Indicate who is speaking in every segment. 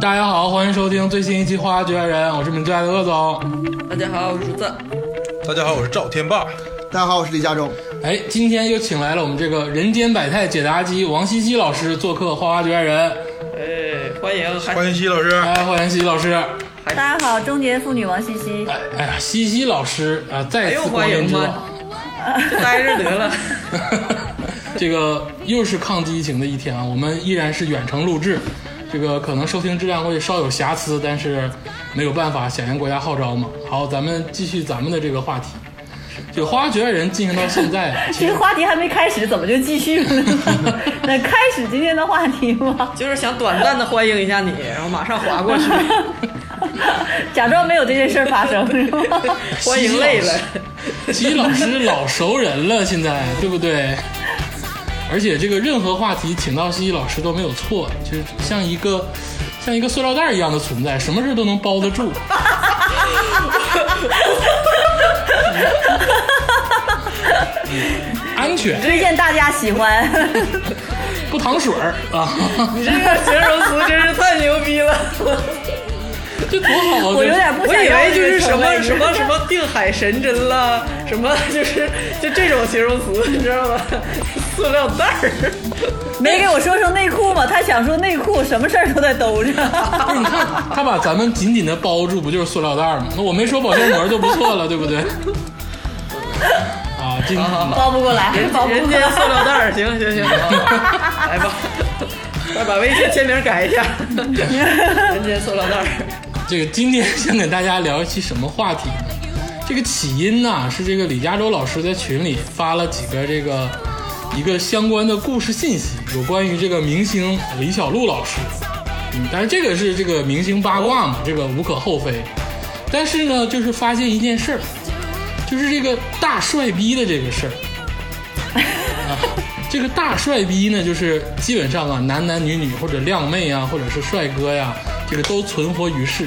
Speaker 1: 大家好，欢迎收听最新一期《花花局外人》，我是你们最爱的鄂总。
Speaker 2: 大家好，我是竹子。
Speaker 3: 大家好，我是赵天霸。
Speaker 4: 大家好，我是李 佳忠。
Speaker 1: 哎，今天又请来了我们这个人间百态解答机王西西老师做客《花花局外人》。
Speaker 2: 哎，欢迎，还
Speaker 3: 欢迎西老师，
Speaker 1: 哎，欢迎西西老师。
Speaker 5: 大家好，中年妇女王西西，
Speaker 1: 哎哎呀，西西老师啊、再
Speaker 2: 还
Speaker 1: 次
Speaker 2: 用
Speaker 1: 光
Speaker 2: 欢
Speaker 1: 临
Speaker 2: 迎
Speaker 1: 之
Speaker 2: 吗
Speaker 1: 网。？
Speaker 2: 就待着得了。
Speaker 1: 这个又是抗击疫情的一天啊，我们依然是远程录制，这个可能收听质量会稍有瑕疵，但是没有办法，响应国家号召嘛。好，咱们继续咱们的这个话题。这个《花花局外人》进行到现在啊，其
Speaker 5: 这
Speaker 1: 实
Speaker 5: 个话题还没开始，怎么就继续了呢？那开始今天的话题吧，
Speaker 2: 就是想短暂的欢迎一下你，然后马上划过 去。
Speaker 5: 假装没有这件事儿发生， 是吧？
Speaker 2: 欢迎累了，
Speaker 1: 西西老师老熟人了，现在对不对？而且这个任何话题请到西西老师都没有错，就是像一个像一个塑料袋一样的存在，什么事都能包得住。 安全
Speaker 5: 推荐大家喜欢，
Speaker 1: 不淌水儿啊，
Speaker 2: 你这个形容词真是太牛逼了。
Speaker 1: 这多好啊！
Speaker 5: 我有点不
Speaker 2: 我
Speaker 5: 想
Speaker 2: 以
Speaker 5: 要
Speaker 2: 为
Speaker 5: 这
Speaker 2: 就
Speaker 5: 个
Speaker 2: 是什
Speaker 5: 成
Speaker 2: 么
Speaker 5: 为
Speaker 2: 什么什么定海神针 啦，什么就是就这种形容词，你知道吧？ 塑料袋儿。
Speaker 5: 没给我说说内裤吗？他想说内裤，什么事儿都在兜着。
Speaker 2: 哎
Speaker 1: 不是你看他把咱们紧紧的包住，不就是塑料袋儿吗？那我没说保鲜膜就不错了，对不对？啊，今天
Speaker 5: 包不过来，包不
Speaker 2: 人
Speaker 5: 过
Speaker 2: 间
Speaker 5: 来。
Speaker 2: 塑料袋儿，行行行， 好来吧，快把微信签名改 一下，人间塑料袋儿，
Speaker 1: 这个今天想给大家聊一期什么话题呢？这个起因呢、是这个李佳洲老师在群里发了几个这个一个相关的故事信息，有关于这个明星李小璐老师。嗯，但是这个是这个明星八卦嘛，这个无可厚非。但是呢，就是发现一件事儿，就是这个大帅逼的这个事儿。啊这个大帅逼呢，就是基本上啊，男男女女或者靓妹啊，或者是帅哥呀、这个都存活于世。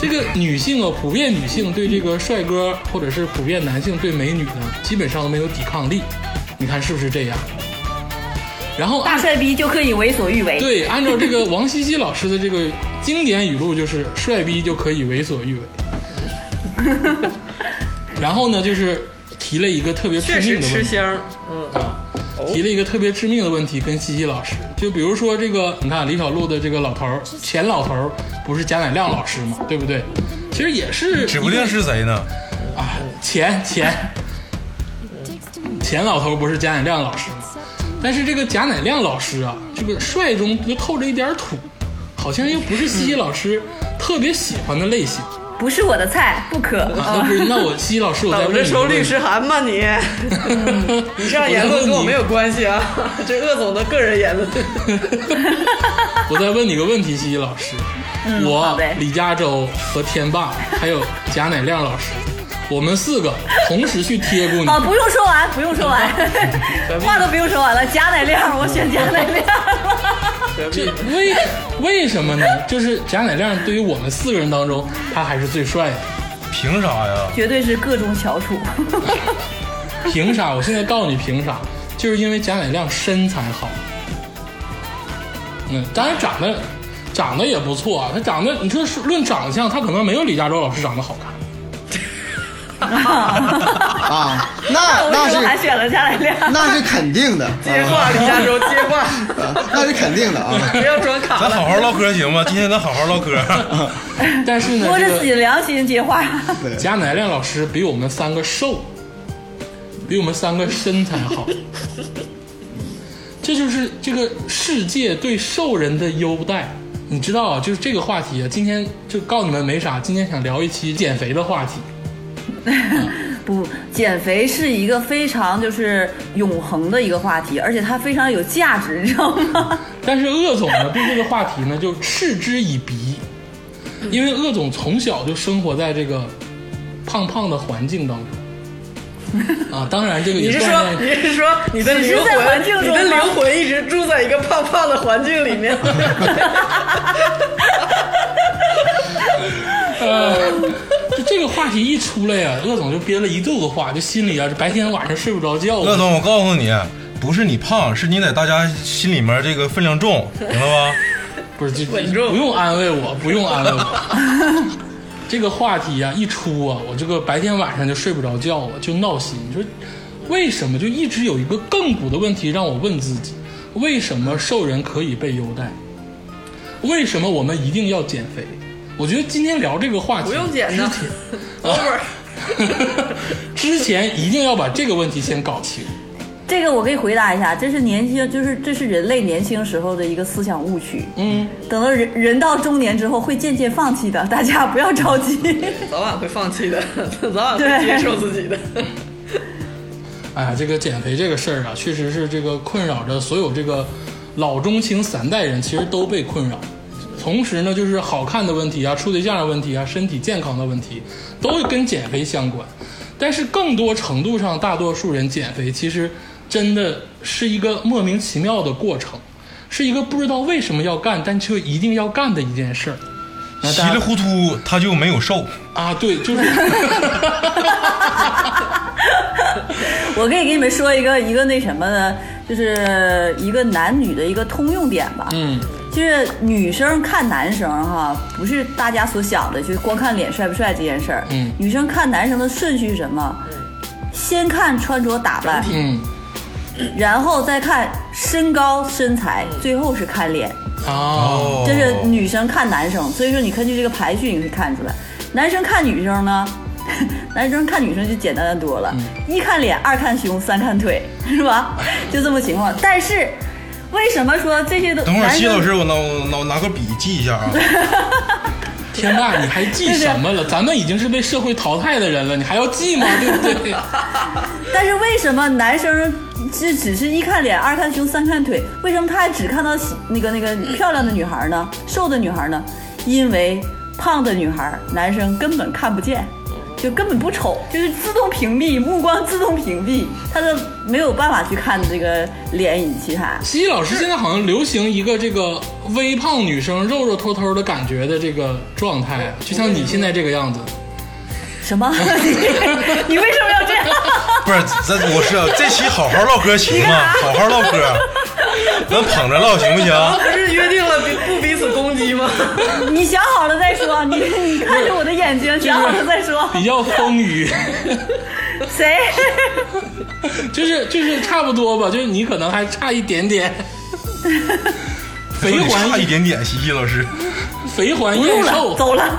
Speaker 1: 这个女性啊，普遍女性对这个帅哥，或者是普遍男性对美女呢，基本上都没有抵抗力。你看是不是这样？然后
Speaker 5: 大帅逼就可以为所欲为，
Speaker 1: 对，按照这个王西西老师的这个经典语录，就是帅逼就可以为所 欲为。然后呢，就是提了一个特别致
Speaker 2: 确
Speaker 1: 命
Speaker 2: 实
Speaker 1: 的问题，啊
Speaker 2: 吃香，嗯，
Speaker 1: 提了一个特别致命的问题跟西西老师，就比如说这个，你看李小璐的这个老头儿，前老头儿不是贾乃亮老师嘛，对不对？其实也是，
Speaker 3: 指不定是谁呢。
Speaker 1: 啊，前前前老头儿不是贾乃亮老师吗？但是这个贾乃亮老师啊，这个帅中就透着一点土，好像又不是西西老师特别喜欢的类型。
Speaker 5: 不是我的菜，不可。
Speaker 1: 啊、那不是，那我西西老师，我再
Speaker 2: 等
Speaker 1: 问你一
Speaker 2: 着
Speaker 1: 个
Speaker 2: 收
Speaker 1: 问题
Speaker 2: 律师函吧 你。 以上言论跟我没有关系 啊，这鄂总的个人言论。
Speaker 1: 我再问你个问题，西西老师，我
Speaker 2: 嗯
Speaker 5: 好呗
Speaker 1: 李佳洲和天霸还有贾乃亮老师，我们四个同时去贴过你
Speaker 2: 哦
Speaker 5: 啊，，不用说完，不用 说完，话都不用说完了。贾乃亮，我选贾乃 亮了。
Speaker 1: 这为为什么呢？就是贾乃亮对于我们四个人当中，他还是最帅的，
Speaker 3: 凭啥呀？
Speaker 5: 绝对是各种翘楚。
Speaker 1: 凭啥？我现在告诉你凭啥，就是因为贾乃亮身材好，嗯，当然长得长得也不错啊，他长得你说是论长相，他可能没有李佳洲老师长得好看。
Speaker 4: 啊，那
Speaker 5: 我
Speaker 4: 那
Speaker 5: 为什么还
Speaker 4: 是
Speaker 5: 选了贾乃亮？
Speaker 4: 那是肯定的，
Speaker 2: 接话，李佳洲接 话，
Speaker 4: 啊那是肯定的 啊。
Speaker 2: 不要装卡
Speaker 3: 咱
Speaker 2: 了。
Speaker 3: 好好唠嗑 行吗？今天咱好好唠嗑。
Speaker 1: 但是呢，
Speaker 5: 摸
Speaker 1: 这
Speaker 5: 着
Speaker 1: 个
Speaker 5: 自己的良心接话，
Speaker 1: 贾乃亮老师比我们三个瘦，比我们三个身材好，这就是这个世界对瘦人的优待。你知道啊，就是这个话题啊，今天就告你们没啥，今天想聊一期减肥的话题。
Speaker 5: 不，减肥是一个非常就是永恒的一个话题，而且它非常有价值，你知道 吗？
Speaker 1: 但是鄂总呢，对这个话题呢就嗤之以鼻，因为鄂总从小就生活在这个胖胖的环境当中。啊，当然这个
Speaker 2: 你
Speaker 1: 也
Speaker 2: 是
Speaker 1: 锻
Speaker 2: 说
Speaker 1: 炼
Speaker 2: 你是说你的灵
Speaker 5: 只是在
Speaker 2: 魂
Speaker 5: 环境，中
Speaker 2: 你
Speaker 5: 吗
Speaker 2: 的灵魂一直住在一个胖胖的环境里 面？
Speaker 1: 呃，就这个话话题一出来呀、鄂总就憋了一肚子话，就心里啊，这白天晚上睡不着觉。
Speaker 3: 乐总，我告诉你，不是你胖，是你在大家心里面这个分量重，明白吧？
Speaker 1: 不是，就
Speaker 2: 稳重
Speaker 1: 不用安慰我，不用安慰我。 这个话题啊一出啊，我这个白天晚上就睡不着觉啊，就闹心。你说为什么？就一直有一个亘古的问题让我问自己：为什么瘦人可以被优待？为什么我们一定要减肥？我觉得今天聊这个话题
Speaker 2: 不用减
Speaker 1: 之
Speaker 2: 的
Speaker 1: 前
Speaker 2: ，over。
Speaker 1: 之前一定要把这个问题先搞清。
Speaker 5: 这个我可以回答一下，这是年轻，就是这是人类年轻时候的一个思想误区。
Speaker 1: 嗯，
Speaker 5: 等到人人到中年之后，会渐渐放弃的，大家不要着急。
Speaker 2: 早晚会放弃 的，早晚会
Speaker 5: 对
Speaker 2: 接受自己的。
Speaker 1: 哎呀，这个减肥这个事儿啊，确实是这个困扰着所有这个老中青三代人，其实都被困扰。同时呢，就是好看的问题啊、处对象的问题啊、身体健康的问题，都跟减肥相关。但是更多程度上，大多数人减肥其实真的是一个莫名其妙的过程，是一个不知道为什么要干，但却一定要干的一件事儿。 那
Speaker 3: 稀
Speaker 1: 大家
Speaker 3: 里糊涂他就没有瘦，
Speaker 1: 啊，对，就是。
Speaker 5: 我可以给你们说一个一个那什么呢，就是一个男女的一个通用点吧。
Speaker 1: 嗯，
Speaker 5: 就是女生看男生哈，不是大家所想的，就是光看脸帅不帅这件事儿。
Speaker 1: 嗯
Speaker 5: 女生看男生的顺序是什么？先看穿着打扮，
Speaker 1: 嗯
Speaker 5: 然后再看身高身材，
Speaker 1: 嗯
Speaker 5: 最后是看脸。
Speaker 1: 哦，
Speaker 5: 这是女生看男生，所以说你根据这个排序你可以看出来，男生看女生呢， 男生看女生就简单的多了，
Speaker 3: 嗯
Speaker 5: 一看脸，二看胸，三看腿，是吧？就这么情况。但是为什么说这些都
Speaker 3: 等会儿
Speaker 5: 男
Speaker 3: 西
Speaker 5: 生
Speaker 3: 老师，我拿我拿我拿个笔记一下啊。
Speaker 1: 天霸，你还记什么了？咱们已经是被社会淘汰的人了，你还要记吗？对不对？
Speaker 5: 但是为什么男生只只是一看脸，二看胸，三看腿？为什么他还只看到喜那个那个漂亮的女孩呢？瘦的女孩呢？因为胖的女孩，男生根本看不见，就根本不瞅，就是自动屏蔽，目光自动屏蔽，他的没有办法去看这个脸以及其他。
Speaker 1: 西西老师现在好像流行一个这个微胖女生肉肉偷偷的感觉的这个状态啊，就像你现在这个样子。
Speaker 5: 什么？ 你你为什么要这样？
Speaker 3: 不是，咱我是啊这期好好唠嗑行 吗？好好唠嗑，咱捧着唠行不行？
Speaker 2: 不是约定了彼不彼此攻击吗？
Speaker 5: 你想好了再说，你你看着我的眼睛，想好了再说。
Speaker 1: 比较丰腴，
Speaker 5: 谁？
Speaker 1: 就是就是差不多吧，就是你可能还差一点点，肥
Speaker 3: 说你差一
Speaker 1: 环
Speaker 3: 点点，西西老师，
Speaker 1: 肥环
Speaker 5: 不
Speaker 1: 燕
Speaker 5: 用了，
Speaker 1: 瘦，
Speaker 5: 走了。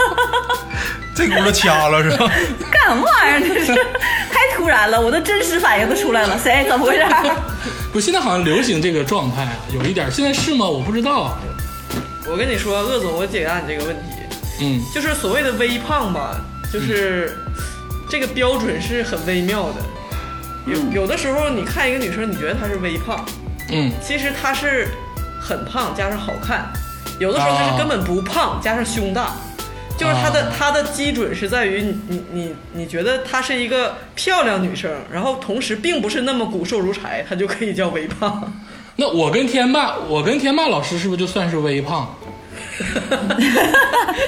Speaker 3: 这轱辘掐了是吧？
Speaker 5: 干什么玩意儿？这是太突然了，我的真实反应都出来了。谁？怎么回事？
Speaker 1: 不，现在好像流行这个状态啊，有一点儿，现在是吗？我不知道啊，
Speaker 2: 我跟你说，鄂总，我解答你这个问题，
Speaker 1: 嗯，
Speaker 2: 就是所谓的微胖吧，就是这个标准是很微妙的。有有的时候你看一个女生，你觉得她是微胖，
Speaker 1: 嗯，
Speaker 2: 其实她是很胖加上好看，有的时候她
Speaker 1: 啊
Speaker 2: 是根本不胖加上胸大，就是她的、
Speaker 1: 啊
Speaker 2: 她的基准是在于你你你你觉得她是一个漂亮女生，然后同时并不是那么骨瘦如柴，她就可以叫微胖。
Speaker 1: 那我跟天霸，我跟天霸老师是不是就算是微胖？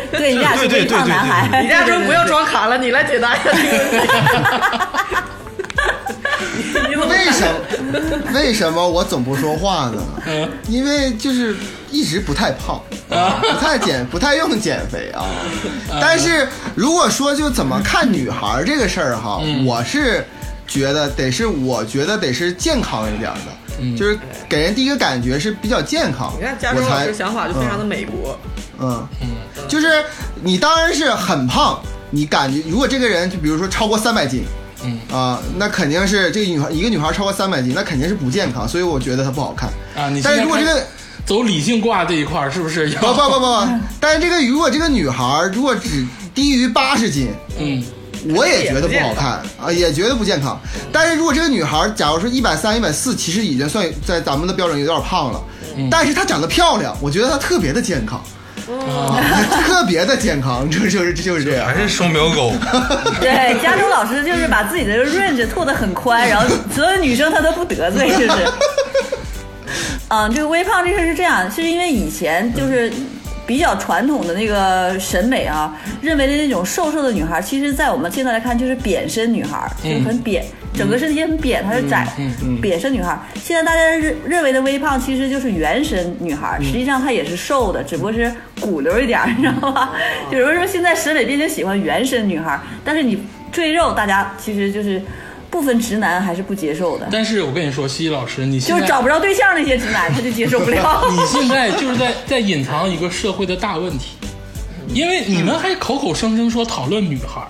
Speaker 5: 对你俩是
Speaker 3: 对对
Speaker 5: 微
Speaker 3: 对
Speaker 5: 胖
Speaker 3: 对
Speaker 5: 男孩。
Speaker 2: 李佳忠不要装卡了，你来解答一下这个问题。你你怎么
Speaker 4: 为
Speaker 2: 看
Speaker 4: 什么为什么我总不说话呢？
Speaker 1: 嗯
Speaker 4: 因为就是一直不太胖，啊不太减，不太用减肥 啊。但是如果说就怎么看女孩儿这个事儿哈，
Speaker 2: 嗯
Speaker 4: 我是觉得得是，我觉得得是健康一点儿的，就是给人第一个感觉是比较健康。
Speaker 2: 嗯你看佳
Speaker 4: 我
Speaker 2: 忠老
Speaker 4: 才
Speaker 2: 师想法就非常的美国，
Speaker 4: 嗯，就是你当然是很胖，你感觉如果这个人就比如说超过三百斤，
Speaker 1: 嗯
Speaker 4: 啊、那肯定是这个女孩一个女孩超过三百斤，那肯定是不健康，所以我觉得她不好看
Speaker 1: 啊你现在
Speaker 4: 但是如果 这个
Speaker 1: 走理性挂这一块儿是不是要？
Speaker 4: 不不不不不，但是这个如果这个女孩如果只低于八十斤，
Speaker 1: 嗯，
Speaker 4: 我也觉得不好看啊，也觉得不健康。但是如果这个女孩，假如说一百三、一百四，其实已经算在咱们的标准有点胖了，但是她长得漂亮，我觉得她特别的健康， 特别的健康，这就是这就是这样
Speaker 3: 还。是双标狗，
Speaker 5: 对，加州老师就是把自己的 range 拓得很宽，然后所有女生他都不得罪，是不是？嗯，这个微胖这事儿是这样，是因为以前就是比较传统的那个审美啊，认为的那种瘦瘦的女孩，其实，在我们现在来看就是扁身女孩，就是很扁，整个身体很扁，她是窄，扁身女孩。现在大家认认为的微胖，其实就是圆身女孩，实际上她也是瘦的，只不过是骨溜一点儿，你知道吧？ 有人说现在审美变成喜欢圆身女孩，但是你赘肉，大家其实就是部分直男还是不接受的。
Speaker 1: 但是我跟你说，西西老师，你现
Speaker 5: 就
Speaker 1: 在
Speaker 5: 是找不着对象那些直男，他就接受不了。
Speaker 1: 你现在就是在在隐藏一个社会的大问题，因为你们还口口声声说讨论女孩儿，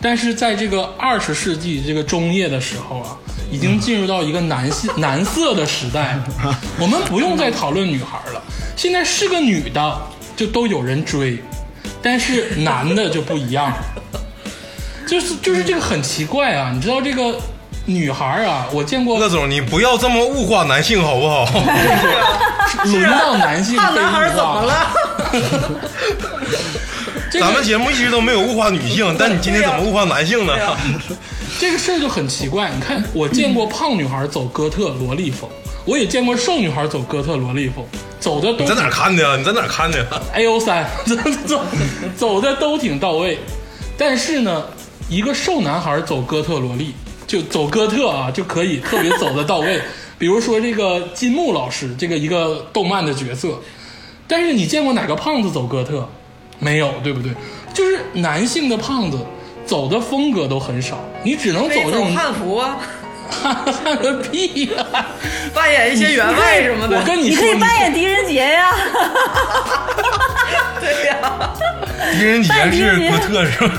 Speaker 1: 但是在这个二十世纪这个中叶的时候啊，已经进入到一个男性男色的时代了。我们不用再讨论女孩儿了，现在是个女的就都有人追，但是男的就不一样了。就是就是这个很奇怪啊，你知道这个女孩儿啊，我见过
Speaker 3: 乐总，你不要这么物化男性好不 好？
Speaker 1: 轮到男性
Speaker 2: 胖
Speaker 1: 被
Speaker 2: 啊男孩
Speaker 1: 物
Speaker 2: 怎
Speaker 1: 化
Speaker 2: 么
Speaker 1: 了？
Speaker 2: 了？
Speaker 1: 这个
Speaker 3: 咱们节目一直都没有物化女性，但你今天怎么物化男性呢？
Speaker 5: 啊
Speaker 1: 这个事儿就很奇怪。你看，我见过胖女孩走哥特萝莉风，我也见过瘦女孩走哥特萝莉风，走的都
Speaker 3: 你在哪儿看的呀？你在哪儿看的呀？
Speaker 1: A O 三， 走走走的都挺到位。但是呢，一个瘦男孩走哥特萝莉，就走哥特啊，就可以特别走的到 位。比如说这个金木老师，这个一个动漫的角色，但是你见过哪个胖子走哥特？没有，对不对？就是男性的胖子走的风格都很少，你只能走
Speaker 2: 可以
Speaker 1: 这
Speaker 2: 走
Speaker 1: 种
Speaker 2: 汉服啊，
Speaker 1: 看个屁呀、
Speaker 2: 扮演一些员外什么的
Speaker 1: 我。跟
Speaker 5: 你
Speaker 1: 说，
Speaker 5: 可以扮演狄仁杰呀，
Speaker 2: 对呀、
Speaker 3: 狄仁杰是哥特是吧？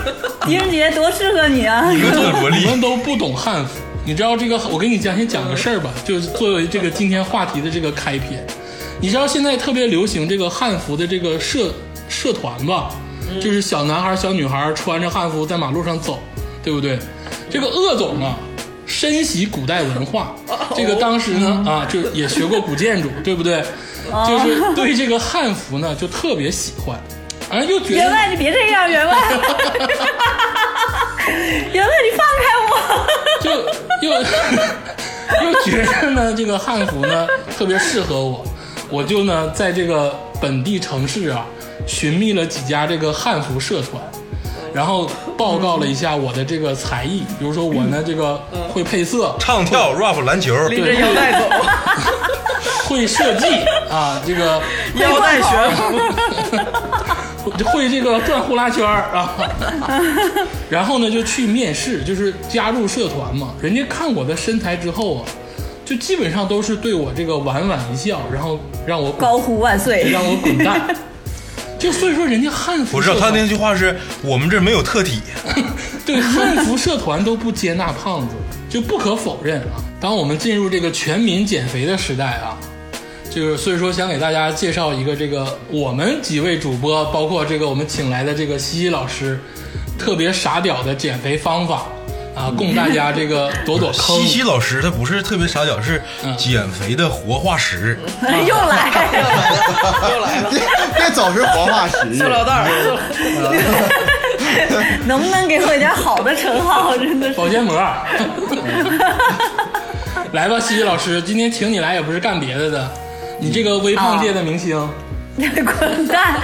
Speaker 5: 狄仁杰多适合你啊！
Speaker 3: 哥特萝
Speaker 1: 你
Speaker 3: 莉
Speaker 1: 们都不懂汉服。你知道这个？我跟你讲，先讲个事儿吧，就是作为这个今天话题的这个开篇。你知道现在特别流行这个汉服的这个社社团吧？就是小男孩、小女孩穿着汉服在马路上走，对不对？这个鄂总啊，深习古代文化，这个当时呢啊，就也学过古建筑，对不对？就是对这个汉服呢就特别喜欢，而又觉
Speaker 5: 员
Speaker 1: 得
Speaker 5: 外，你别这样，员外， 员外，你放开我！
Speaker 1: 就 又又觉得呢，这个汉服呢特别适合我，我就呢在这个本地城市啊寻觅了几家这个汉服社团，然后报告了一下我的这个才艺，比如说我呢这个会配色，
Speaker 3: 唱跳 rap 篮球，
Speaker 2: 拎着腰 带走，
Speaker 1: 会设计啊，这个
Speaker 2: 腰带悬浮。
Speaker 1: 会这个转呼啦圈儿啊，然后呢就去面试，就是加入社团嘛。人家看我的身材之后啊，就基本上都是对我这个莞莞一笑，然后让我
Speaker 5: 高呼万岁！
Speaker 1: 让我滚 蛋。就所以说，人家汉服
Speaker 3: 不是
Speaker 1: 社
Speaker 3: 他
Speaker 1: 团
Speaker 3: 那句话是我们这儿没有特体，
Speaker 1: 对汉服社团都不接纳胖子，就不可否认啊。当我们进入这个全民减肥的时代啊，就是所以说想给大家介绍一个这个我们几位主播，包括这个我们请来的这个西西老师，特别傻屌的减肥方法啊，供大家这个躲躲坑。
Speaker 3: 西西老师他不是特别傻屌，是
Speaker 5: 嗯
Speaker 3: 减肥的活化石。
Speaker 5: 哎又来，
Speaker 4: 别别总是活化 石，
Speaker 2: 塑料袋儿，
Speaker 5: 能不能给我一点好的称号？真的是
Speaker 1: 保鲜膜。啊 来吧，西西老师，今天请你来也不是干别的的，你这个微胖界的明星。
Speaker 3: 嗯
Speaker 5: 滚蛋！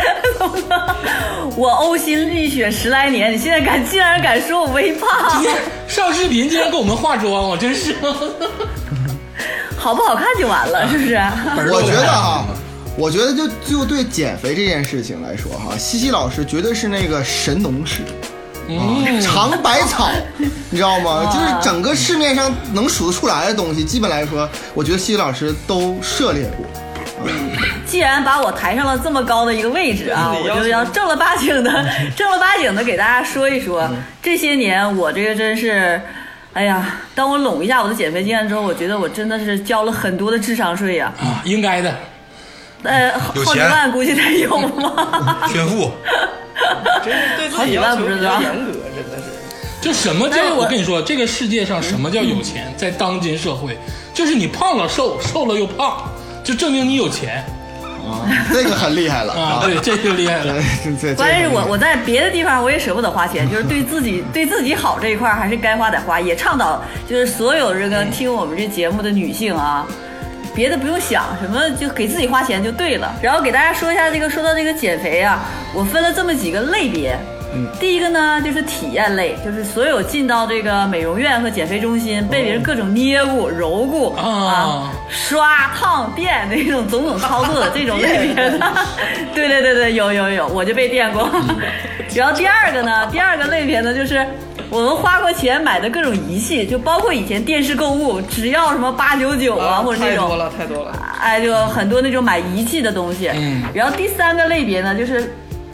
Speaker 5: 我呕心沥血十来年，你现在敢竟然敢说我微胖，
Speaker 1: 上视频竟然给我们化妆，我真是。
Speaker 5: 好不好看就完了，是不是？
Speaker 4: 我觉得
Speaker 1: 啊
Speaker 4: 哈，我觉得就就对减肥这件事情来说哈，西西老师绝对是那个神农氏。啊，尝百草，你知道吗？就是整个市面上能数得出来的东西，基本来说，我觉得西西老师都涉猎过。
Speaker 5: 既然把我抬上了这么高的一个位置啊，
Speaker 2: 你
Speaker 5: 我
Speaker 2: 要求嗯
Speaker 5: 就要正儿八经的、 正儿八经的给大家说一说，这些年我这个真是，哎呀，当我拢一下我的减肥经验之后，我觉得我真的是交了很多的智商税呀、
Speaker 2: 嗯
Speaker 1: 啊，应该的，
Speaker 5: 呃，
Speaker 3: 有
Speaker 5: 好几
Speaker 3: 钱
Speaker 5: 万估计得 有吗？
Speaker 3: 炫富，
Speaker 2: 真是对自己要求比较严格，真 的是。
Speaker 1: 就什么
Speaker 5: 但是
Speaker 1: 叫
Speaker 5: 哎我嗯
Speaker 1: 我跟你说，这个世界上什么叫有钱，在当今社会，就是你胖了瘦，瘦了又胖，就证明你有钱
Speaker 4: 啊，这个很厉害了
Speaker 1: 啊！ 对，这就厉害了。
Speaker 4: 这这
Speaker 5: 关键是我我在别的地方我也舍不得花钱，就是对自己对自己好这一块儿
Speaker 2: 嗯
Speaker 5: 还是该花得花，也倡导就是所有这个听我们这节目的女性啊，别的不用想，什么就给自己花钱就对了。然后给大家说一下这个，说到这个减肥啊，我分了这么几个类别。第一个呢，就是体验类，就是所有进到这个美容院和减肥中心，被别人各种捏过、揉过
Speaker 1: 啊
Speaker 5: 啊、刷、烫、电那种种种操作的这种类别的，对对对对，有有有，我就被电过。然后第二个呢，第二个类别呢，就是我们花过钱买的各种仪器，就包括以前电视购物，只要什么八九九啊，或者
Speaker 2: 太
Speaker 5: 这
Speaker 2: 多
Speaker 5: 种，
Speaker 2: 了，太多了。
Speaker 5: 哎，就很多那种买仪器的东西。
Speaker 1: 嗯
Speaker 5: 然后第三个类别呢，就是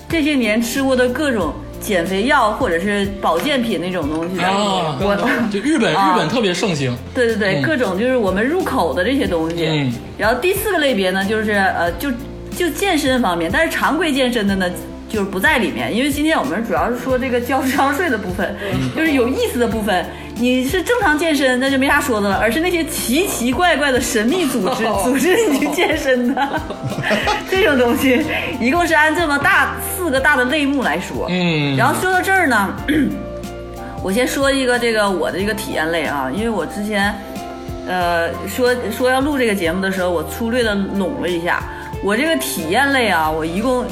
Speaker 5: 这些年吃过的各种减肥药或者是保健品那种东西的。
Speaker 1: 啊，
Speaker 5: 我，
Speaker 1: 就日本、
Speaker 5: 啊
Speaker 1: 日本特别盛行，
Speaker 5: 对对
Speaker 1: 嗯
Speaker 5: 对，各种就是我们入口的这些东西。
Speaker 1: 嗯
Speaker 5: 然后第四个类别呢，就是呃，就就健身方面，但是常规健身的呢。就是不在里面，因为今天我们主要是说这个交智商税的部分，
Speaker 1: 嗯
Speaker 5: 就是有意思的部分。你是正常健身，那就没啥说的了，而是那些奇奇怪怪的神秘组 织组织你去健身的这种东西，一共是按这么大四个大的类目来说。
Speaker 1: 嗯
Speaker 5: 然后说到这儿呢， 我先说一个这个我的一个体验类啊，因为我之前，呃，说说要录这个节目的时候，我粗略的拢了一下，我这个体验类啊，我一共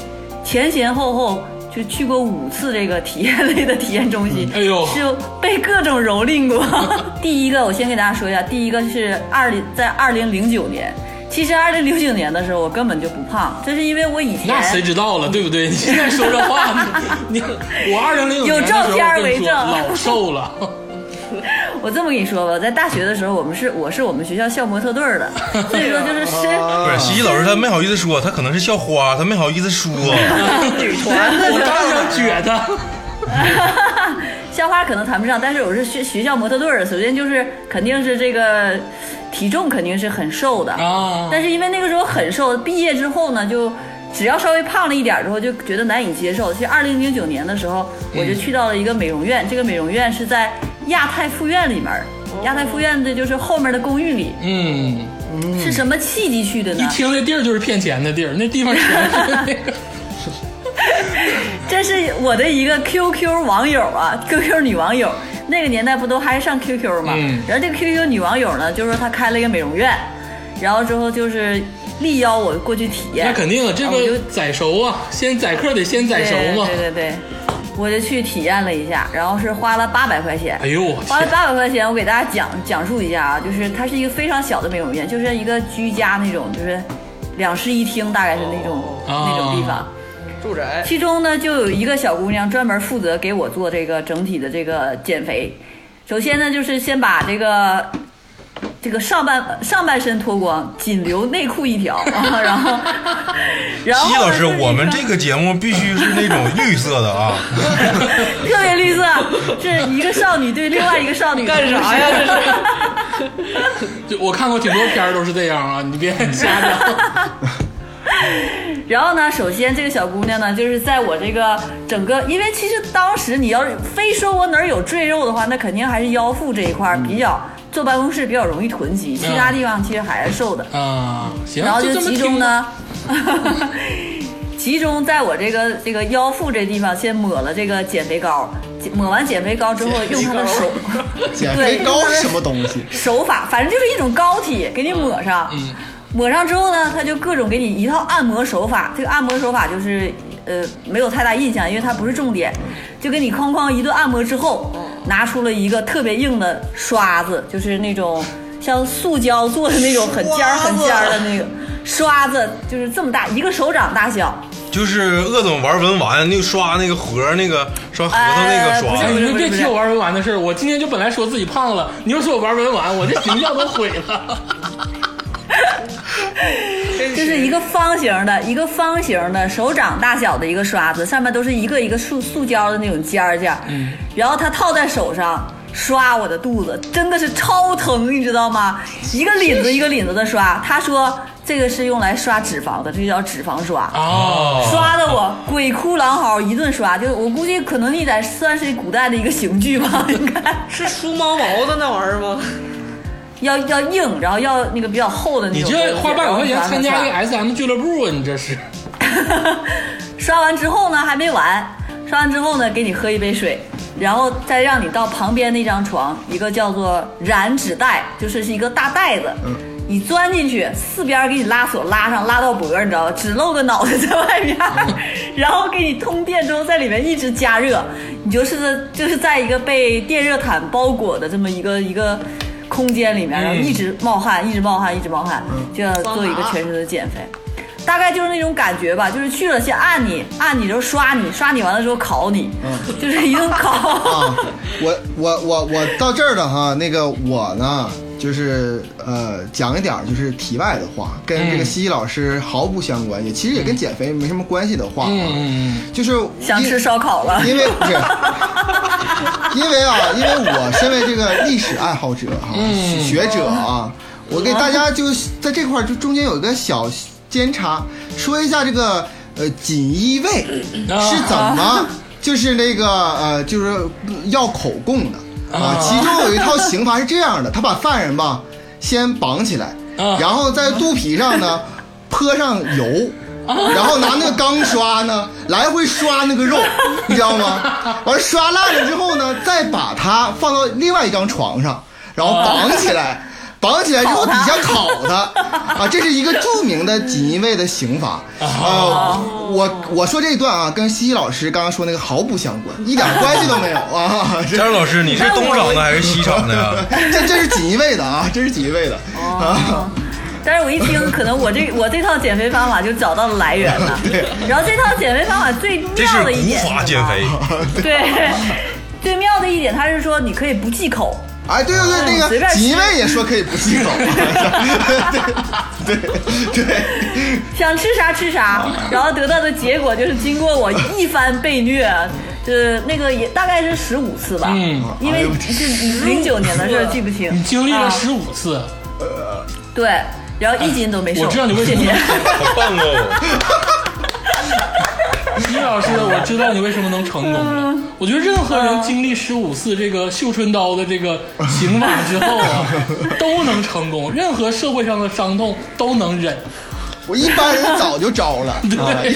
Speaker 5: 前前后后就去过五次这个体验类的体验中心，
Speaker 1: 哎呦
Speaker 5: 就被各种蹂躏过。 第一个，我先给大家说一下，第一个是二零在二零零九年。其实二零零九年的时候，我根本就不胖，这是因为我以前
Speaker 1: 那谁知道
Speaker 5: 嗯
Speaker 1: 了，对不对？你现在说这话， 你你我二零零九
Speaker 5: 有
Speaker 1: 年的时
Speaker 5: 照
Speaker 1: 候
Speaker 5: 片
Speaker 1: 我跟你
Speaker 5: 为
Speaker 1: 说
Speaker 5: 证
Speaker 1: 老瘦 了，
Speaker 5: 我这么跟你说吧，我在大学的时候，我们是我是我们学校校模特队儿的， 所以说就是身
Speaker 3: 不
Speaker 1: 啊
Speaker 3: 是西西老师，他没好意思说，他可能是校花，他没好意思说。
Speaker 5: 嗯
Speaker 2: 女团
Speaker 1: 我当然觉得，
Speaker 5: 校花可能谈不上，但是我是学学校模特队儿的，首先就是肯定是这个体重肯定是很瘦的，
Speaker 1: 啊
Speaker 5: 但是因为那个时候很瘦，毕业之后呢，就只要稍微胖了一点儿之后，就觉得难以接受。其实二零零九年的时候，
Speaker 1: 嗯
Speaker 5: 我就去到了一个美容院，这个美容院是在亚太附院里面儿，
Speaker 1: 哦
Speaker 5: 亚太附院的就是后面的公寓里，
Speaker 1: 嗯，
Speaker 5: 是什么契机去的呢？
Speaker 1: 一听那地儿就是骗钱的地儿，那地方全是那 个，
Speaker 5: 这是我的一个 QQ 网友啊，QQ 女网友。那个年代不都还上 QQ 吗？
Speaker 1: 嗯
Speaker 5: 然后这个 QQ 女网友呢，就是说她开了一个美容院，然后之后就是力邀我过去体验。
Speaker 1: 那肯定了，这
Speaker 5: 啊我就
Speaker 1: 个宰熟啊，先宰客得先宰熟啊嘛
Speaker 5: 对。对对对，我就去体验了一下，然后是花了八百块钱。
Speaker 1: 哎呦我
Speaker 5: 花了
Speaker 1: 天，
Speaker 5: 八百块钱，我给大家讲讲述一下啊，就是它是一个非常小的美容院，就是一个居家那种，就是两室一厅，大概是那种、
Speaker 1: 哦
Speaker 5: 那种地方。
Speaker 2: 住宅，
Speaker 5: 其中呢，就有一个小姑娘专门负责给我做这个整体的这个减肥。首先呢，就是先把这个这个上半上半身脱光，仅留内裤一条， 啊然后然后
Speaker 3: 西西老师，
Speaker 5: 呢就是
Speaker 3: 我们
Speaker 5: 一
Speaker 3: 这个节目必须是那种绿色的啊，
Speaker 5: 特别绿色，是一个少女对另外一个少女
Speaker 2: 干啥 呀？这是
Speaker 1: 就我看过挺多片儿都是这样啊，你别瞎整。
Speaker 5: 然后呢，首先这个小姑娘呢，就是在我这个整个，因为其实当时你要是非说我哪儿有赘肉的话，那肯定还是腰腹这一块儿比较、坐办公室比较容易囤积，其他地方其实还是瘦的。
Speaker 1: 啊，行，
Speaker 5: 然后嗯就
Speaker 1: 这么
Speaker 5: 集
Speaker 1: 听
Speaker 5: 中
Speaker 1: 吧，
Speaker 5: 呢， 集中在我这个这个腰腹这地方，先抹了这个减肥膏，抹完减肥膏之后，用她的手，
Speaker 4: 减肥膏是什么东西？
Speaker 5: 手法，反正就是一种膏体，给你抹上。
Speaker 1: 嗯
Speaker 5: 抹上之后呢，他就各种给你一套按摩手法。这个按摩手法就是呃没有太大印象，因为它不是重点，就给你哐哐一顿按摩之后，
Speaker 1: 哦
Speaker 5: 拿出了一个特别硬的刷子，就是那种像塑胶做的那种很尖儿很尖儿的那个刷子，就是这么大一个手掌大小。
Speaker 3: 就是鄂总玩文玩那个刷那个盒那个刷核桃那个
Speaker 5: 哎不
Speaker 3: 刷
Speaker 5: 是。
Speaker 1: 哎，你们别
Speaker 5: 不是
Speaker 1: 提我玩文玩的事儿，我今天就本来说自己胖了，你又说我玩文玩，我这形象都毁了。
Speaker 5: 就是一个方形的，一个方形的手掌大小的一个刷子，上面都是一个一个塑塑胶的那种尖儿尖儿，嗯，然后它套在手上刷我的肚子，真的是超疼，你知道吗？一个领子一个领子的刷，他说这个是用来刷脂肪的，这就叫脂肪刷。
Speaker 1: 哦，
Speaker 5: 刷的我鬼哭狼嚎，一顿刷，就我估计可能也得算是古代的一个刑具吧，应该
Speaker 2: 是梳毛毛的那玩意儿吗？
Speaker 5: 要要硬，然后要那个比较厚的那
Speaker 1: 你
Speaker 5: 种。
Speaker 1: 这花八百块钱
Speaker 5: 然后
Speaker 1: 参
Speaker 5: 刷
Speaker 1: 加一个 S M 俱乐部啊，你这是
Speaker 5: 刷完之后呢，还没完，刷完之后呢，给你喝一杯水，然后再让你到旁边那张床，一个叫做染指袋，就是是一个大袋子，你钻进去，四边给你拉锁拉上，拉到脖，你知道吧？只露个脑袋在外面， 然后给你通电之后，在里面一直加热，你就是就是在一个被电热毯包裹的这么一个一个。空间里面，然后一直冒汗，一直冒汗，一直冒汗，就要做一个全身的减肥，大概就是那种感觉吧，就是去了先按你，按你之后刷你，刷你完了之后烤你，就是一顿烤
Speaker 4: 啊。， 我我我我到这儿了哈，那个我呢，就是呃讲一点儿就是题外的话，跟这个西西老师毫不相关，也其实也跟减肥没什么关系的话啊，
Speaker 1: 嗯
Speaker 4: 就是
Speaker 5: 想
Speaker 4: 因
Speaker 5: 吃烧烤了，
Speaker 4: 因为不是，因为啊，因为我身为这个历史爱好者哈、
Speaker 1: 嗯
Speaker 4: 学者啊，我给大家就在这块儿就中间有一个小监察，说一下这个呃锦衣卫
Speaker 1: 啊
Speaker 4: 是怎么就是那个呃就是要口供的啊
Speaker 1: 啊，
Speaker 4: 其中有一套刑罚是这样的，他把犯人吧先绑起来
Speaker 1: 啊，
Speaker 4: 然后在肚皮上 呢泼上油。然后拿那个钢刷呢，来回刷那个 肉，你知道吗？完了刷烂了之后呢，再把它放到另外一张床上，然后绑起来，绑起来之后底下啊烤 它，啊，这是一个著名的锦衣卫的刑罚。啊，我我说这一段啊，跟西西老师刚刚说那个毫不相关，一点关系都没有啊。这
Speaker 3: 佳茹老师，你是东厂的还是西厂的 呀？
Speaker 4: 这这是锦衣卫的啊，这是锦衣卫的啊。
Speaker 5: 哦但是我一听，可能我这我这套减肥方法就找到了来源了。然后这套减肥方法最
Speaker 3: 这是
Speaker 5: 妙的一
Speaker 3: 古
Speaker 5: 点，
Speaker 3: 法减 肥，
Speaker 5: 对，最妙的一点，它是说你可以不忌口。
Speaker 4: 哎，对对对，那
Speaker 5: 随
Speaker 4: 个
Speaker 5: 便吃
Speaker 4: 锦衣 卫也说可以不忌口， 对对对，
Speaker 5: 想吃啥吃啥，
Speaker 1: 啊
Speaker 5: 然后得到的结果就是经过我一番被虐，就是那个也大概是十五次吧，
Speaker 1: 嗯
Speaker 5: 因为是零九年的事儿记不清，
Speaker 1: 你经历了
Speaker 5: 啊
Speaker 1: 十五次，
Speaker 5: 对，然后一斤都没瘦，
Speaker 1: 哎我知道你为什么
Speaker 5: 谢谢
Speaker 3: 好棒哦！
Speaker 1: 李老师，我知道你为什么能成功了。我觉得任何人经历十五次这个绣春刀的这个刑法之后 啊，都能成功，任何社会上的伤痛都能忍。
Speaker 4: 我一般人早就招了，啊
Speaker 1: 对，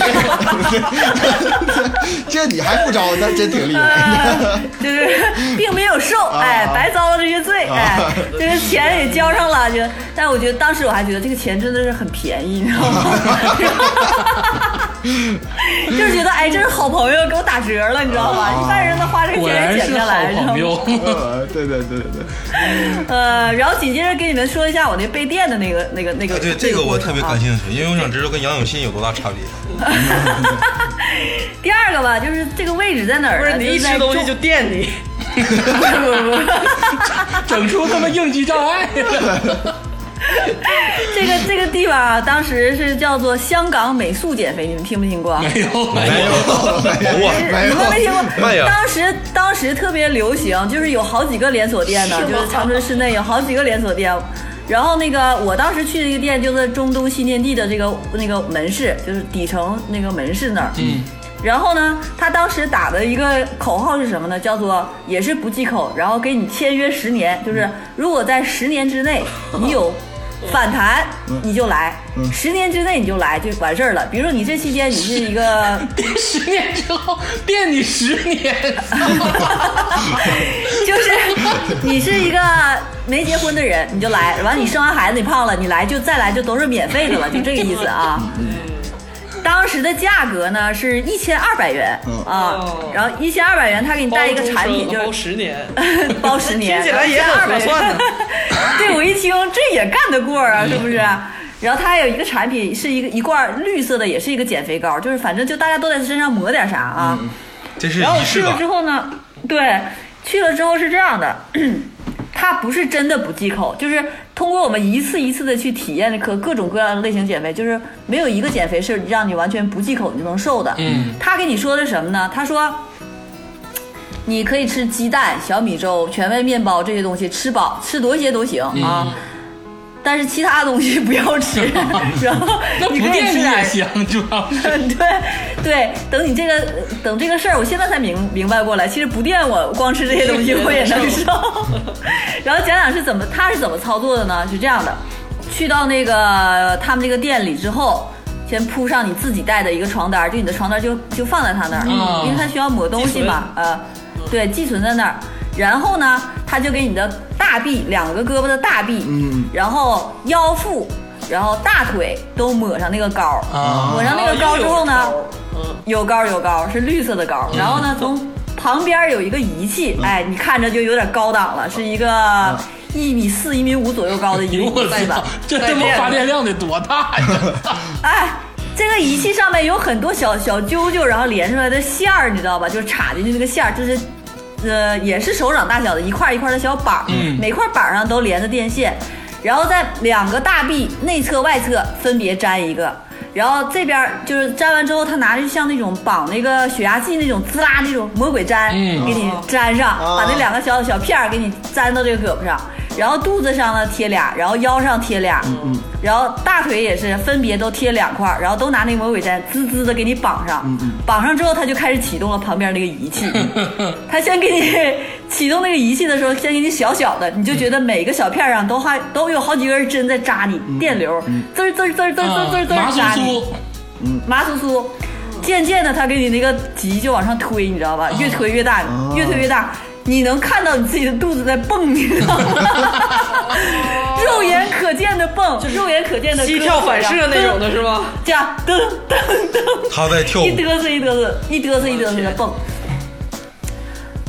Speaker 4: 这你还不招，那真挺厉
Speaker 5: 哎
Speaker 4: 害。
Speaker 5: 就是 并没有瘦，
Speaker 1: 啊
Speaker 5: 哎，白遭了这些罪，哎，这个钱也交上了，就，但我觉得当时我还觉得这个钱真的是很便宜，你知道吗？ 就是觉得哎，这是好朋友给我打折了，你知道吗？一般人能花这个
Speaker 1: 啊 果
Speaker 5: 钱
Speaker 1: 然
Speaker 5: 也减
Speaker 1: 是
Speaker 5: 不下
Speaker 1: 好
Speaker 5: 来，你知道
Speaker 1: 朋
Speaker 5: 吗？
Speaker 1: 友。
Speaker 4: 呃对对对对对，
Speaker 5: 呃，然后紧接着给你们说一下我那被电的那个、那个、那个。
Speaker 3: 啊
Speaker 5: 啊
Speaker 3: 对，这个我特别感
Speaker 5: 趣。
Speaker 3: 兴趣，因为我想知道跟杨永信有多大差别。
Speaker 5: 第二个吧，就是这个位置在哪儿
Speaker 2: 不
Speaker 5: 呢？
Speaker 2: 是你一
Speaker 5: 就是在
Speaker 2: 吃东西就
Speaker 5: 中
Speaker 2: 电 你，
Speaker 1: 整出他妈应激障碍。
Speaker 5: 这个这个地方啊，当时是叫做香港美速减肥，你们听没 听过？
Speaker 1: 没 有，
Speaker 3: 没有，
Speaker 4: 哦
Speaker 3: 有
Speaker 5: 你
Speaker 3: 啊，
Speaker 5: 们没听
Speaker 3: 哎
Speaker 5: 过？
Speaker 3: 呀
Speaker 5: 当时当时特别流行，就是有好几个连锁店呢，就是长春市内有好几个连锁店。然后那个我当时去的一个店，就在中东新天地的这个那个门市，就是底层那个门市那儿。嗯。然后呢，他当时打的一个口号是什么呢？叫做也是不忌口，然后给你签约十年，就是如果在十年之内你有反弹，你就来；十年之内你就来就完事儿了。比如说你这期间你是一个
Speaker 1: 十年之后垫你十 年，
Speaker 5: 就是你是一个没结婚的人，你就来；完你生完孩子你胖了，你来就再来就都是免费的了，就
Speaker 2: 嗯
Speaker 5: 这个意思啊。当时的价格呢是一千二百元啊
Speaker 2: 哦，
Speaker 5: 然后一千二百元他给你带一个产品，就
Speaker 2: 包
Speaker 5: 是
Speaker 2: 十年，
Speaker 5: 包十年，
Speaker 2: 哦听起来也很合算呢。
Speaker 5: 对，我一听这也干得过
Speaker 2: 嗯
Speaker 5: 啊，是不是？然后它还有一个产品，是一个一罐绿色的，也是一个减肥膏，就是反正就大家都在身上抹点啥啊。
Speaker 3: 这是
Speaker 5: 然后
Speaker 3: 仪
Speaker 5: 我去
Speaker 3: 式
Speaker 5: 了
Speaker 3: 感
Speaker 5: 之。后呢，对，去了之后是这样的， 它不是真的不忌口，就是通过我们一次一次的去体验可各种各样的类型减肥，就是没有一个减肥是让你完全不忌口你就能瘦的。
Speaker 1: 嗯，
Speaker 5: 他跟你说的什么呢？他说。你可以吃鸡蛋、小米粥、全麦面包这些东西，吃饱吃多些都行
Speaker 1: 嗯
Speaker 5: 啊。但是其他东西不要吃， 然后
Speaker 1: 那不
Speaker 5: 你可以
Speaker 1: 垫
Speaker 5: 吃
Speaker 1: 你也
Speaker 5: 点
Speaker 1: 行，主要是。
Speaker 5: 对对，等你这个等这个事儿，我现在才明明白过来，其实不垫我光吃这些东西我也能瘦。 然后讲讲是怎么他是怎么操作的呢？是这样的，去到那个他们这个店里之后。先铺上你自己带的一个床单儿，就你的床单儿就就放在他那儿，
Speaker 1: 嗯
Speaker 5: 因为他需要抹东西嘛，呃，对，寄存在那儿。然后呢，他就给你的大臂两个胳膊的大臂，
Speaker 4: 嗯，
Speaker 5: 然后腰腹，然后大腿都抹上那个膏，
Speaker 1: 啊
Speaker 5: 抹上那个膏之后呢，
Speaker 2: 嗯
Speaker 5: 有膏有膏是绿色的膏，然后
Speaker 1: 嗯
Speaker 5: 呢从旁边有一个仪器，哎，你看着就有点高档了，是一个一米四一米五左右高的一个
Speaker 1: 嗯哎我
Speaker 5: 仪器
Speaker 1: 操
Speaker 5: 吧，，
Speaker 1: 这他妈发电量得多大 呀！
Speaker 5: 哎。这个仪器上面有很多小小揪揪，然后连出来的线儿，你知道吧？就是插进去那个线儿，就是，呃，也是手掌大小的一块一块的小板儿，
Speaker 1: 嗯
Speaker 5: 每块板儿上都连着电线，然后在两个大臂内侧、外侧分别粘一个，然后这边儿就是粘完之后，他拿着像那种绑那个血压计那种滋啦那种魔鬼粘，
Speaker 1: 嗯
Speaker 5: 给你粘上，
Speaker 4: 哦
Speaker 5: 把那两个小小片儿给你粘到这个胳膊上，然后肚子上呢贴俩，然后腰上贴俩，然后大腿也是分别都贴两块儿，然后都拿那个魔鬼粘滋滋的给你绑上，绑上之后他就开始启动了旁边那个仪器，他先给你启动那个仪器的时候，先给你小小的，你就觉得每个小片儿上都还都有好几根针在扎你，电流滋儿滋儿滋儿滋儿滋儿滋儿滋
Speaker 1: 啊麻
Speaker 5: 儿扎
Speaker 1: 酥
Speaker 5: 你。
Speaker 1: 酥，
Speaker 5: 麻酥酥。渐渐的，他给你那个脊就往上推，你知道吧？越推越大，越推越大，你能看到你自己的肚子在蹦，你知道吗？ 肉眼可见的蹦，肉眼可见的
Speaker 2: 膝跳反射那种的是 吧？
Speaker 5: 这样噔噔噔，
Speaker 3: 他在跳舞
Speaker 5: 一嘚瑟一嘚瑟，一嘚瑟一嘚瑟的蹦。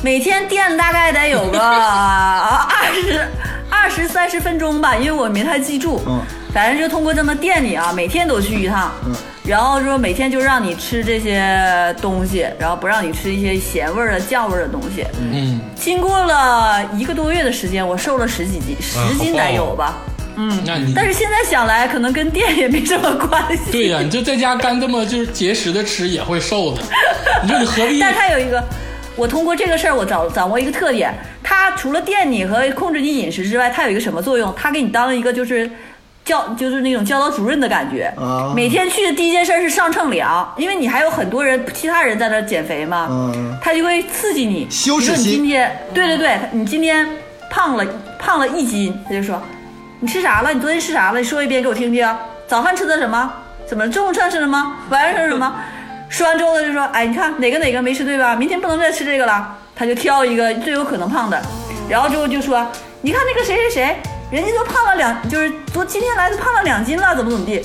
Speaker 5: 每天垫大概得有个啊二十二十三十分钟吧，因为我没太记住。
Speaker 4: 嗯
Speaker 5: 反正就通过这么垫你啊，每天都去一趟。
Speaker 4: 嗯
Speaker 5: 然后说每天就让你吃这些东西，然后不让你吃一些咸味儿的、酱味儿的东西。
Speaker 1: 嗯，
Speaker 5: 经过了一个多月的时间，我瘦了十几斤，
Speaker 3: 啊
Speaker 5: 十斤得有吧。
Speaker 1: 那你
Speaker 5: 嗯但是现在想来，可能跟店也没什么关系。
Speaker 1: 对呀、你就在家干这么就是节食的吃也会瘦的，你说你何必？
Speaker 5: 但是它有一个，我通过这个事儿，我掌掌握一个特点，它除了电你和控制你饮食之外，它有一个什么作用？它给你当一个就是。教就是那种教导主任的感觉
Speaker 4: 啊
Speaker 5: 每天去的第一件事儿是上秤量，因为你还有很多人其他人在那儿减肥嘛，
Speaker 4: 嗯
Speaker 5: 他就会刺激你
Speaker 4: 羞耻
Speaker 5: 比如说你
Speaker 4: 心
Speaker 5: 今天对对对，你今天胖了胖了一斤，他就说你吃啥了？你昨天吃啥了？你说一遍给我听听。早饭吃的什么？怎么？中午吃的是什么？晚上吃的什么？ 说完之后他就说，哎，你看哪个哪个没吃对吧？明天不能再吃这个了。他就挑一个最有可能胖的，然后之后就说，你看那个谁谁谁，人家都胖了两，就是昨今天来都胖了两斤了，怎么怎么地。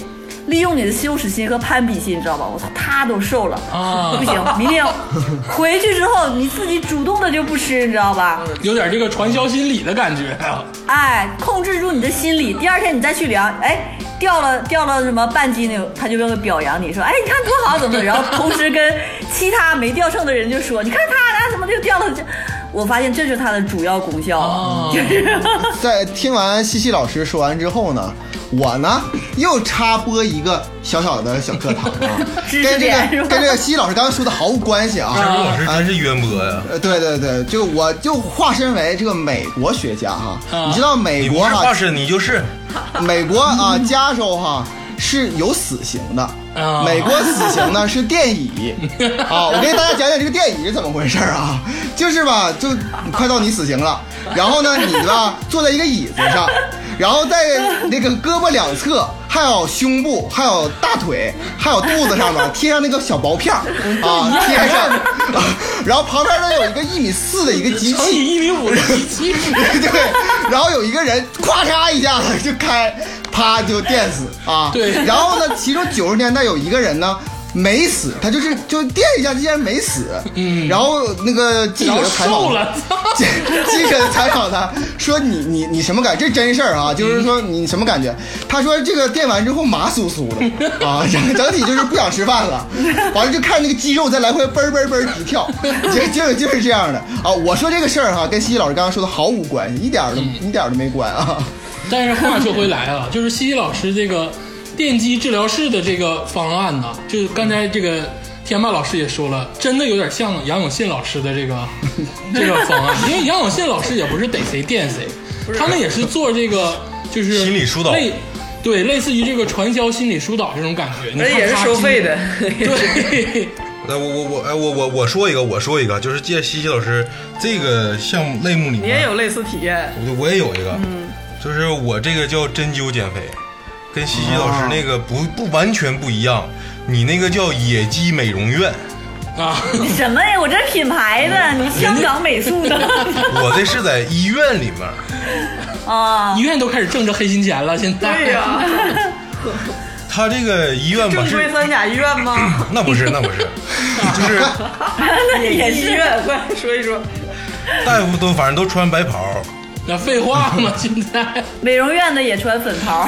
Speaker 5: 利用你的羞耻心和攀比心，你知道吧？我操，他都瘦了，
Speaker 1: 啊
Speaker 5: 不行，明天回去之后你自己主动的就不吃，你知道吧？
Speaker 1: 有点这个传销心理的感觉啊！
Speaker 5: 哎，控制住你的心理，第二天你再去量，哎，掉了掉了什么半斤呢？他就会表扬你说，哎，你看多好，怎么的？然后同时跟其他没掉秤的人就说，你看他他怎么就掉了这？我发现这是它的主要功效，
Speaker 1: 哦
Speaker 5: 就是
Speaker 4: 在听完西西老师说完之后呢，我呢又插播一个小小的小课堂啊，
Speaker 5: 知识
Speaker 4: 跟这
Speaker 5: 点是
Speaker 4: 个
Speaker 5: 吧嗯
Speaker 4: 跟这个西西老师刚才说的毫无关系啊。
Speaker 3: 这老师真是渊博呀！
Speaker 4: 呃，对对对，就我就化身为这个美国学家哈，
Speaker 1: 啊
Speaker 4: 你知道美
Speaker 5: 哎
Speaker 3: 你
Speaker 4: 国
Speaker 3: 不是
Speaker 4: 哈
Speaker 3: 化身，你就是
Speaker 4: 美国啊，加州哈是有死刑的
Speaker 1: 啊。
Speaker 4: 美国死刑呢是电椅啊，我给大家讲讲这个电椅是怎么回事儿啊，就是吧，就快到你死刑了，然后呢，你吧坐在一个椅子上，然后在那个胳膊两侧，还有胸部，还有大腿，还有肚子上呢贴上那个小薄片儿啊，贴上，啊然后旁边呢有一个一米四的一个机
Speaker 1: 乘
Speaker 4: 器，
Speaker 1: 以一米 五的机器，
Speaker 4: 对，然后有一个人咵嚓一下子就开，啪就电死啊。
Speaker 1: 对
Speaker 4: 然后呢，其中九十年代有一个人呢。没死，他就是就电一下，竟然没死。嗯，然后那个记者
Speaker 1: 然后
Speaker 4: 就采访
Speaker 1: 瘦
Speaker 4: 他
Speaker 1: 了，
Speaker 4: 记记者采访他说你：“你你什么感觉？这真事儿
Speaker 5: 嗯
Speaker 4: 啊，就是说你什么感觉？”他说：“这个电完之后麻酥酥的啊， 整整体就是不想吃饭了，完了就看那个肌肉在来回嘣儿嘣儿嘣儿直跳，就就就是这样的啊。”我说这个事儿哈、跟西西老师刚刚说的毫无关系，一点儿都
Speaker 5: 嗯
Speaker 4: 一点儿都没关啊。
Speaker 1: 但是话说回来啊， 就是西西老师这个电击治疗室的这个方案呢，就是刚才这个天霸老师也说了，真的有点像杨永信老师的这 个这个方案，因为杨永信老师也不是逮谁电谁，他们也是做这个就是
Speaker 3: 心理疏导
Speaker 1: 类对，类似于这个传销心理疏导这种感觉，
Speaker 2: 而且也是收费的，
Speaker 1: 你看他。对，
Speaker 3: 来，我我我哎，我我我说一个，我说一个，就是借西西老师这个项目类目里面，
Speaker 2: 你也有类似体验，
Speaker 3: 我就我也有一个，就是我这个叫针灸减肥，跟西西老师那个不不完全不一样，你那个叫野鸡美容院，
Speaker 1: 啊，
Speaker 5: 什么呀？我这是品牌的，你香港美术的
Speaker 3: 我这是在医院里面，
Speaker 5: 啊，
Speaker 1: 医院都开始挣着黑心钱了，现在
Speaker 2: 对呀、
Speaker 3: 他这个医院吧
Speaker 2: 正规
Speaker 3: 是，
Speaker 2: 三甲医院 吗？
Speaker 3: 那不是那不是，就是
Speaker 5: 那也
Speaker 2: 医
Speaker 5: 是
Speaker 2: 院，快说一说。
Speaker 3: 大夫都反正都穿白袍，
Speaker 1: 那废话嘛，现在
Speaker 5: 美容院的也穿粉袍，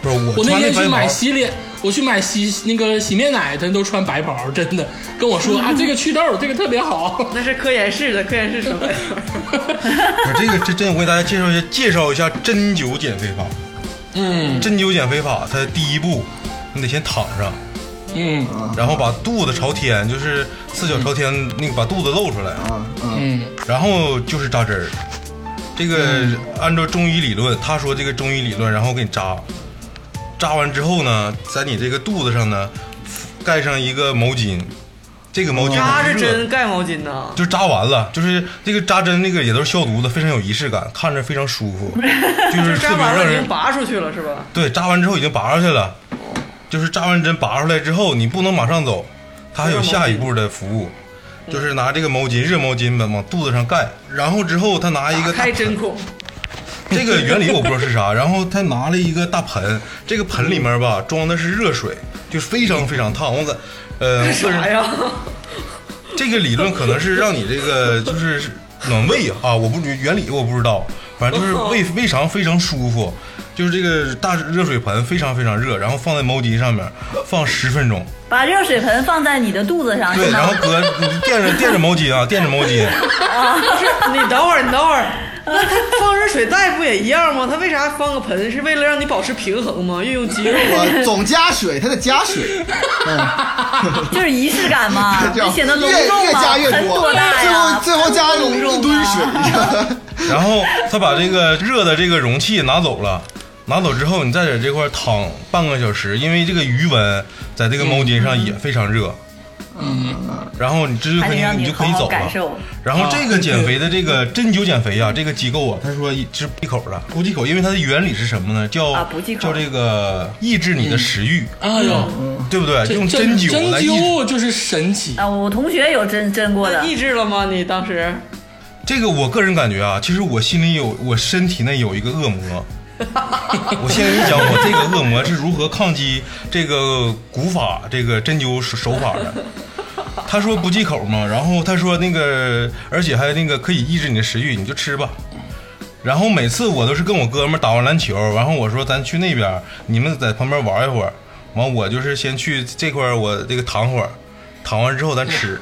Speaker 3: 不是我
Speaker 1: 我那
Speaker 3: 穿
Speaker 1: 天
Speaker 3: 的
Speaker 1: 去买
Speaker 3: 白袍，
Speaker 1: 洗脸，我去买洗那个洗面奶，他都穿白袍，真的跟我说啊，这个祛痘，这个特别好。
Speaker 2: 那是科研室的，科研室什么呀？
Speaker 3: 不是这个这真我给大家介绍一下介绍一下针灸减肥法，
Speaker 1: 嗯
Speaker 3: 针灸减肥法它第一步，你得先躺上。
Speaker 1: 嗯
Speaker 3: 然后把肚子朝天，就是四脚朝天，那个把肚子露出来，
Speaker 4: 啊啊
Speaker 1: 嗯，
Speaker 3: 然后就是扎针儿。这个
Speaker 2: 嗯
Speaker 3: 按照中医理论，他说这个中医理论，然后给你扎，扎完之后呢，在你这个肚子上呢，盖上一个毛巾，这个毛
Speaker 2: 哦
Speaker 3: 巾
Speaker 2: 扎
Speaker 3: 很
Speaker 2: 着
Speaker 3: 热
Speaker 2: 针嗯盖毛巾呢？
Speaker 3: 就扎完了，就是这个扎针那个也都是消毒的，非常有仪式感，看着非常舒 服，就是
Speaker 2: 扎
Speaker 3: 特别
Speaker 2: 完
Speaker 3: 让
Speaker 2: 了已
Speaker 3: 人
Speaker 2: 经拔出去了是吧？
Speaker 3: 对，扎完之后已经拔出去了，就是扎完针拔出来之后，你不能马上走，它还有下一步的服务，就是拿这个毛巾，热毛巾吧，往肚子上盖，然后之后他拿一个大
Speaker 2: 开针孔，
Speaker 3: 这个原理我不知道是啥，然后他拿了一个大盆，这个盆里面吧装的是热水，就是非常非常烫，我感，呃，我个人
Speaker 2: 啥呀？
Speaker 3: 这个理论可能是让你这个就是暖胃啊，我不原理我不知道，反正就是
Speaker 5: 哦
Speaker 3: 胃胃肠非常舒服，就是这个大热水盆非常非常热，然后放在毛巾上面放十分钟，
Speaker 5: 把热水盆放在你的肚子上
Speaker 3: 对，
Speaker 5: 是
Speaker 3: 然后
Speaker 5: 吗？
Speaker 3: 搁垫着垫着毛巾啊，垫着毛巾，
Speaker 2: 你等会儿，你等会儿，那他放热水袋不也一样吗？他为啥放个盆？是为了让你保持平衡吗？运用肌肉啊 吗？
Speaker 4: 我总加水，它得加水，
Speaker 5: 就是仪式感 嘛，
Speaker 4: 这样
Speaker 5: 啊就显得隆
Speaker 4: 越
Speaker 5: 重
Speaker 4: 越
Speaker 5: 嘛，
Speaker 4: 加越
Speaker 5: 很
Speaker 4: 多，
Speaker 5: 多大
Speaker 4: 最
Speaker 5: 呀
Speaker 4: 后，最后加
Speaker 5: 隆重
Speaker 4: 一吨水
Speaker 5: 啊。
Speaker 3: 然后他把这个热的这个容器拿走了。拿走之后，你再在这块躺半个小时，因为这个余温在这个毛巾上也非常热。嗯，然后你这就
Speaker 5: 还
Speaker 3: 可
Speaker 5: 得
Speaker 3: 以
Speaker 5: 让
Speaker 3: 你就可
Speaker 5: 好
Speaker 3: 以
Speaker 5: 好
Speaker 3: 走
Speaker 5: 感
Speaker 3: 了。
Speaker 5: 受。
Speaker 3: 然后这
Speaker 1: 啊
Speaker 3: 个减肥的这个针灸减肥啊，这个机构啊，他说一是忌口的，不忌口，因为它的原理是什么呢？叫、
Speaker 5: 啊不忌口
Speaker 3: 叫这个抑制你的食欲，
Speaker 1: 哎呦，
Speaker 5: 嗯
Speaker 3: 对不对？
Speaker 1: 这
Speaker 3: 嗯用
Speaker 1: 针
Speaker 3: 灸来抑制。
Speaker 1: 灸就是神奇。
Speaker 5: 啊，我同学有针针过的
Speaker 2: 那，抑制了吗？你当时
Speaker 3: 这个我个人感觉啊，其实我心里有，我身体内有一个恶魔。 我先给你讲，我这个恶魔是如何抗击这个古法这个针灸手法的。他说不忌口嘛，然后他说那个，而且还那个可以抑制你的食欲，你就吃吧。然后每次我都是跟我哥们儿打完篮球，然后我说咱去那边儿，你们在旁边玩一会儿，完我就是先去这块儿我这个躺会儿，躺完之后咱吃。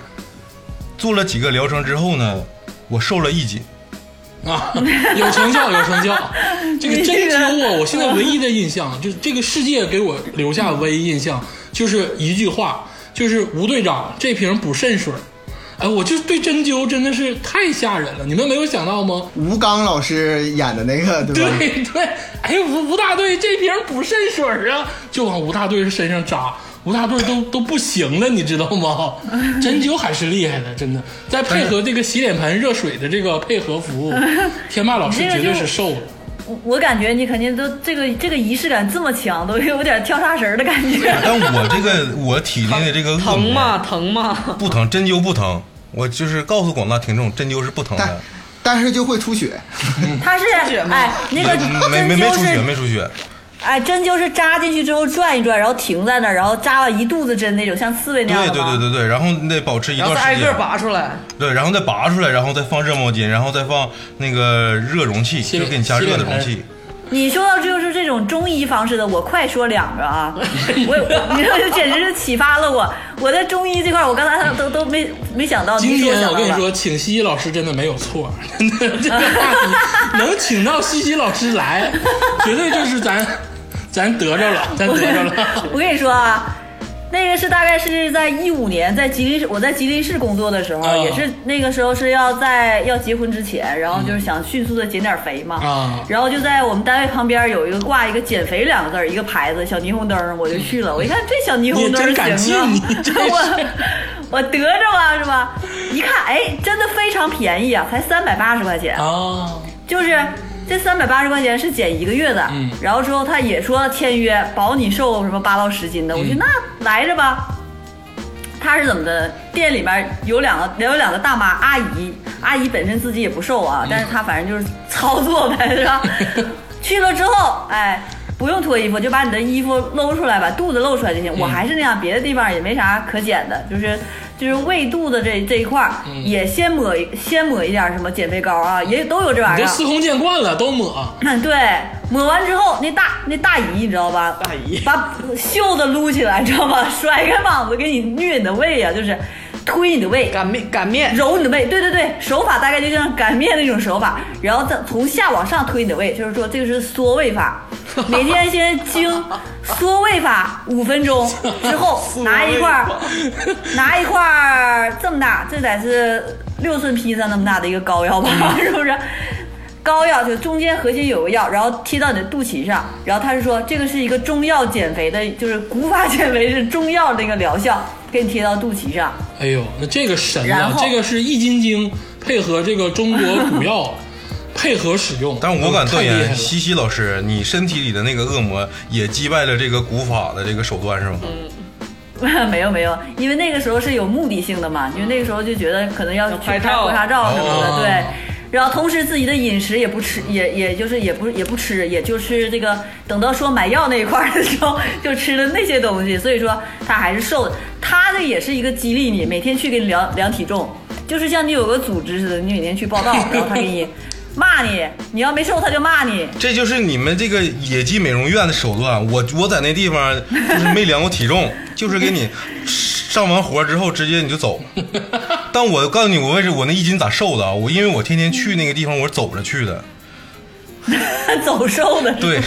Speaker 3: 做了几个疗程之后呢，我瘦了一斤。
Speaker 1: 啊，有成效，有成效。这个针灸啊，我现在唯一的印象就是这个世界给我留下唯一印象就是一句话，就是吴队长这瓶补肾水儿。哎，我就对针灸真的是太吓人了，你们没有想到吗？
Speaker 4: 吴刚老师演的那个，对吧？
Speaker 1: 对对，哎，吴吴大队这瓶补肾水儿啊，就往吴大队身上扎，吴大队都都不行了，你知道吗？针灸还是厉害的，真的。再配合这个洗脸盆热水的这个配合服务，天霸老师绝对是瘦了。
Speaker 5: 我我感觉你肯定都这个这个仪式感这么强，都 有点跳沙绳儿的感觉。
Speaker 3: 但我这个我体内的这个恶魔
Speaker 2: 疼吗？疼吗？
Speaker 3: 不疼，针灸不疼。我就是告诉广大听众，针灸是不疼
Speaker 2: 嗯
Speaker 4: 但
Speaker 3: 的，
Speaker 4: 但是就会出血，
Speaker 5: 他是
Speaker 2: 血吗
Speaker 5: 哎，那个
Speaker 3: 没没
Speaker 5: 针
Speaker 3: 没
Speaker 5: 灸
Speaker 3: 出血，
Speaker 5: 是
Speaker 3: 没出血。
Speaker 5: 哎，针灸是扎进去之后转一转，然后停在那儿，然后扎了一肚子针那种，像刺猬那样
Speaker 3: 对
Speaker 5: 的
Speaker 3: 对
Speaker 5: 吗
Speaker 3: 对对对，然后你得保持一
Speaker 2: 然
Speaker 3: 段
Speaker 2: 后再挨
Speaker 3: 时
Speaker 2: 个
Speaker 3: 间，
Speaker 2: 拔出来，
Speaker 3: 对，然后再拔出来，然后再放热毛巾，然后再放那个热容器，
Speaker 1: 洗
Speaker 3: 就
Speaker 1: 脸
Speaker 3: 给你加热的容
Speaker 1: 洗
Speaker 3: 器。
Speaker 5: 你说到就是这种中医方式的，我快说两 个啊！我我你这简直是启发了我。我在中医这块儿，我刚才都都没没想到。
Speaker 1: 今
Speaker 5: 你说
Speaker 1: 天
Speaker 5: 想
Speaker 1: 我
Speaker 5: 到
Speaker 1: 跟你
Speaker 5: 了
Speaker 1: 说，请西西老师真的没有错，真的这个话题能请到西西老师来，绝对就是咱咱得着了，咱 得着了。
Speaker 5: 我跟你说啊，那个是大概是在一五年，在吉林市，我在吉林市工作的时候，
Speaker 1: 啊
Speaker 5: 也是那个时候是要在要结婚之前，然后就是想迅速的减点肥嘛，
Speaker 1: 啊
Speaker 5: 然后就在我们单位旁边有一个挂一个减肥两个字儿一个牌子小霓虹灯儿，我就 去了，我一看这小霓虹灯
Speaker 1: 你真
Speaker 5: 儿
Speaker 1: 敢
Speaker 5: 行啊
Speaker 1: 进你真是
Speaker 5: 我我得着吧是吧？一看哎，真的非常便宜啊，才三百八十块钱
Speaker 1: 啊，
Speaker 5: 就是这三百八十块钱是减一个月的，
Speaker 1: 嗯
Speaker 5: 然后之后他也说签约保你瘦什么八到十斤的，我说那来着吧。他他是怎么的？店里面有两个有两个大妈阿姨，阿姨本身自己也不瘦啊，但是她反正就是操作呗，是吧？去了之后，哎，不用脱衣服，就把你的衣服露出来，把肚子露出来就行。我还是那样，别的地方也没啥可减的，就是就是喂肚子这这一块儿、也先抹一先抹一点什么减肥膏啊，也都有这玩
Speaker 1: 你
Speaker 5: 意
Speaker 1: 这
Speaker 5: 儿。
Speaker 1: 司空见惯了，都抹。
Speaker 5: 对，抹完之后，那大那大姨你知道吧？
Speaker 2: 大姨
Speaker 5: 把袖子撸起来，知道吧？甩开膀子给你虐你的胃呀、就是推你的胃，
Speaker 2: 擀面擀面，
Speaker 5: 揉你的胃。对对对，手法大概就像擀面那种手法，然后再从下往上推你的胃，就是说这个是缩胃法。每天先经缩胃法五分钟之后，拿一块儿，拿一块儿这么大，这得是六寸披萨那么大的一个膏药吧？ 是不是？膏药就中间核心有个药，然后贴到你的肚脐上，然后他是说这个是一个中药减肥的，就是古法减肥是中药的一个疗效，给你贴到肚脐上。
Speaker 1: 哎呦，那这个神
Speaker 5: 然
Speaker 1: 呐，
Speaker 5: 后
Speaker 1: 这个是易筋经配合这个中国古 药配合使用，
Speaker 3: 但是我敢
Speaker 1: 太
Speaker 3: 断
Speaker 1: 厉害
Speaker 3: 言，
Speaker 1: 了。
Speaker 3: 西西老师，你身体里的那个恶魔也击败了这个古法的这个手段是吗？
Speaker 5: 没有没有，因为那个时候是有目的性的嘛，因为那个时候就觉得可能要
Speaker 2: 要
Speaker 5: 去
Speaker 2: 拍
Speaker 5: 拍
Speaker 2: 照
Speaker 5: 婚纱照什么的，
Speaker 1: 哦
Speaker 5: 对。然后同时自己的饮食也不吃，也也就是也不也不吃，也就是这个等到说买药那一块儿的时候，就吃了那些东西。所以说他还是瘦的，他这也是一个激励你，每天去给你量量体重，就是像你有个组织似的，你每天去报道，然后他给你骂你，你要没瘦他就骂你，
Speaker 3: 这就是你们这个野鸡美容院的手段。我我在那地方就是没量过体 重，就是给你上完活之后直接你就走。但我告诉你，我为什我那一斤咋瘦的啊？我因为我天天去那个地方，我是走着去的。
Speaker 5: 走瘦的。
Speaker 3: 对，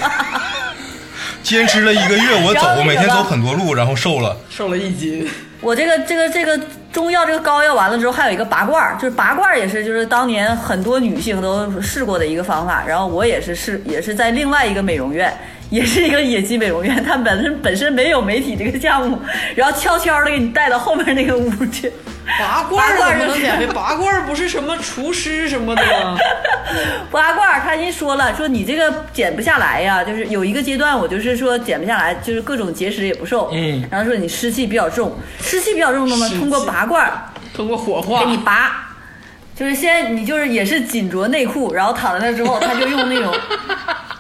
Speaker 3: 坚持了一个月，我
Speaker 5: 然后那
Speaker 3: 走，
Speaker 5: 个
Speaker 3: 每天
Speaker 5: 吧
Speaker 3: 走很多路，然后瘦了。
Speaker 2: 瘦了一斤，
Speaker 5: 我这个这个这个中药这个膏药完了之后，还有一个拔罐儿，就是拔罐儿也是就是当年很多女性都试过的一个方法。然后我也是试，也是在另外一个美容院，也是一个野鸡美容院，它本身本身没有美体这个项目，然后悄悄的给你带到后面那个屋去。
Speaker 2: 拔罐儿
Speaker 5: 拔罐儿
Speaker 2: 怎么能
Speaker 5: 是
Speaker 2: 减肥？拔罐儿不是什么厨师什么的 吗？
Speaker 5: 八卦，他人说了，说你这个减不下来呀，就是有一个阶段，我就是说减不下来，就是各种节食也不瘦，
Speaker 1: 嗯
Speaker 5: 然后说你湿气比较重，湿气比较重的嘛，
Speaker 2: 湿气
Speaker 5: 通过拔罐儿
Speaker 2: 通过火化
Speaker 5: 给你拔，就是先你就是也是紧着内裤，然后躺在那之后，他就 用那种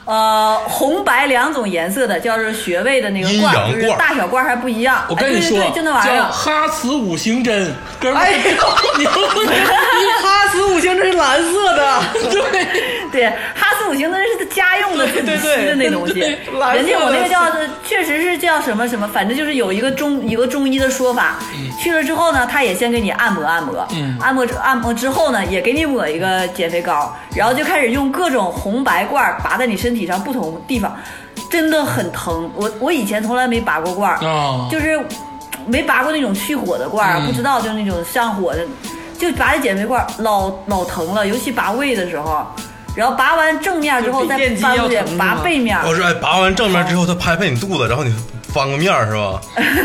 Speaker 5: 呃红白两种颜色的，叫做穴位的那个
Speaker 3: 阴
Speaker 5: 罐
Speaker 3: 阳
Speaker 5: 儿，就是
Speaker 3: 罐儿
Speaker 5: 大小罐儿还不一样。
Speaker 1: 我跟你说，
Speaker 5: 哎、对对对，就那玩意
Speaker 1: 叫
Speaker 5: 儿。
Speaker 1: 哈茨五行针，哥们儿，
Speaker 2: 哎呦
Speaker 1: 你不能
Speaker 2: 哈斯五行针是蓝色的，
Speaker 1: 对，
Speaker 5: 对，哈斯五行那是家用的
Speaker 2: 对对对
Speaker 5: 自己吸的那东西，
Speaker 1: 对
Speaker 2: 对蓝色
Speaker 5: 人家我那
Speaker 2: 的
Speaker 5: 个叫确实是叫什么什么，反正就是有一个中有一个中医的说法。
Speaker 2: 嗯
Speaker 5: 去了之后呢，他也先给你按摩按摩，
Speaker 1: 嗯
Speaker 5: 按摩之按摩之后呢，也给你抹一个减肥膏，然后就开始用各种红白罐儿拔在你身体上不同地方，真的很疼。我我以前从来没拔过罐儿，
Speaker 1: 啊，
Speaker 5: 就是没拔过那种去火的罐儿，
Speaker 1: 嗯
Speaker 5: 不知道就是那种上火的，就拔这减肥罐儿老老疼了，尤其拔胃的时候，然后拔完正面之后
Speaker 2: 就比
Speaker 5: 再
Speaker 2: 电击
Speaker 5: 翻
Speaker 2: 要
Speaker 5: 过去
Speaker 2: 疼
Speaker 5: 拔
Speaker 2: 是吗
Speaker 5: 背面儿，
Speaker 3: 我说哎，拔完正面之后，他拍拍你肚子，然后你翻个面儿是吧？
Speaker 5: 呃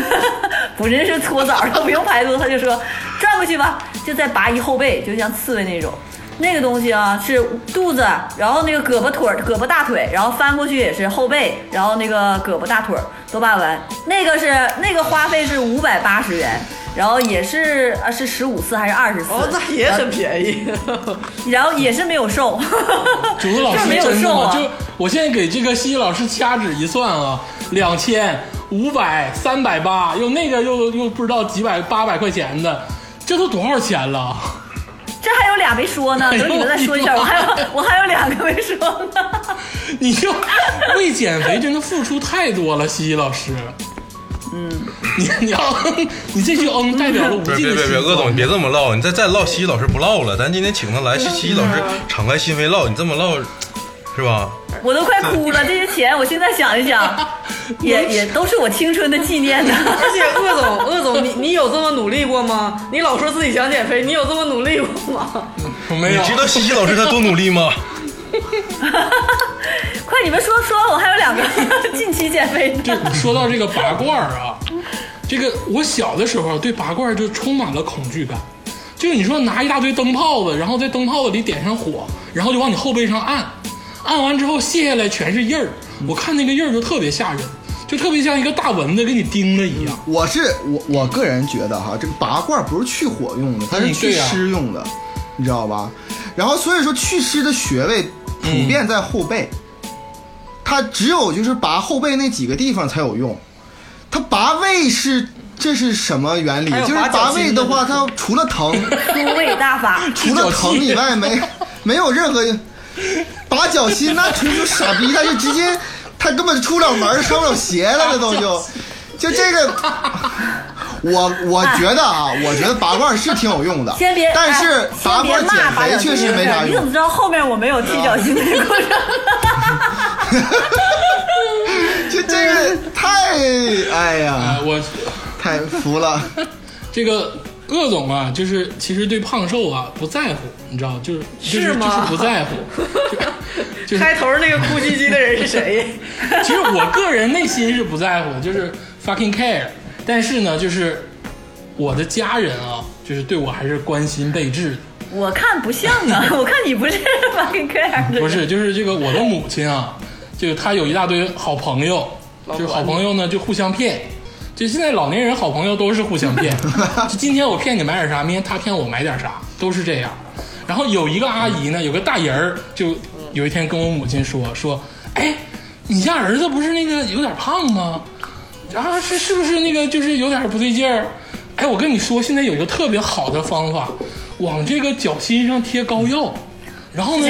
Speaker 5: 不是是搓澡儿，他不用排毒，他就说转过去吧，就再拔一后背，就像刺猬那种。那个东西啊，是肚子，然后那个胳膊腿儿、胳膊大腿，然后翻过去也是后背，然后那个胳膊大腿儿都拔完。那个是那个花费是五百八十元，然后也是啊是十五次还是二十次？
Speaker 2: 哦，那也很便宜。
Speaker 5: 然后也是没有瘦，
Speaker 1: 竹子老
Speaker 5: 这
Speaker 1: 师
Speaker 5: 没有啊
Speaker 1: 真的
Speaker 5: 瘦
Speaker 1: 吗？
Speaker 5: 啊
Speaker 1: 就我现在给这个西西老师掐指一算啊，两千、五百、三百八，又那个又又不知道几百八百块钱的，这都多少钱了？
Speaker 5: 这还有俩没说呢，等你们再说一下，我还有我还有两个没说呢。
Speaker 1: 你就为减肥真的付出太多了，西西老师。嗯，你你要你这句嗯代表了无
Speaker 3: 别
Speaker 1: 尽的
Speaker 3: 别别别，
Speaker 1: 辛苦
Speaker 3: 鄂总，你别这么唠，你再再唠，西西老师不唠了，咱今天请他来，西西老师
Speaker 5: 嗯
Speaker 3: 敞开心扉唠，你这么唠，是吧？
Speaker 5: 我都快哭了，这些钱我现在想一想， 也也都是我青春的纪念 呢。
Speaker 2: 而且鄂总，鄂总，你你有这么努力过吗？你老说自己想减肥，你有这么努力过吗？
Speaker 1: 没
Speaker 3: 你
Speaker 1: 有
Speaker 3: 知道西西老师他多努力吗？
Speaker 5: 快你们说说，我还有两个 近期减肥
Speaker 1: 这
Speaker 5: 的。
Speaker 1: 说到这个拔罐儿啊，这个我小的时候对拔罐儿就充满了恐惧感，就是你说拿一大堆灯泡子，然后在灯泡子里点上火，然后就往你后背上按，按完之后卸下来全是印儿，我看那个印儿就特别吓人。就特别像一个大蚊子给你叮了一样。
Speaker 4: 我是我我个人觉得哈，这个拔罐不是去火用的，它是
Speaker 1: 嗯
Speaker 4: 祛
Speaker 1: 对啊
Speaker 4: 湿用的，你知道吧？然后所以说祛湿的穴位普遍在后背，它只有就是拔后背那几个地方才有用。它拔胃是这是什么原理？
Speaker 2: 还有
Speaker 4: 就是
Speaker 2: 拔脚
Speaker 4: 拔胃
Speaker 2: 筋
Speaker 4: 的
Speaker 2: 的
Speaker 4: 话，它除了疼，
Speaker 5: 出位大法，
Speaker 4: 除了疼以外没没有任何拔脚心，那纯属傻逼，他就直接他根本出不了门儿，穿不了鞋了，那都就就这个。我我觉得啊，我觉得拔罐是挺有用的，
Speaker 5: 先别，
Speaker 4: 但是
Speaker 5: 哎
Speaker 4: 拔
Speaker 5: 先别
Speaker 4: 罐
Speaker 5: 骂
Speaker 4: 减
Speaker 5: 八
Speaker 4: 肥
Speaker 5: 角精
Speaker 4: 确实
Speaker 5: 这个
Speaker 4: 没
Speaker 5: 事儿
Speaker 4: 啥
Speaker 5: 你怎
Speaker 4: 用
Speaker 5: 么。知道后面我没有踢脚心的这个过程？
Speaker 4: 就这个太哎呀
Speaker 1: 哎，，我
Speaker 4: 太服了。
Speaker 1: 这个鄂总啊，就是其实对胖瘦啊不在乎，你知道，就是就是
Speaker 2: 是吗
Speaker 1: 就是不在乎。就是
Speaker 2: 开头那个哭唧唧的人是谁？
Speaker 1: 其实我个人内心是不在乎的，就是 fucking care。但是呢，就是我的家人啊，就是对我还是关心备至的。
Speaker 5: 我看不像啊， 我看你不是 fucking care 的。
Speaker 1: 不是，就是这个我的母亲啊，就她有一大堆好朋友，就是好朋友呢就互相骗。就现在老年人好朋友都是互相骗，就今天我骗你买点啥，明天他骗我买点啥，都是这样。然后有一个阿姨呢，有个大人儿，就有一天跟我母亲说说，哎，你家儿子不是那个有点胖吗？啊，是是不是那个就是有点不对劲儿？哎，我跟你说，现在有一个特别好的方法，往这个脚心上贴膏药，然后呢，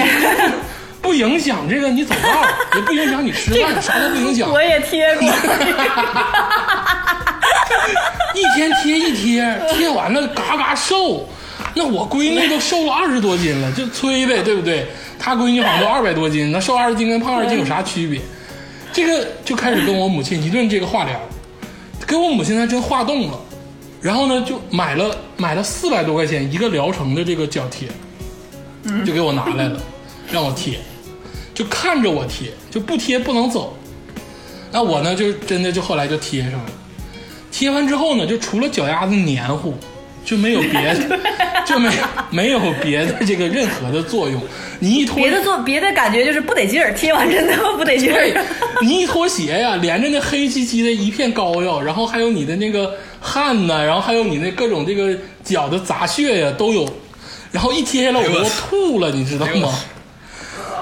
Speaker 1: 不影响这个你走道，也不影响你吃饭，啥都不影响，
Speaker 5: 我也贴过，
Speaker 1: 一天贴一贴，贴完了嘎嘎瘦。那我闺女都瘦了二十多斤了，就催呗，对不对？她闺女好像都二百多斤，那瘦二十斤跟胖二十斤有啥区别？这个就开始跟我母亲一顿这个化疗，给我母亲还真化动了。然后呢，就买了买了四百多块钱一个疗程的这个脚贴，就给我拿来
Speaker 5: 嗯
Speaker 1: 了，让我贴，就看着我贴，就不贴不能走。那我呢，就真的就后来就贴上了。贴完之后呢，就除了脚丫子黏糊，就没有别 的，就没没有别的这个任何的作用。你一脱
Speaker 5: 别的做别的感觉就是不得劲儿，贴完真他妈不得劲
Speaker 1: 对
Speaker 5: 儿。
Speaker 1: 你一脱鞋呀、连着那黑漆漆的一片膏药，然后还有你的那个汗呐、然后还有你那各种这个脚的杂屑呀、都有，然后一贴下来我
Speaker 3: 哎呦
Speaker 1: 都
Speaker 3: 我
Speaker 1: 吐了，你知道
Speaker 3: 哎呦
Speaker 1: 吗？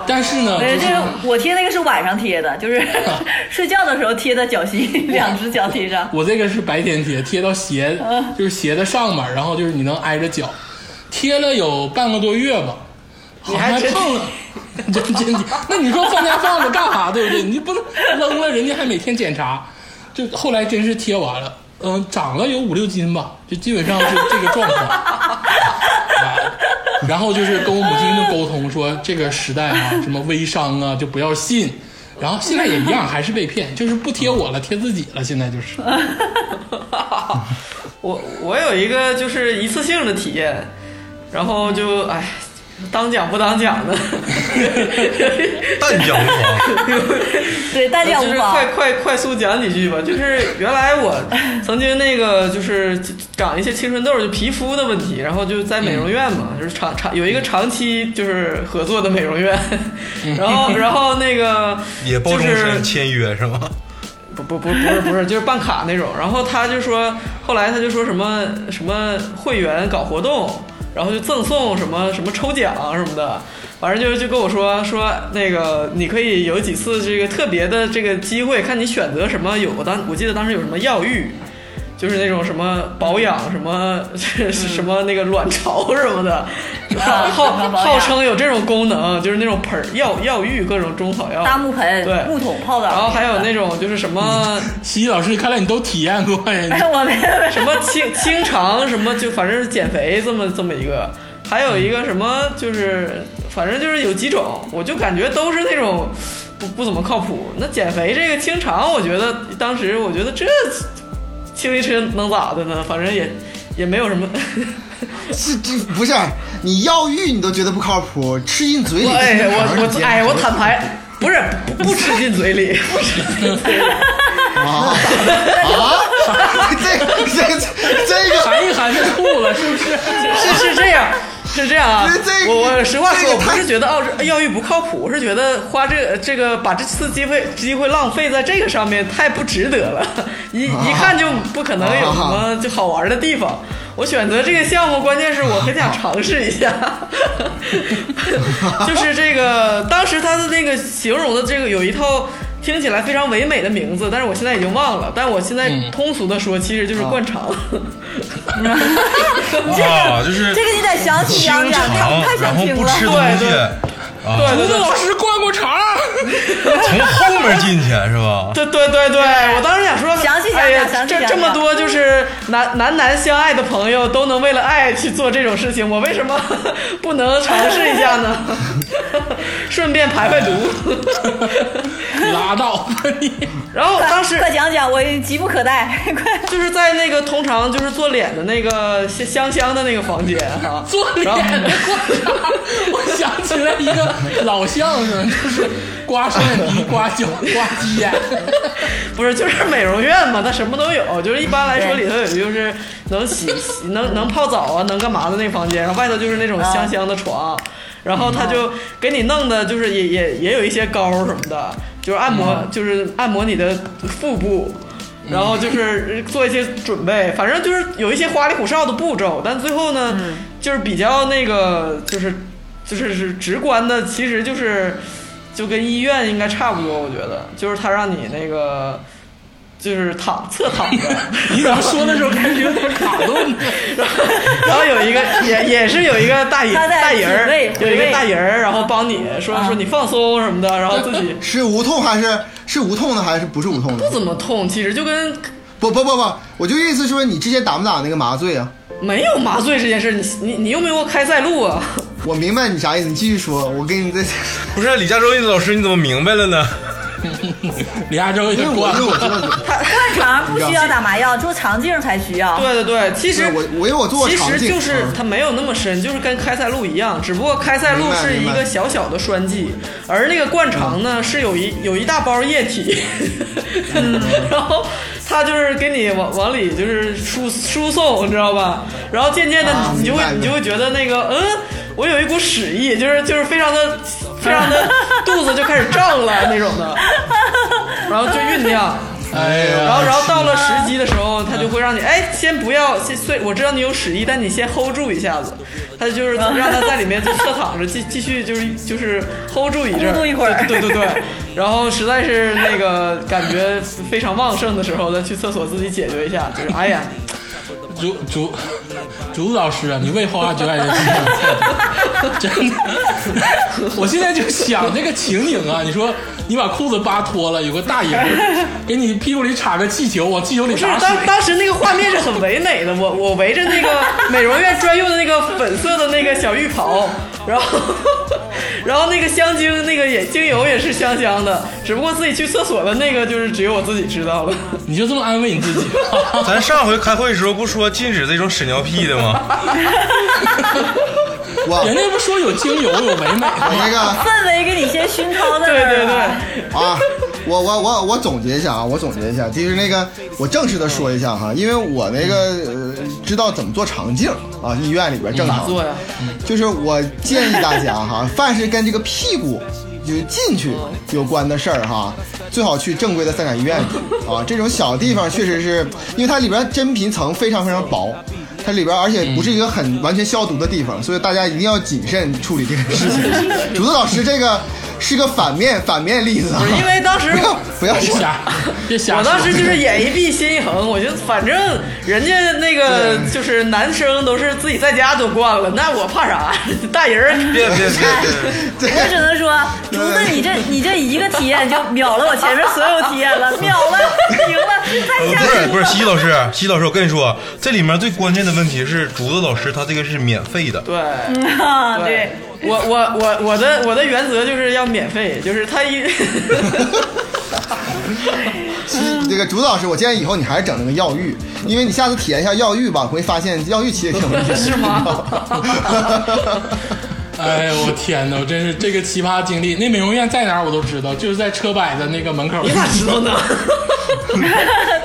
Speaker 1: 但是呢，
Speaker 5: 对，
Speaker 1: 就
Speaker 5: 这
Speaker 1: 是
Speaker 5: 个我贴那个是晚上贴的，就是 睡觉的时候贴的脚 心，两只脚贴上。
Speaker 1: 我这个是白天贴，贴到鞋
Speaker 5: 嗯
Speaker 1: 就是鞋的上面，然后就是你能挨着脚，贴了有半个多月吧，好像还
Speaker 2: 你还真
Speaker 1: 胖了。真真，那你说放家放着干啥，对不对？你不能扔了，人家还每天检查。就后来真是贴完了，嗯、长了有五六斤吧，就基本上是这个状况。啊然后就是跟我母亲就沟通说，这个时代啊，什么微商啊，就不要信。然后现在也一样，还是被骗，就是不贴我了，贴自己了。现在就是，
Speaker 2: 我我有一个就是一次性的体验，然后就哎，当讲不当 讲的，
Speaker 3: 淡江无妨，
Speaker 5: 对，大家
Speaker 2: 就
Speaker 5: 无
Speaker 2: 是
Speaker 5: 妨
Speaker 2: 快。快快速讲几句吧。就是原来我曾经那个就是长一些青春痘，就皮肤的问题，然后就在美容院嘛，就是长长有一个长期就是合作的美容院， 然后然后那个
Speaker 3: 也包
Speaker 2: 就
Speaker 3: 终
Speaker 2: 是
Speaker 3: 身签约是吗？
Speaker 2: 不不不不是不是，就是办卡那种。然后他就说，后来他就说什么什么会员搞活动，然后就赠送什么什么抽奖什么的，反正就就跟我说说那个你可以有几次这个特别的这个机会，看你选择什么有。我当我记得当时有什么药浴。就是那种什么保养什么
Speaker 5: 嗯
Speaker 2: 什么那个卵巢什么的，号 号
Speaker 5: 啊保养
Speaker 2: 号称有这种功能，就是那种盆儿药药浴各种中草药，
Speaker 5: 搭木嗯盆
Speaker 2: 对、
Speaker 5: 木桶泡澡，
Speaker 2: 然后还有那种就是什么
Speaker 1: 西老师，看来你都体验过呀。你
Speaker 5: 哎，我没有
Speaker 2: 什么清清肠什么，就反正是减肥这么这么一个，还有一个什么就是反正就是有几种，我就感觉都是那种不不怎么靠谱。那减肥这个清肠，我觉得当时我觉得这清一清能咋的呢？反正也也没有什么。
Speaker 4: 这这不是你药浴你都觉得不靠谱，吃进嘴 里
Speaker 2: 我哎，
Speaker 4: 这玩意
Speaker 2: 我
Speaker 4: 儿你
Speaker 2: 我
Speaker 4: 接
Speaker 2: 哎，我
Speaker 4: 着
Speaker 2: 坦白，不是不不吃进嘴里，不吃进嘴里。
Speaker 4: 啊啊！这这这这个
Speaker 1: 含一含就吐了，是不是？
Speaker 2: 是是这样，是这样啊
Speaker 4: 这这，
Speaker 2: 我我实话
Speaker 4: 这
Speaker 2: 说，
Speaker 4: 个
Speaker 2: 我不
Speaker 4: 太
Speaker 2: 是觉得奥运教育不靠谱，我是觉得花这这个把这次机会机会浪费在这个上面太不值得了，一
Speaker 4: 啊
Speaker 2: 一看就不可能有什么就好玩的地方。我选择这个项目，关键是我很想尝试一下， 就是这个当时他的那个形容的这个有一套。听起来非常唯美的名字，但是我现在已经忘了。但我现在
Speaker 4: 嗯
Speaker 2: 通俗的说，其实就是灌肠。
Speaker 3: 啊，就是
Speaker 5: 这个你得详细
Speaker 3: 清
Speaker 5: 讲讲，这个
Speaker 3: 肠
Speaker 5: 我太，
Speaker 3: 然
Speaker 5: 想
Speaker 3: 后
Speaker 5: 听
Speaker 3: 不
Speaker 5: 了。
Speaker 3: 吃东西
Speaker 2: 对对，
Speaker 3: 啊，
Speaker 2: 对对对，
Speaker 1: 老师灌过肠，
Speaker 3: 从后面进去是吧？
Speaker 2: 对对对对，我当时想说，
Speaker 5: 详细讲讲
Speaker 2: 哎呀
Speaker 5: 详细
Speaker 2: 这
Speaker 5: 讲
Speaker 2: 这么
Speaker 5: 讲
Speaker 2: 多就是男男男相爱的朋友都能为了爱去做这种事情，我为什么 不能尝试一下呢？ 顺便排排 毒。
Speaker 1: 拉倒吧你！
Speaker 2: 然后
Speaker 5: 快
Speaker 2: 当时
Speaker 5: 快讲讲，我急不可待， 快！
Speaker 2: 就是在那个通常就是做脸的那个香香香的那个房间哈、
Speaker 1: 做脸的灌肠，我想起来一个老相声，就是刮双眼皮、刮脚、刮鸡眼。
Speaker 2: 不是，就是美容院嘛，它什么都有。就是一般来说里头有就是能洗、洗能能泡澡啊，能干嘛的那房间，然后外头就是那种香香的床，然后他就给你弄的，就是也也也有一些膏什么的，就是按摩，就是按摩你的腹部。然后就是做一些准备，反正就是有一些花里胡哨的步骤，但最后呢，
Speaker 5: 嗯
Speaker 2: 就是比较那个，就是就是是直观的，其实就是就跟医院应该差不多，我觉得，就是他让你那个就是躺侧躺 着，
Speaker 1: 你怎么说的时候感觉有点卡顿呢？
Speaker 2: 然后有一个也也是有一个大爷
Speaker 5: 他在
Speaker 2: 大爷儿
Speaker 5: 指
Speaker 2: 有
Speaker 5: 位，
Speaker 2: 一个
Speaker 5: 回味啊
Speaker 2: 大爷儿，然后帮你说说你放松什么的，然后自己
Speaker 4: 是无痛还是是无痛的还是不是无痛
Speaker 2: 不
Speaker 4: 的？
Speaker 2: 怎么痛，其实就跟
Speaker 4: 不不不不，我就意思说你之前打没打那个麻醉啊？
Speaker 2: 没有麻醉这件事，你你你又没有开塞露啊。
Speaker 4: 我明白你啥意思，你继续说，我给你再，
Speaker 3: 不是李佳洲老师，你怎么明白了呢？
Speaker 1: 李亚洲也
Speaker 4: 因为我
Speaker 1: 灌
Speaker 4: 因为我做过，
Speaker 5: 灌肠不需要打麻药，做肠镜才需要。
Speaker 2: 对对对，其实
Speaker 4: 对我我因为我做过
Speaker 2: 其
Speaker 4: 肠
Speaker 2: 实
Speaker 4: 镜
Speaker 2: 就是
Speaker 4: 嗯
Speaker 2: 它没有那么深，就是跟开塞露一样，只不过开塞露
Speaker 4: 明白
Speaker 2: 是一
Speaker 4: 明
Speaker 2: 个
Speaker 4: 白嗯
Speaker 2: 小小的栓剂，而那个灌肠呢是有一有一大包液体， 然后它就是给你往往里就是输输送，你知道吧？然后渐渐的
Speaker 4: 啊
Speaker 2: 你就会
Speaker 4: 明白
Speaker 2: 你就会觉得那个嗯，我有一股屎意，就是就是非常的非常 的肚子就开始胀了那种的，然后就酝酿。
Speaker 1: 哎呀，
Speaker 2: 然后，然后到了十级的时候，他就会让你，哎，先不要，先虽我知道你有屎意，但你先 hold 住一下子。他就是让他在里面就侧躺着，继继续就是就是 hold 住一阵儿，
Speaker 5: hold 住一会儿
Speaker 2: 对对对对。然后实在是那个感觉非常旺盛的时候，再去厕所自己解决一下，就是哎呀，
Speaker 1: 竹竹竹子老师啊，你为花就爱人心上菜， 真的。我现在就想这个情景啊，你说你把裤子扒脱了，有个大爷给你屁股里插个气球，往气球里
Speaker 2: 就是
Speaker 1: 打水
Speaker 2: 当，当时那个画面是很唯美的，我我围着 那个美容院专用的那个粉色的那个小浴袍，然后 然后那个香精那个也精油也是香香的，只不过自己去厕所的那个就是只有我自己知道 了。
Speaker 1: 你就这么安慰你自己。啊
Speaker 3: 咱上回开会的时候不说禁止这种屎尿屁的吗？
Speaker 4: 我
Speaker 1: 人家不说有精油有唯美
Speaker 4: 我
Speaker 1: 吗？
Speaker 4: 那个。
Speaker 5: 氛围给你先熏陶在那
Speaker 2: 对
Speaker 5: 儿
Speaker 2: 对
Speaker 5: 了
Speaker 2: 对，
Speaker 4: 啊，我我我我总结一下啊，我总结一下，就是那个我正式的说一下哈，因为我那个呃知道怎么做肠镜啊，医院里边正
Speaker 2: 咋
Speaker 4: 常，嗯
Speaker 2: 做呀？
Speaker 4: 就是我建议大家 哈，凡是跟这个屁股就是进去
Speaker 2: 嗯
Speaker 4: 有关的事儿哈，最好去正规的三甲医院 去啊。这种小地方确实是因为它里边真皮层非常非常薄，它里边而且不是一个很完全消毒的地方，所以大家一定要谨慎处理这个事情。 竹子老师这个是个反面反面例子啊，
Speaker 2: 因为当时
Speaker 4: 不要不要
Speaker 1: 别
Speaker 4: 说。
Speaker 1: 瞎，别瞎说。
Speaker 2: 我当时就是眼一闭心一横，我觉得反正人家那个就是男生都是自己在家都惯了，那我怕啥？ 大人儿
Speaker 3: 别别别别！
Speaker 4: 对
Speaker 5: 我只能说，竹子，你这你这一个体验就秒了我前面所有体验了，秒了，赢了，太吓
Speaker 3: 呃不是
Speaker 5: 人
Speaker 3: 不
Speaker 5: 了。
Speaker 3: 是，西西老师，西西老师，我跟你说，这里面最关键的问题是，竹子老师他这个是免费 的，
Speaker 2: 对。
Speaker 5: 啊，
Speaker 2: 对
Speaker 5: 对，，
Speaker 2: 我我我我的我的原则就是要免费，就是他一，
Speaker 4: 其实这个竹子老师，我建议以后你还是整那个药浴，因为你下次体验一下药浴吧，会发现药浴其 实挺危险的。
Speaker 2: 是 吗？
Speaker 1: 哎呦我天哪，我真是这个奇葩经历。那美容院在哪儿我都知道，就是在车摆的那个门口。
Speaker 2: 你咋知道呢？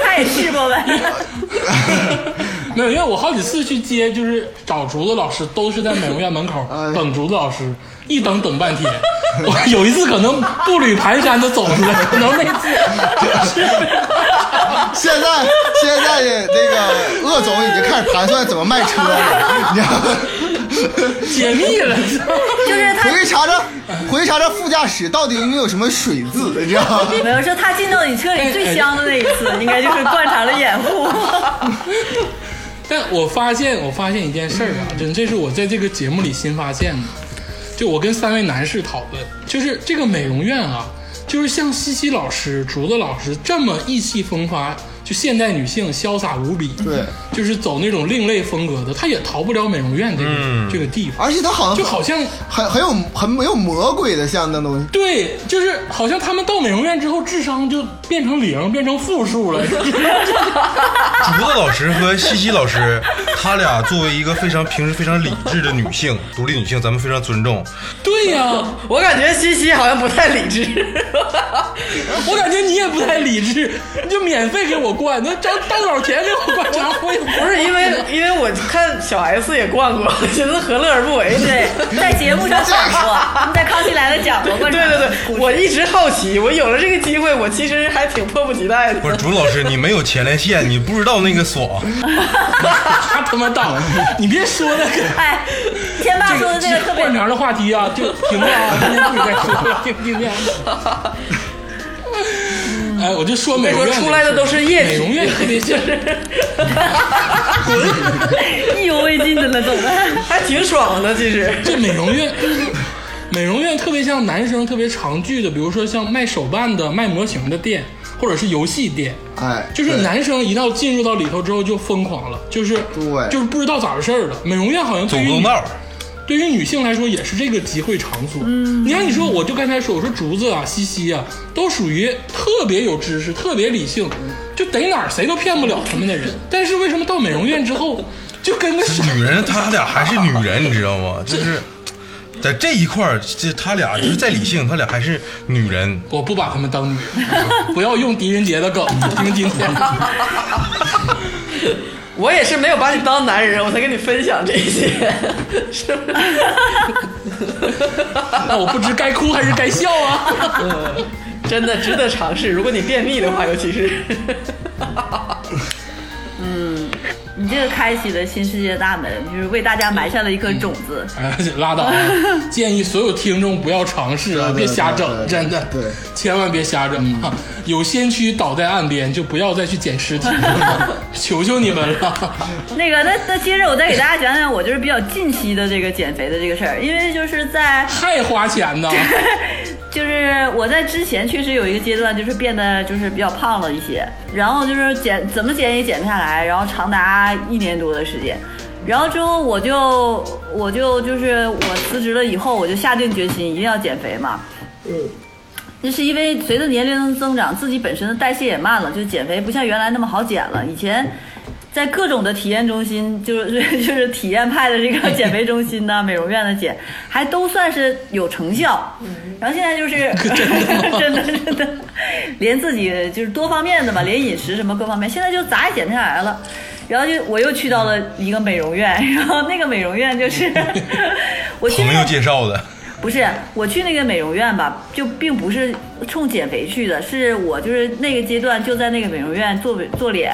Speaker 5: 他也试过呗。
Speaker 1: 没有，因为我好几次去接，就是找竹子老师，都是在美容院门口
Speaker 4: 哎
Speaker 1: 等竹子老师，一等等半天。 我有一次可能步履蹒跚的走出来，可能那次
Speaker 4: 现在现在的那个鄂总已经开始盘算怎么卖车了，你知道吗？
Speaker 1: 解密了。
Speaker 5: 就是他
Speaker 4: 回去查查，回去查查副驾驶到底有没有什么水渍，你知道吗？
Speaker 5: 没有说他进到你车里最香的那一次，应该就是惯常了掩护。
Speaker 1: 但我发现，我发现一件事儿啊，真这是我在这个节目里新发现的。就我跟三位男士讨论，就是这个美容院啊，就是像西西老师、竹子老师这么意气风发，就现代女性潇洒无比，
Speaker 4: 对，
Speaker 1: 就是走那种另类风格的，她也逃不了美容院这个、这个地方，
Speaker 4: 而且他好像
Speaker 1: 就好像
Speaker 4: 很很有很有魔鬼的像那东西。
Speaker 1: 对，就是好像他们到美容院之后，智商就变成零，变成负数了。
Speaker 3: 竹子老师和西西老师，他俩作为一个非常平时非常理智的女性，独立女性，咱们非常尊重。
Speaker 1: 对呀、
Speaker 2: 我感觉西西好像不太理智，
Speaker 1: 我感觉你也不太理智，你就免费给我灌，那张大老钱给我灌啥我也不
Speaker 2: 不是因为因为我看小 S 也逛过，我寻思何乐而不为呢？
Speaker 5: 对，在节目上 讲过，他们在《康熙来了》讲过惯
Speaker 2: 对
Speaker 5: 常。
Speaker 2: 对对，我一直好奇，我有了这个机会，我其实还挺迫不及待的
Speaker 3: 不。是竹子老师，你没有前列腺，你不知道那个爽。
Speaker 1: 啊他他妈大，你别说那个。
Speaker 5: 哎，天霸说的这个特别
Speaker 1: 惯常的话题啊，就停了啊，今天不许再说 了，听听见。哎，我就说美容
Speaker 2: 说
Speaker 1: 院
Speaker 2: 出来的都是液
Speaker 1: 美容
Speaker 2: 体，
Speaker 1: 院特别 像，
Speaker 5: 意犹未尽的呢，怎么办？
Speaker 2: 还挺爽的。其实
Speaker 1: 这美容院，美容院特别像男生特别常去的，比如说像卖手办的、卖模型的店，或者是游戏店。
Speaker 4: 哎，
Speaker 1: 就是
Speaker 4: 对
Speaker 1: 男生一到进入到里头之后就疯狂了，就是
Speaker 4: 对
Speaker 1: 就是不知道咋回事儿了。美容院好像
Speaker 3: 走
Speaker 1: 对于
Speaker 3: 公
Speaker 1: 女
Speaker 3: 道，
Speaker 1: 对于女性来说也是这个集会场所。嗯，你看你说，我就刚才说，我说竹子啊、西西啊，都属于特别有知识、特别理性，就逮哪儿谁都骗不了他们的人。但是为什么到美容院之后，就跟个傻
Speaker 3: 女人她俩还是女人，你知道吗？就是在这一块儿，这他俩就是再理性，他俩还是女人。
Speaker 1: 我不把他们当女人，不要用狄仁杰的梗，听今 天。
Speaker 2: 我也是没有把你当男人，我才跟你分享这些， 是不是？
Speaker 1: 那我不知该哭还是 该笑啊！
Speaker 2: 真的值得尝试。如果你便秘的话，尤其 是
Speaker 5: 你这个开启了新世界大门，就是为大家埋下了一颗种子。
Speaker 1: 哎，拉倒啊！建议所有听众不要尝试啊，
Speaker 4: 对对
Speaker 1: 别瞎整，
Speaker 4: 对对
Speaker 1: 真的，
Speaker 4: 对嗯
Speaker 1: 千万别瞎整啊！有先驱倒在岸边，就不要再去捡尸 体了，求求你们了。
Speaker 5: 那个，那那接着我再给大家讲讲我就是比较近期的这个减肥的这个事儿，因为就是在
Speaker 1: 太花钱 呢，
Speaker 5: 就是我在之前确实有一个阶段，就是变得就是比较胖了一些，然后就是减怎么减也减不下来，然后长达一年多的时间，然后之后我就我就就是我辞职了以后，我就下定决心一定要减肥嘛，那是因为随着年龄的增长，自己本身的代谢也慢了，就减肥不像原来那么好减了。以前在各种的体验中心，就是就是体验派的这个减肥中心呐、美容院的减，还都算是有成效。
Speaker 3: 嗯
Speaker 5: 然后现在就是 真的真的，连自己就是多方面的吧，连饮食什么各方面，现在就咋也减不下来了。然后就我又去到了一个美容院，然后那个美容院就是 我去那
Speaker 3: 朋
Speaker 5: 个
Speaker 3: 友介绍的，
Speaker 5: 不是，我去那个美容院吧，就并不是冲减肥去的，是我就是那个阶段就在那个美容院做做脸，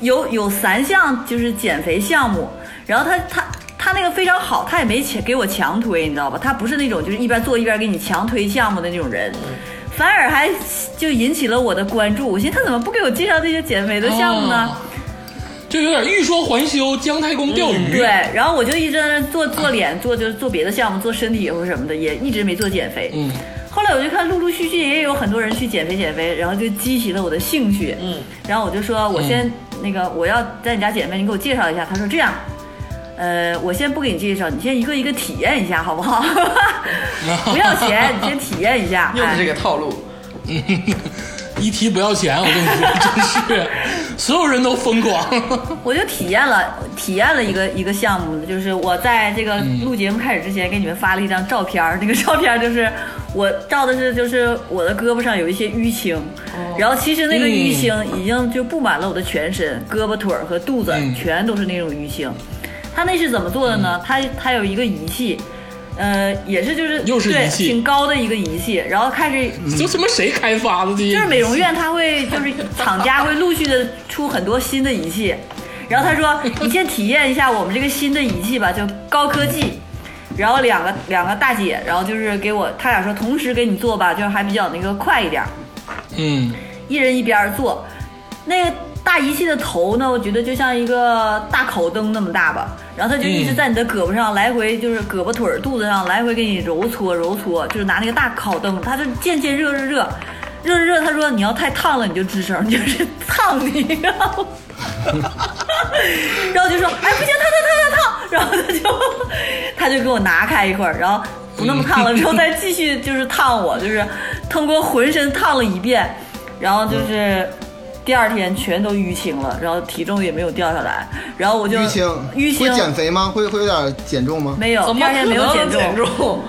Speaker 5: 有有三项就是减肥项目，然后他他。他那个非常好，他也没强给我强推，你知道吧？他不是那种就是一边做一边给你强推项目的那种人，反而还就引起了我的关注。我寻思他怎么不给我介绍这些减肥的项目呢？
Speaker 1: 哦就有点欲说还休，姜太公钓
Speaker 4: 嗯
Speaker 1: 鱼。
Speaker 5: 对，然后我就一直在那做做脸，做就是做别的项目，做身体或者什么的，也一直没做减肥。
Speaker 1: 嗯，
Speaker 5: 后来我就看陆陆续续也有很多人去减肥减肥，然后就激起了我的兴趣。嗯，然后我就说，我先、那个我要在你家减肥，你给我介绍一下。他说这样，呃，我先不给你介绍，你先一个一个体验一下，好不 好？不要钱，你先体验一下。
Speaker 2: 用的这
Speaker 5: 哎
Speaker 2: 个套路。
Speaker 1: 一提不要钱，我跟你说，真是 所有人都疯狂。
Speaker 5: 我就体验了体验了一个一个项目，就是我在这个
Speaker 1: 嗯
Speaker 5: 录节目开始之前给你们发了一张照片儿，那个照片儿就是我照的是就是我的胳膊上有一些淤青，
Speaker 1: 哦
Speaker 5: 然后其实
Speaker 1: 嗯
Speaker 5: 那个淤青已经就布满了我的全身，胳膊、腿儿和肚子
Speaker 1: 嗯
Speaker 5: 全都是那种淤青。他那是怎么做的呢？他他有一个仪器。呃，也是就是
Speaker 1: 又是
Speaker 5: 对
Speaker 1: 仪器嗯
Speaker 5: 挺高的一个仪器，然后开始
Speaker 1: 就他妈谁开发的这？
Speaker 5: 就是美容院，它会就是厂家会陆续的出很多新的仪器，然后他说你先体验一下我们这个新的仪器吧，就高科技。然后两个两个大姐，然后就是给我，他俩说同时给你做吧，就是还比较那个快一点儿，
Speaker 1: 嗯，
Speaker 5: 一人一边儿做。那个大仪器的头呢，我觉得就像一个大烤灯那么大吧，然后它就一直在你的胳膊上来回，就是胳膊腿儿、肚子上来回给你揉搓揉搓，就是拿那个大烤灯，它就渐渐热热热。热热热，他说你要太烫了你就吱声，就是 烫你，然后， 然后就说哎不行烫烫烫烫烫，然后他就他就给我拿开一会儿，然后不那么烫了之后再继续就是烫我，就是通过浑身烫了一遍，然后
Speaker 2: 嗯
Speaker 5: 就是第二天全都淤青了，然后体重也没有掉下来，然后我就
Speaker 4: 淤青，
Speaker 5: 淤
Speaker 4: 会减
Speaker 5: 青
Speaker 4: 肥吗？会会有点减重吗？
Speaker 5: 没有，
Speaker 2: 怎
Speaker 5: 第
Speaker 2: 么
Speaker 5: 二
Speaker 2: 可
Speaker 5: 天没有
Speaker 2: 能
Speaker 5: 减重，
Speaker 2: 减重？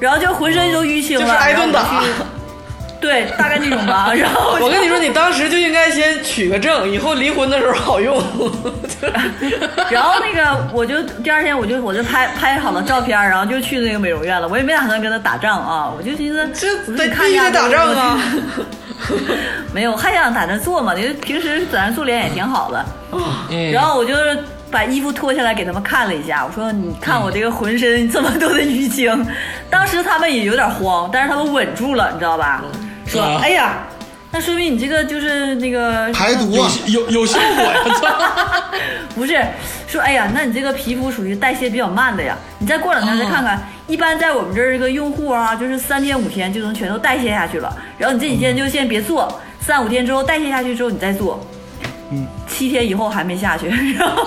Speaker 5: 然后就浑身都淤青
Speaker 2: 就
Speaker 5: 了，
Speaker 2: 是挨
Speaker 5: 然后
Speaker 2: 顿打
Speaker 5: 就去。对，大概那种吧。 然后
Speaker 2: 我跟你说，你当时就应该先取个证，以后离婚的时候好 用。
Speaker 5: 然后那个，我就第二天我就我就拍拍好了照片，然后就去那个美容院了。我也没打算跟他打仗啊，我就寻思
Speaker 2: 这
Speaker 5: 不
Speaker 2: 得
Speaker 5: 是看
Speaker 2: 必须得
Speaker 5: 亚洲
Speaker 2: 打仗啊！
Speaker 5: 没有，还想在那做嘛，因为平时在那做脸也挺好的。
Speaker 1: 嗯
Speaker 5: 然后我就是把衣服脱下来给他们看了一下，我说你看我这个浑身这么多的淤青，当时他们也有点慌，但是他们稳住了，你知道吧？说
Speaker 1: 啊
Speaker 5: 哎呀，那说明你这个就是那个
Speaker 4: 排毒
Speaker 1: 有
Speaker 4: 啊，
Speaker 1: 有有效果呀！ 操，
Speaker 5: 不是说，哎呀，那你这个皮肤属于代谢比较慢的呀，你再过两天再看看。一般在我们这儿这个用户啊，就是三天五天就能全都代谢下去了。然后你这几天就先别做，三五天之后代谢下去之后你再做。嗯，七天以后还没下去， 然后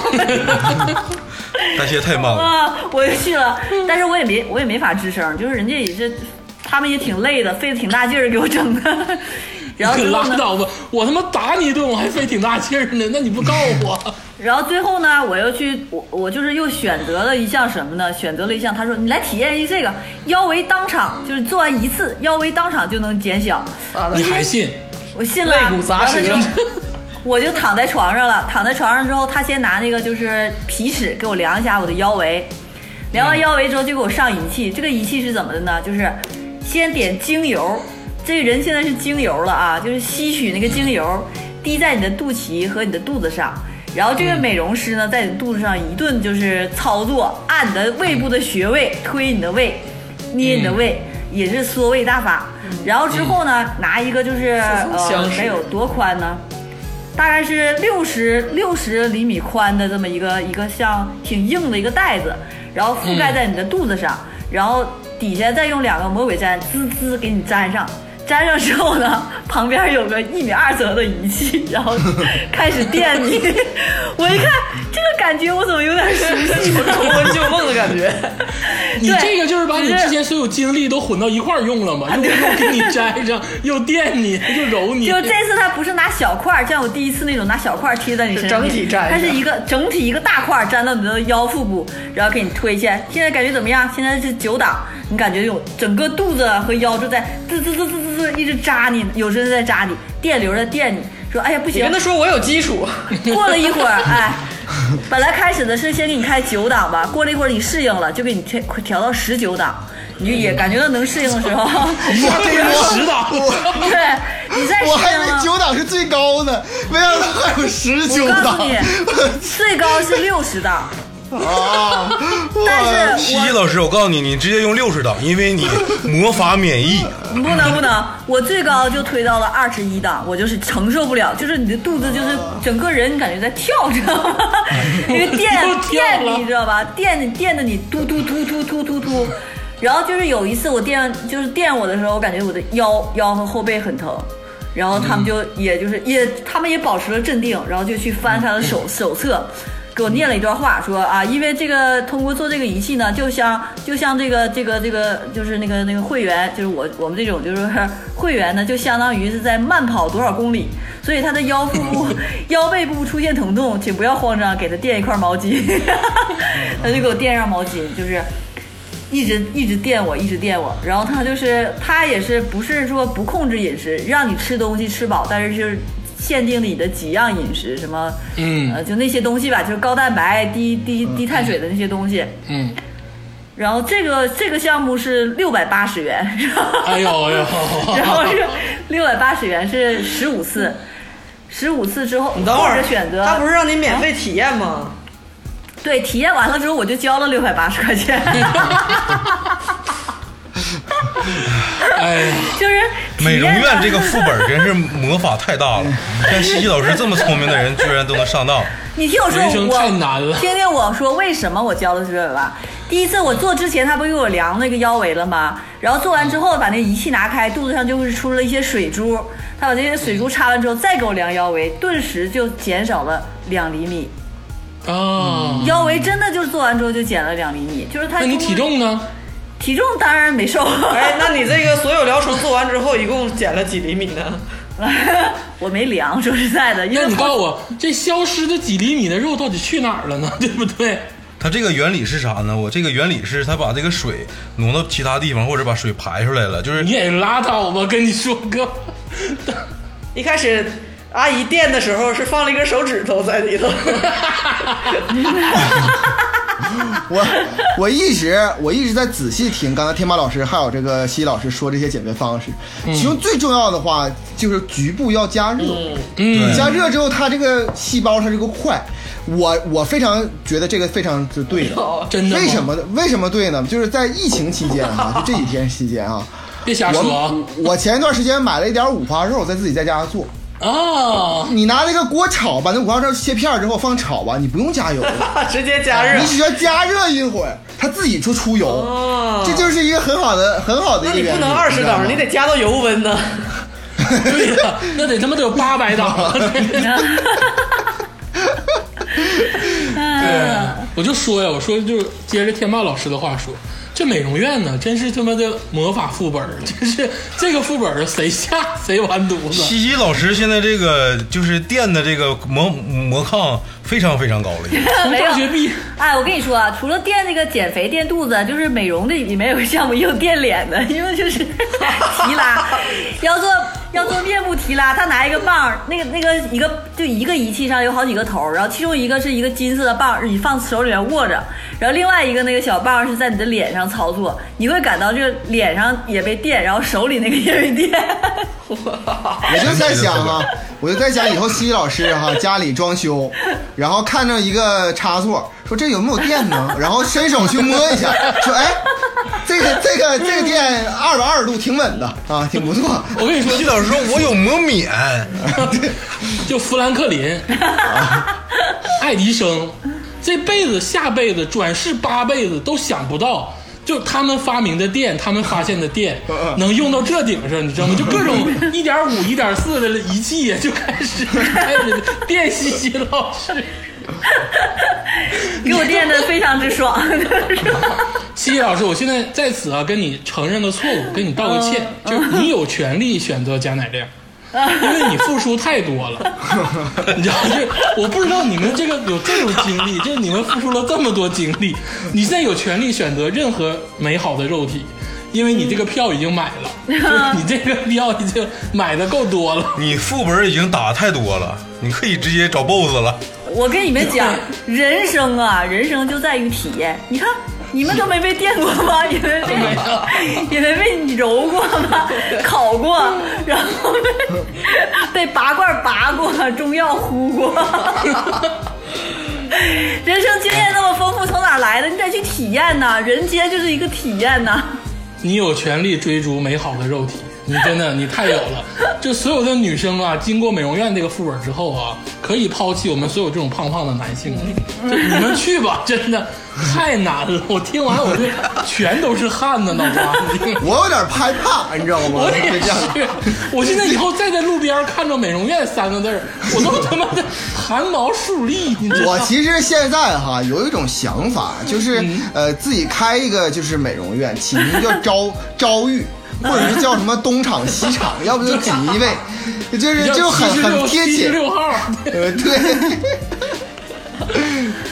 Speaker 3: 代谢太慢了。
Speaker 5: 啊，我就去了，但是我也没我也没法吱声，就是人家也是，他们也挺累的，费了挺大劲儿给我整的。 然后
Speaker 1: 可
Speaker 5: 最后
Speaker 1: 拉
Speaker 5: 呢？
Speaker 1: 倒吧！我他妈打你一顿，我还费挺大劲儿呢， 那你不告诉我？
Speaker 5: 然后最后呢，我又去，我我就是又选择了一项什么呢？选择了一项，他说你来体验一这个腰围当场，就是做完一次腰围当场就能减小。
Speaker 2: 啊
Speaker 1: 你还信？
Speaker 5: 我信了，啊
Speaker 2: 肋骨砸
Speaker 5: 然后他
Speaker 2: 折
Speaker 5: 就， 我就躺在床上了。躺在床上之后，他先拿那个就是皮尺给我量一下我的腰围，量完腰围之后就给我上仪器。这个仪器是怎么的呢？就是先点精油，这个人现在是精油了啊，就是吸取那个精油，滴在你的肚脐和你的肚子上。然后这个美容师呢，在你肚子上一顿就是操作，按你的胃部的穴位推你的胃，捏你的胃，也是缩胃大法。然后之后呢，拿一个就是
Speaker 2: 相
Speaker 5: 呃
Speaker 2: 识
Speaker 5: 得有多宽呢？大概是六十六十厘米宽的这么一个一个像挺硬的一个带子，然后覆盖在你的肚子上，然后底下再用两个魔鬼粘滋滋给你粘上。粘上之后呢， 旁边有个一米二左右的仪器，然后开始电你。 我一看这个感觉，我怎么有点熟 悉？
Speaker 2: 重温旧梦的感觉。
Speaker 1: 你
Speaker 5: 对
Speaker 1: 这个就是把你
Speaker 5: 只是
Speaker 1: 之前所有精力都混到一块儿用了嘛， 又又给你摘上， 又电你，又揉你，
Speaker 5: 就这次它不是拿小块儿，像我第一次那种拿小块儿贴在你身上，
Speaker 2: 整体粘
Speaker 5: 它是一个整体一个大块儿粘到你的腰腹部，然后给你推下来。现在感觉怎么样？现在是九档，你感觉有整个肚子和腰就在滋滋滋滋滋滋一直扎你，有针在扎你，电流在电你，说哎呀不
Speaker 2: 你
Speaker 5: 行
Speaker 2: 跟，他说我有基 础，
Speaker 5: 过了一会儿，哎，本来开始的是先给你开九档吧，过了一会儿你适应了，就给你调调到十九档，你就也感觉到能适应的时候，
Speaker 4: 我这个
Speaker 1: 十 档，
Speaker 5: 对，你再适
Speaker 4: 我还以
Speaker 5: 应
Speaker 4: 为
Speaker 5: 了。
Speaker 4: 九档是最高的，没想到还有十九
Speaker 5: 我告
Speaker 4: 档
Speaker 5: 诉你，最高是六十档，
Speaker 4: 啊！
Speaker 5: 但
Speaker 3: 西
Speaker 5: 是
Speaker 3: 西
Speaker 5: 我
Speaker 3: 老师，我告诉你，你直接用六十档，因为你魔法免疫。
Speaker 5: 不能不能，我最高就推到了二十一档，我就是承受不了，就是你的肚子就是整个人感觉在跳，知道吗？ 那个电
Speaker 1: 又跳
Speaker 5: 电
Speaker 1: 了
Speaker 5: 你知道吧？电你电的你突突突突突突突。然后就是有一次我电就是电我的时候，我感觉我的腰腰和后背很疼，
Speaker 1: 嗯
Speaker 5: 然后他们就也就是也他们也保持了镇定，然后就去翻他的手手册，给我念了一段话，说啊，因为这个通过做这个仪器呢，就像就像这个这个这个就是那个那个会员，就是我我们这种就是会员呢，就相当于是在慢跑多少公里，所以他的腰腹部腰背部出现疼痛，请不要慌张，给他垫一块毛巾， 他就给我垫上毛巾，就是。一直一直电我，一直电我，然后他就是他也是不是说不控制饮食，让你吃东西吃饱，但是就是限定你的几样饮食，什么
Speaker 1: 嗯
Speaker 5: 呃就那些东西吧，就是高蛋白、低低低碳水的那些东西。
Speaker 1: 嗯，
Speaker 5: 然后这个这个项目是六百八十元，
Speaker 1: 哎呦哎呦，
Speaker 5: 然后是六百八十元是十五次，十五次之后
Speaker 2: 你等会
Speaker 5: 或
Speaker 2: 儿
Speaker 5: 者选择，
Speaker 2: 他不是让你免费体验 吗？
Speaker 5: 对体验完了之后我就交了六百八十块钱，
Speaker 1: 哎呀，
Speaker 5: 就是体验
Speaker 3: 美容院
Speaker 5: 完
Speaker 3: 这个副本真是魔法太大了，像西西老师这么聪明的人，居然都能上当。
Speaker 5: 你听我说，
Speaker 1: 人生
Speaker 5: 我
Speaker 1: 太难了
Speaker 5: 听听我说，为什么我交了六百八？第一次我做之前，他不给我量那个腰围了吗？然后做完之后，把那仪器拿开，肚子上就是出了一些水珠。他把这些水珠插完之后，再给我量腰围，顿时就减少了两厘米。
Speaker 1: 啊，
Speaker 5: 腰围真的就是做完之后就减了两厘米，就是他。
Speaker 1: 那你体？重
Speaker 5: 嗯
Speaker 1: 呢？
Speaker 5: 体重当然没瘦，
Speaker 2: 哎，那 你这个所有疗程做完之后，一共减了几厘米呢？
Speaker 5: 我没量，说实在的，因
Speaker 1: 那
Speaker 5: 为
Speaker 1: 你告诉我，这消失的几厘米的肉到底去哪儿了呢？ 对不对？
Speaker 3: 它这个原理是啥呢？我这个原理是它把这个水挪到其他地方，或者把水排出来了，就是
Speaker 1: 你也拉倒吧，跟你说哥，
Speaker 2: 一开始阿姨垫的时候是放了一根手指头在里头，
Speaker 4: 我我一直我一直在仔细听刚才天马老师还有这个西老师说这些减肥方式，其中最重要的话就是局部要加热，
Speaker 1: 嗯
Speaker 4: 你加热之后它这个细胞它这个快，我我非常觉得这个非常是对的，
Speaker 1: 真的吗
Speaker 4: 为什么呢？为什么对呢？就是在疫情期间啊，就这几天期间啊，
Speaker 1: 别 瞎说啊
Speaker 4: 我我前一段时间买了一点五花肉，在自己在家做。
Speaker 1: 啊！
Speaker 4: 你拿那个锅炒吧，那五花肉切片儿之后放炒吧，你不用加油，
Speaker 2: 直接加热
Speaker 4: 啊你。只需要加热一会儿，它自己就出油。
Speaker 2: 哦
Speaker 4: 这就是一个很好的、很好的一
Speaker 2: 那
Speaker 4: 个
Speaker 2: 你
Speaker 4: 原
Speaker 2: 不
Speaker 4: 理。
Speaker 2: 能二十
Speaker 4: 知道吗
Speaker 2: 档，你得加到油温呢。
Speaker 1: 对呀，那得他妈得有八百档 了。对，我就说呀，我说就是接着天霸老师的话说，这美容院呢，真是他妈的魔法副本儿，真是这个副本儿谁下谁完犊子。
Speaker 3: 西西老师现在这个就是垫的这个魔魔抗非常非常高 了已经。
Speaker 1: 从
Speaker 5: 没有
Speaker 1: 大学毕业，
Speaker 5: 哎，我跟你说啊，除了垫那个减肥垫肚子，就是美容的里面有个项目也有垫脸的， 因为就是提拉，要做要做面部提拉，他拿一个棒儿，那个那个一个就一个仪器上有好几个头儿，然后其中一个是一个金色的棒儿，你放手里面握着，然后另外一个那个小棒儿是在你的脸上操作，你会感到这个脸上也被电，然后手里那个也被 电。
Speaker 4: 我就在想啊，我就在想以后西西老师哈、家里装修，然后看着一个插座，说这有没有电呢？然后伸手去摸一下，说哎，这个这个这个电二百二十度挺稳的啊，挺不错。
Speaker 1: 我跟你说
Speaker 3: 西，西老师说：“我有魔免。
Speaker 1: 就富兰克林、爱迪生，这辈子、下辈子、转世八辈子都想不到，就他们发明的电，他们发现的电能用到这顶上，你知道吗？就各种一点五、一点四的仪器呀就开始 开始电西西老师。
Speaker 5: 给我电的非常之爽，
Speaker 1: 西西老师，我现在在此啊，跟你承认个错误，跟你道个歉，就是你有权利选择贾乃亮，因为你付出太多了，你知道，就我不知道你们这个有这种经历，就是你们付出了这么多精力，你现在有权利选择任何美好的肉体，因为你这个票已经买了，就是你这个票已经买的够多了”。
Speaker 3: 你副本已经打太多了，你可以直接找 BOSS 了。
Speaker 5: 我跟你们讲，人生啊，人生就在于体验。你看，你们都没被电过吗？也没被，也没被揉过吗？烤过，然后被 被拔罐拔过，中药呼过。人生经验那么丰富，从哪来的？你得去体验呐、人间就是一个体验呐、
Speaker 1: 你有权利追逐美好的肉体，你真的你太有 了。就所有的女生啊，经过美容院这个副本
Speaker 4: 嗯
Speaker 1: 之后啊，可以抛弃我们所有这种胖胖的男性了。就你们去吧，真的，太难了，我听完我就全都是汗呢，脑 瓜子。
Speaker 4: 我有点害怕，你知道吗？
Speaker 1: 我也
Speaker 4: 就这样
Speaker 1: 是，我现在以后再在路边看着美容院三个字儿，我都他妈的汗毛竖立，你知道嗯
Speaker 4: 我
Speaker 1: 吗？
Speaker 4: 其实现在哈有一种想法，就是、呃自己开一个就是美容院，起名叫招 招玉，或者是叫什么东厂西 厂，要不就锦衣卫，就是
Speaker 1: 你
Speaker 4: 就很很贴
Speaker 1: 七十
Speaker 4: 切。
Speaker 1: 六号。
Speaker 4: 呃， 对，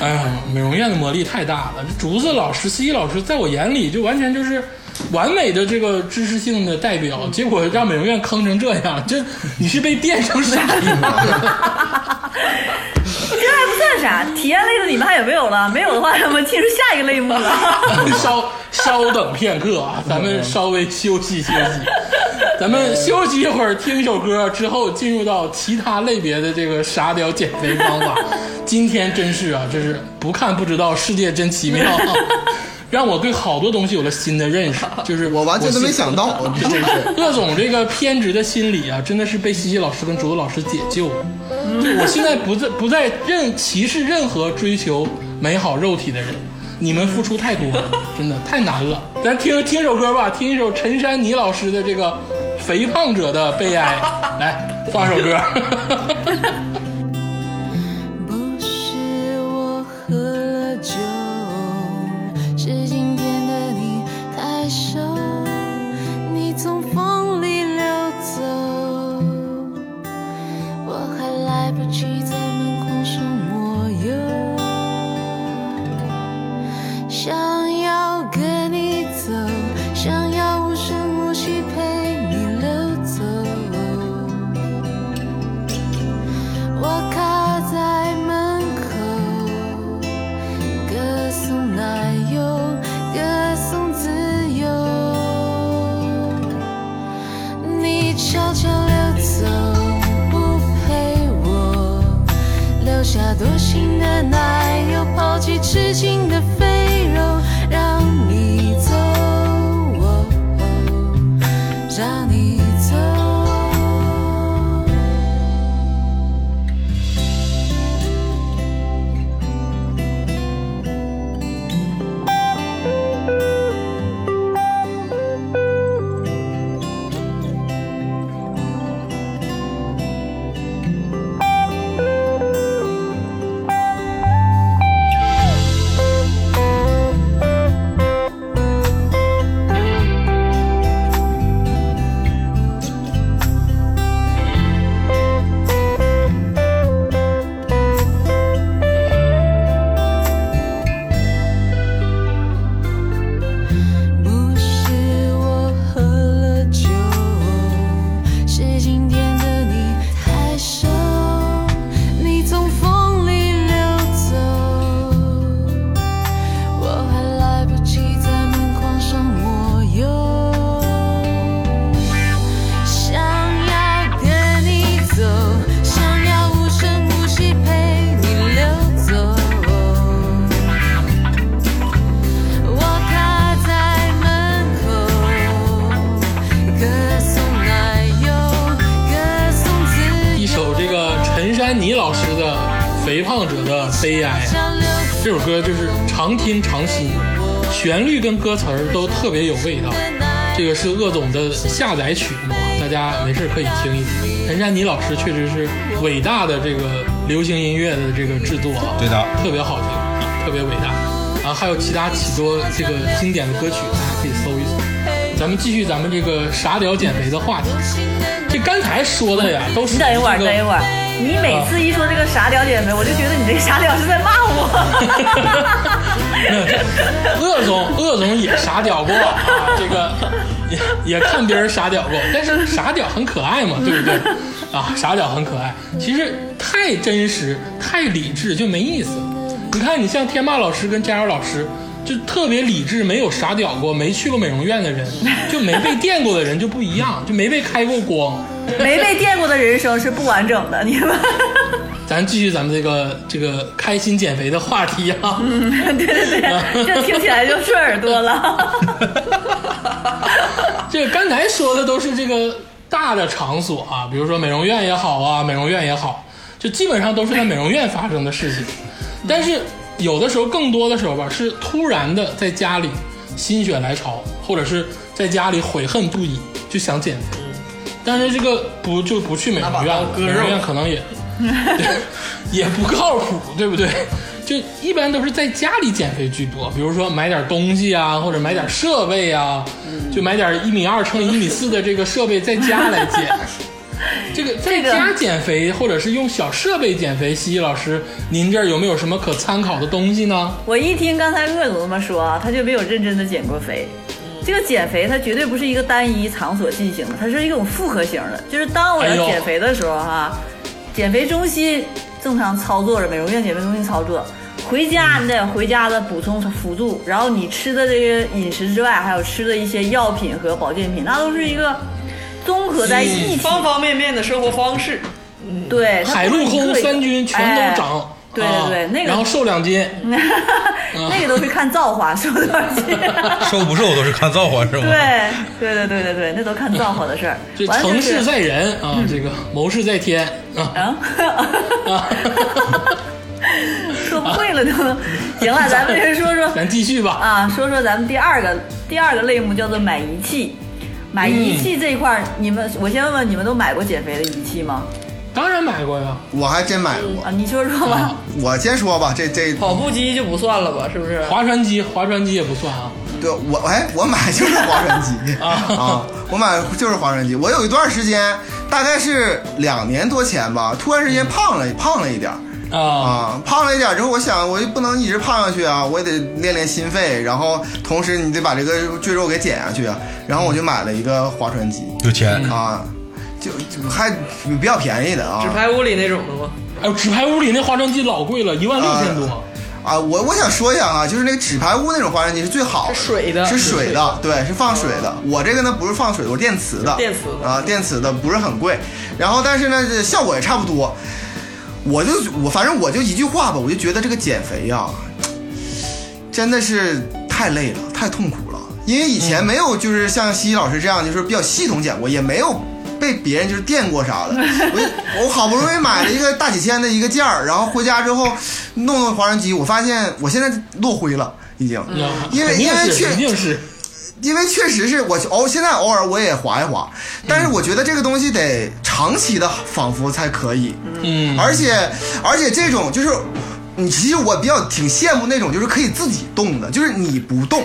Speaker 1: 哎呀，美容院的魔力太大了。这竹子老师、西西老师，在我眼里就完全就是完美的这个知识性的代表，结果让美容院坑成这样，这你是被电成啊傻逼吗？
Speaker 5: 这还不算啥，体验类的你们还有没有了？没有的话，我们进入下一个类目了。
Speaker 1: 稍稍等片刻啊，咱们稍微休息休息，咱们休息一会儿，听一首歌之后，进入到其他类别的这个傻屌减肥方法。今天真是啊，真是不看不知道，世界真奇妙、 让我对好多东西有了新的认识，就是
Speaker 4: 我完全都没
Speaker 1: 信
Speaker 4: 想到，这真是。
Speaker 1: 鄂总这个偏执的心理啊，真的是被西西老师跟竹子老师解救了。就我现在不再不再任歧视任何追求美好肉体的人，你们付出太多了，真的太难了。咱听听首歌吧，听一首陈珊妮老师的这个《肥胖者的悲哀》，来放首歌。
Speaker 6: 不是我喝了酒，是今天的你太瘦，你从风里溜走，我还来不及在门框上抹油，想要跟你走，想要无声无息陪你溜走。我卡在门口，歌颂奶油，歌颂自由。你悄悄溜走，不陪我，留下多心的奶油，抛弃痴情的肥肉，让你走，哦哦让你走。不是我喝了酒，是今天的你太瘦，你从风里溜走，我还来不及在门框上抹油。想要跟你走，想要无声无息陪你溜走。我卡在门口，歌颂奶油，歌颂自由。
Speaker 1: 一首这个陈珊妮老师的《肥胖者的悲哀》。啊这首歌就是常听常新，旋律跟歌词儿都特别有味道。这个是鄂总的下载曲目，啊，大家没事可以听一听。陈珊妮老师确实是伟大的这个流行音乐的这个制作啊，
Speaker 3: 对的
Speaker 1: 特别好听，特别伟大。然后还有其他许多这个经典的歌曲，大家可以搜一搜。咱们继续咱们这个傻屌减肥的话题。这刚才说的呀，都是
Speaker 5: 你等一会儿，
Speaker 1: 这个啊
Speaker 5: 等一会儿，你每次一说这个傻屌姐妹，我就觉得你这个傻屌是在骂 我。
Speaker 1: 鄂总，鄂总也傻屌过啊，这个也也看别人傻屌过，但是傻屌很可爱嘛，对不对？啊，傻屌很可爱，其实太真实、太理智就没意思。你看，你像天霸老师跟佳瑶老师，就特别理智，没有傻屌过，没去过美容院的人，就没被电过的人就不一样，就没被开过光。
Speaker 5: 没被电过的人生是不完整的，你们。
Speaker 1: 咱继续咱们这个这个开心减肥的话题啊。
Speaker 5: 对对对，这听起来就顺耳朵了。
Speaker 1: 这个刚才说的都是这个大的场所啊，比如说美容院也好啊，美容院也好，就基本上都是在美容院发生的事情。但是有的时候更多的时候吧，是突然的在家里心血来潮，或者是在家里悔恨不已，就想减肥。但是这个不就不去美容院了，
Speaker 2: 把它
Speaker 1: 美
Speaker 2: 割肉
Speaker 1: 容院可能也对 也不靠谱，对不对？就一般都是在家里减肥居多，比如说买点东西啊，或者买点设备啊，
Speaker 5: 嗯
Speaker 1: 就买点一米二乘以一米四的这个设备在家来 减。这个在家减肥，或者是用小设备减肥，西西老师，您这儿有没有什么可参考的东西呢？
Speaker 5: 我一听刚才鄂总这么说啊，他就没有认真的减过肥。
Speaker 1: 嗯
Speaker 5: 这个减肥它绝对不是一个单一场所进行的，它是一种复合型的。就是当我
Speaker 1: 哎
Speaker 5: 要
Speaker 1: 呦
Speaker 5: 减肥的时候哈、减肥中心正常操作着，美容院减肥中心操作，回家你得回家的
Speaker 1: 嗯
Speaker 5: 补充辅助，然后你吃的这个饮食之外，还有吃的一些药品和保健品，那都是一个综合在一起
Speaker 2: 方方面面的生活方式，
Speaker 5: 对，它
Speaker 1: 嗯海
Speaker 5: 不是
Speaker 1: 陆
Speaker 5: 一
Speaker 1: 空
Speaker 5: 个
Speaker 1: 三军全都长，
Speaker 5: 哎对对对
Speaker 1: 啊
Speaker 5: 那个嗯
Speaker 1: 然后瘦两斤，
Speaker 5: 哎 那个都是看造化，是不是？
Speaker 3: 瘦不瘦都是看造化是吗？
Speaker 5: 对对对对对对，那都看造化的事儿。
Speaker 1: 这
Speaker 5: 完了
Speaker 1: 成
Speaker 5: 就
Speaker 1: 事
Speaker 5: 是嗯
Speaker 1: 在人啊，这个谋事在天啊。
Speaker 5: 啊，
Speaker 1: 啊
Speaker 5: 说不会了都。行了，咱们就说说
Speaker 1: 咱继续吧。
Speaker 5: 啊，说说咱们第二个第二个类目叫做买仪器。买仪器这一块儿，你们我先问问你们都买过减肥的仪器吗？
Speaker 1: 当然买过呀，
Speaker 4: 我还真买过
Speaker 5: 啊，。你说说吧。
Speaker 4: 我先说吧，这这
Speaker 2: 跑步机就不算了吧，是不是？
Speaker 1: 划船机，划船机也不算啊。
Speaker 4: 对我哎，我买就是划船机 啊，我买就是划船机。我有一段时间，大概是两年多前吧，突然之
Speaker 1: 嗯
Speaker 4: 间胖了，胖了一点儿
Speaker 1: 啊，
Speaker 4: 啊，胖了一点儿之后，我想我就不能一直胖下去啊，我也得练练心肺，然后同时你得把这个赘肉给减下去啊。然后我就买了一个划船机
Speaker 3: 有钱，
Speaker 4: 啊，就就还比较便宜的啊
Speaker 2: 纸。牌屋里那种的吗？
Speaker 1: 哎呦，纸牌屋里那划船机老贵了，一万六千多。
Speaker 4: 啊，我我想说一下啊，就是那个纸牌屋那种划船机是最好的，
Speaker 2: 是水的嗯
Speaker 4: 是水的，对，是放水的。我这个呢不是放水的，我电磁的，
Speaker 2: 电磁的
Speaker 4: 啊，电磁的不是很贵，然后但是呢这效果也差不多。我就我反正我就一句话吧，我就觉得这个减肥啊呀、真的是太累了，太痛苦了。因为以前没有就是像西西老师这样，就是比较系统减过，也没有被别人就是电过啥的。我我好不容易买了一个大几千的一个件儿，然后回家之后弄弄划船机，我发现我现在落灰了，已经。
Speaker 1: 呀
Speaker 4: 因为
Speaker 1: 肯定
Speaker 4: 因为
Speaker 1: 是
Speaker 4: 确
Speaker 1: 肯定是
Speaker 4: 因为确实是我偶现在偶尔我也划一划，但
Speaker 1: 嗯
Speaker 4: 是我觉得这个东西得长期的仿佛才可以。
Speaker 1: 嗯
Speaker 4: 而且而且这种就是，你其实我比较挺羡慕那种就是可以自己动的，就是你 不动，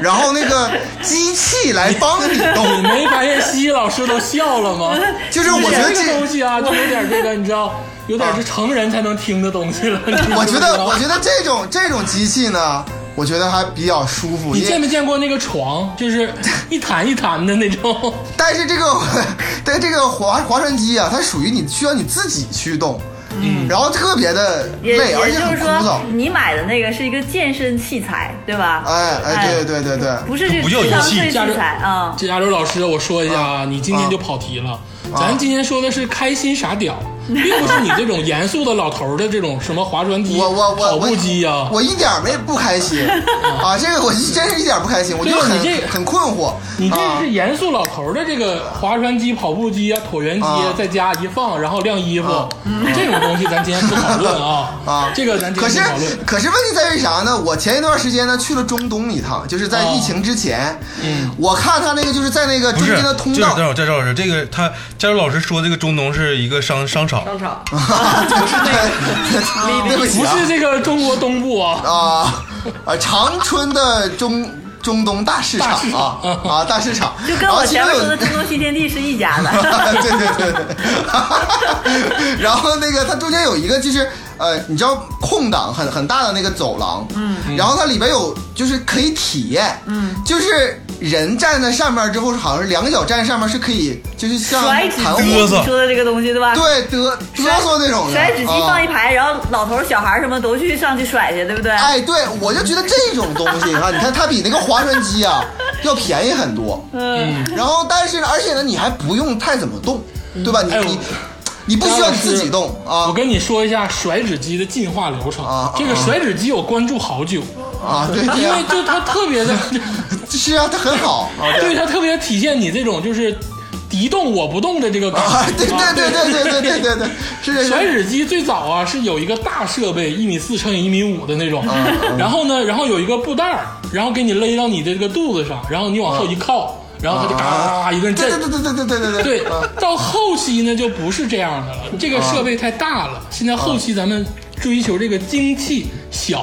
Speaker 4: 然后那个机器来帮你
Speaker 1: 你
Speaker 4: 动。
Speaker 1: 没发现西西老师都笑了吗？
Speaker 4: 就是我觉
Speaker 1: 这
Speaker 4: 得
Speaker 1: 个
Speaker 4: 这
Speaker 1: 东西啊，就有点这个，你知道，有点是成人才能听的东西了。你知不知道
Speaker 4: 我觉得我觉得这种这种机器呢，我觉得还比较舒服。
Speaker 1: 你
Speaker 4: 因为
Speaker 1: 见没见过那个床，就是一弹一弹的那种？
Speaker 4: 但是这个，但这个划划船机啊，它属于你需要你自己去动，嗯，然后特别的
Speaker 5: 也
Speaker 4: 累，而
Speaker 5: 也
Speaker 4: 且
Speaker 5: 就
Speaker 4: 很
Speaker 5: 是
Speaker 4: 枯燥
Speaker 5: 说。，你买的那个是一个健身器材，对吧？
Speaker 4: 哎哎，对对对对，
Speaker 5: 不是这
Speaker 3: 不叫仪器
Speaker 5: 上税器
Speaker 1: 加州
Speaker 5: 材啊。
Speaker 1: 这亚洲老师，我说一下啊，你今天就跑题
Speaker 4: 啊
Speaker 1: 了。咱今天说的是开心傻屌，并不是你这种严肃的老头儿的这种什么划船机、
Speaker 4: 我我我
Speaker 1: 跑步啊机呀、
Speaker 4: 我一点儿没不开心啊！这个我真是一点儿不开心，我就
Speaker 1: 对
Speaker 4: 很
Speaker 1: 你这
Speaker 4: 很困惑。
Speaker 1: 你这
Speaker 4: 啊
Speaker 1: 是严肃老头儿的这个划船机、跑步机啊、椭圆机啊
Speaker 4: 啊。
Speaker 1: 在家一放，然后晾衣服，这种东西咱今天不讨论啊
Speaker 4: 啊，
Speaker 1: 这个咱今
Speaker 4: 可
Speaker 1: 天不
Speaker 4: 是
Speaker 1: 讨论。
Speaker 4: 可是问题在于啥呢？我前一段时间呢去了中东一趟，就是在
Speaker 1: 哦
Speaker 4: 疫情之前，嗯，我看他那个就是在那个
Speaker 3: 不
Speaker 4: 中
Speaker 3: 是，
Speaker 4: 间的
Speaker 3: 就
Speaker 4: 通
Speaker 3: 是
Speaker 4: 道
Speaker 3: 等会，儿，佳周老师，这个他佳周老师说这个中东是一个商商场，
Speaker 2: 商场
Speaker 4: 啊不是那
Speaker 2: 那个
Speaker 4: 对不起
Speaker 1: 不
Speaker 4: 啊
Speaker 1: 是这个中国东部啊，
Speaker 4: 啊啊， 长春的中中东大市场
Speaker 1: 大市场
Speaker 4: 啊啊大市场，
Speaker 5: 就跟
Speaker 4: 然后
Speaker 5: 我
Speaker 4: 其
Speaker 5: 前
Speaker 4: 中
Speaker 5: 面
Speaker 4: 有
Speaker 5: 说的中东西天地是一家的。
Speaker 4: 对对对对。 然后那个它中间有一个就是呃，你知道空档很很大的那个走廊，嗯，然后它里边有就是可以体验，嗯，就是人站在上面之后，好像是两个脚站上面是可以，就是像
Speaker 5: 甩纸
Speaker 4: 啊弹
Speaker 5: 机，
Speaker 4: 簧
Speaker 3: 嘚瑟
Speaker 5: 你说的这个东西对吧？
Speaker 4: 对嘚
Speaker 5: 甩
Speaker 4: 哆嗦那种的，
Speaker 5: 甩纸机放一
Speaker 4: 啊
Speaker 5: 排，然后老头儿小孩儿什么都去上去甩去，对不对？
Speaker 4: 哎，对，我就觉得这种东西哈，你看它比那个划船机啊要便宜很多，
Speaker 5: 嗯，
Speaker 4: 然后但是呢，而且呢，你还不用太怎么动，对吧？你
Speaker 1: 哎我
Speaker 4: 你你不需要你自己动啊
Speaker 1: 我跟你说一下甩纸机的进化流程。
Speaker 4: 啊啊
Speaker 1: 这个甩纸机我关注好久，
Speaker 4: 啊！对，
Speaker 1: 因
Speaker 4: 对
Speaker 1: 为就它特别的，
Speaker 4: 是啊，它很好啊，
Speaker 1: 对它特别体现你这种就是抵一动我不动的这个感觉。
Speaker 4: 啊， 对对对对对对对对对，是这
Speaker 1: 甩
Speaker 4: 是
Speaker 1: 脂机最早啊是有一个大设备，一米四乘以一米五的那种，
Speaker 4: 嗯
Speaker 1: 然后呢，然后有一个布袋儿，然后给你勒到你的这个肚子上，然后你往后一靠，然后它就嘎嘎嘎嘎一顿震
Speaker 4: 嗯对。对对对对对对
Speaker 1: 对
Speaker 4: 啊，
Speaker 1: 到后期呢就不是这样的了，这个设备
Speaker 4: 嗯
Speaker 1: 太大了。现在后期咱们追求这个精气小，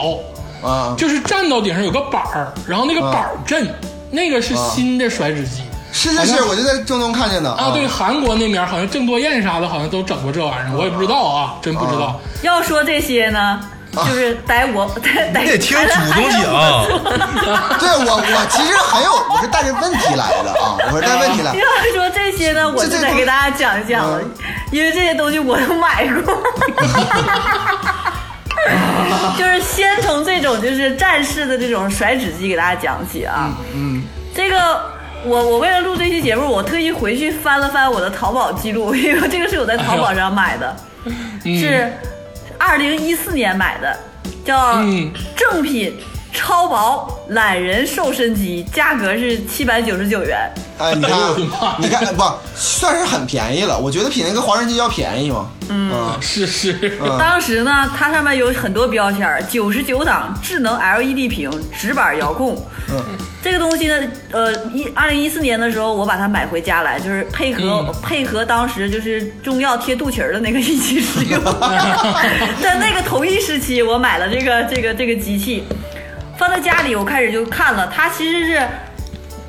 Speaker 4: 啊，
Speaker 1: 就是站到顶上有个板儿，然后那个板儿震，
Speaker 4: 嗯
Speaker 1: 那个是新的甩脂机。
Speaker 4: 是是是，我就在中东看见的
Speaker 1: 啊，对，韩国那边好像郑多燕啥的，好像都整过这玩意儿，我也不知道啊，真不知道。
Speaker 5: 要说这些呢，就是逮我 逮逮，
Speaker 3: 你得听祖宗
Speaker 5: 哎呀
Speaker 3: 讲，
Speaker 4: 对我我其实很有，我是带着问题来的啊，我是带问题来。
Speaker 5: 要说这些呢，我就得给大家讲一讲了，因为这些东西我都买过。就是先从这种就是战士的这种甩脂机给大家讲起啊。嗯，这个我我为了录这期节目，我特意回去翻了翻我的淘宝记录，因为这个是我在淘宝上买的，
Speaker 4: 嗯
Speaker 1: 嗯
Speaker 5: 是二零一四年买的，叫
Speaker 1: 嗯
Speaker 5: 正品。超薄懒人瘦身机，价格是七百九十九元。
Speaker 4: 哎，你
Speaker 1: 哎呦我的妈
Speaker 4: 看，你看，不算是很便宜了，我觉得比那个华润街要便宜嘛。嗯，
Speaker 1: 是是，
Speaker 5: 当时呢，它上面有很多标签儿，九十九档智能 LED 屏、直板遥控。嗯，这个东西呢，呃，一二零一四年的时候，我把它买回家来，就是配合、
Speaker 4: 嗯
Speaker 5: 配合当时就是中药贴肚脐儿的那个一起使 用。在那个同一时期，我买了这个这个这个机器，放在家里，我开始就看了，它其实是。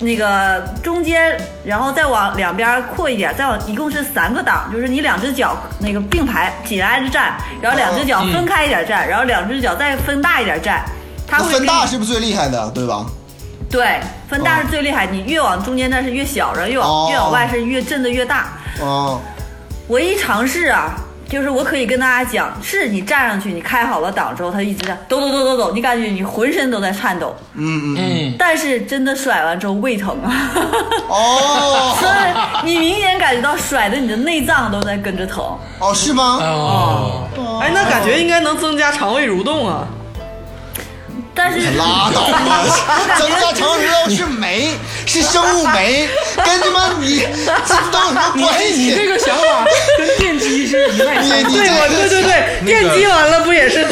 Speaker 5: 那个中间，然后再往两边扩一点，再往一共是三个档，就是你两只脚那个并排紧挨着站，然后两只
Speaker 4: 嗯
Speaker 5: 脚分开一点站，然后两只脚再分大一点站，它
Speaker 4: 那
Speaker 5: 会
Speaker 4: 分
Speaker 5: 给
Speaker 4: 大
Speaker 5: 你
Speaker 4: 是不是最厉害的，对吧？
Speaker 5: 对分大是最厉害，你越往中间站是越小，然后越往、
Speaker 4: 哦
Speaker 5: 越往外是越震的越大。
Speaker 4: 哦，
Speaker 5: 我一尝试啊，就是我可以跟大家讲，是你站上去，你开好了档之后，它一直在抖抖抖抖抖，你感觉你浑身都在颤抖，
Speaker 4: 嗯嗯，
Speaker 1: 嗯，
Speaker 5: 但是真的甩完之后胃疼啊。所
Speaker 4: 哦
Speaker 5: 以你明显感觉到甩的你的内脏都在跟着疼。
Speaker 4: 哦，是吗？
Speaker 1: 哦，
Speaker 2: 哎，那感觉应该能增加肠胃蠕动啊。
Speaker 5: 但是
Speaker 4: 拉倒啊吧，增加肠脂肉是酶，是生物酶，跟他妈你这都有什么
Speaker 1: 你
Speaker 4: 关
Speaker 1: 这你
Speaker 4: 系
Speaker 1: 这？个想法跟电机是一脉相承。
Speaker 4: 你你
Speaker 2: 啊对，我对对对，
Speaker 3: 那个
Speaker 2: 电击完了不也是？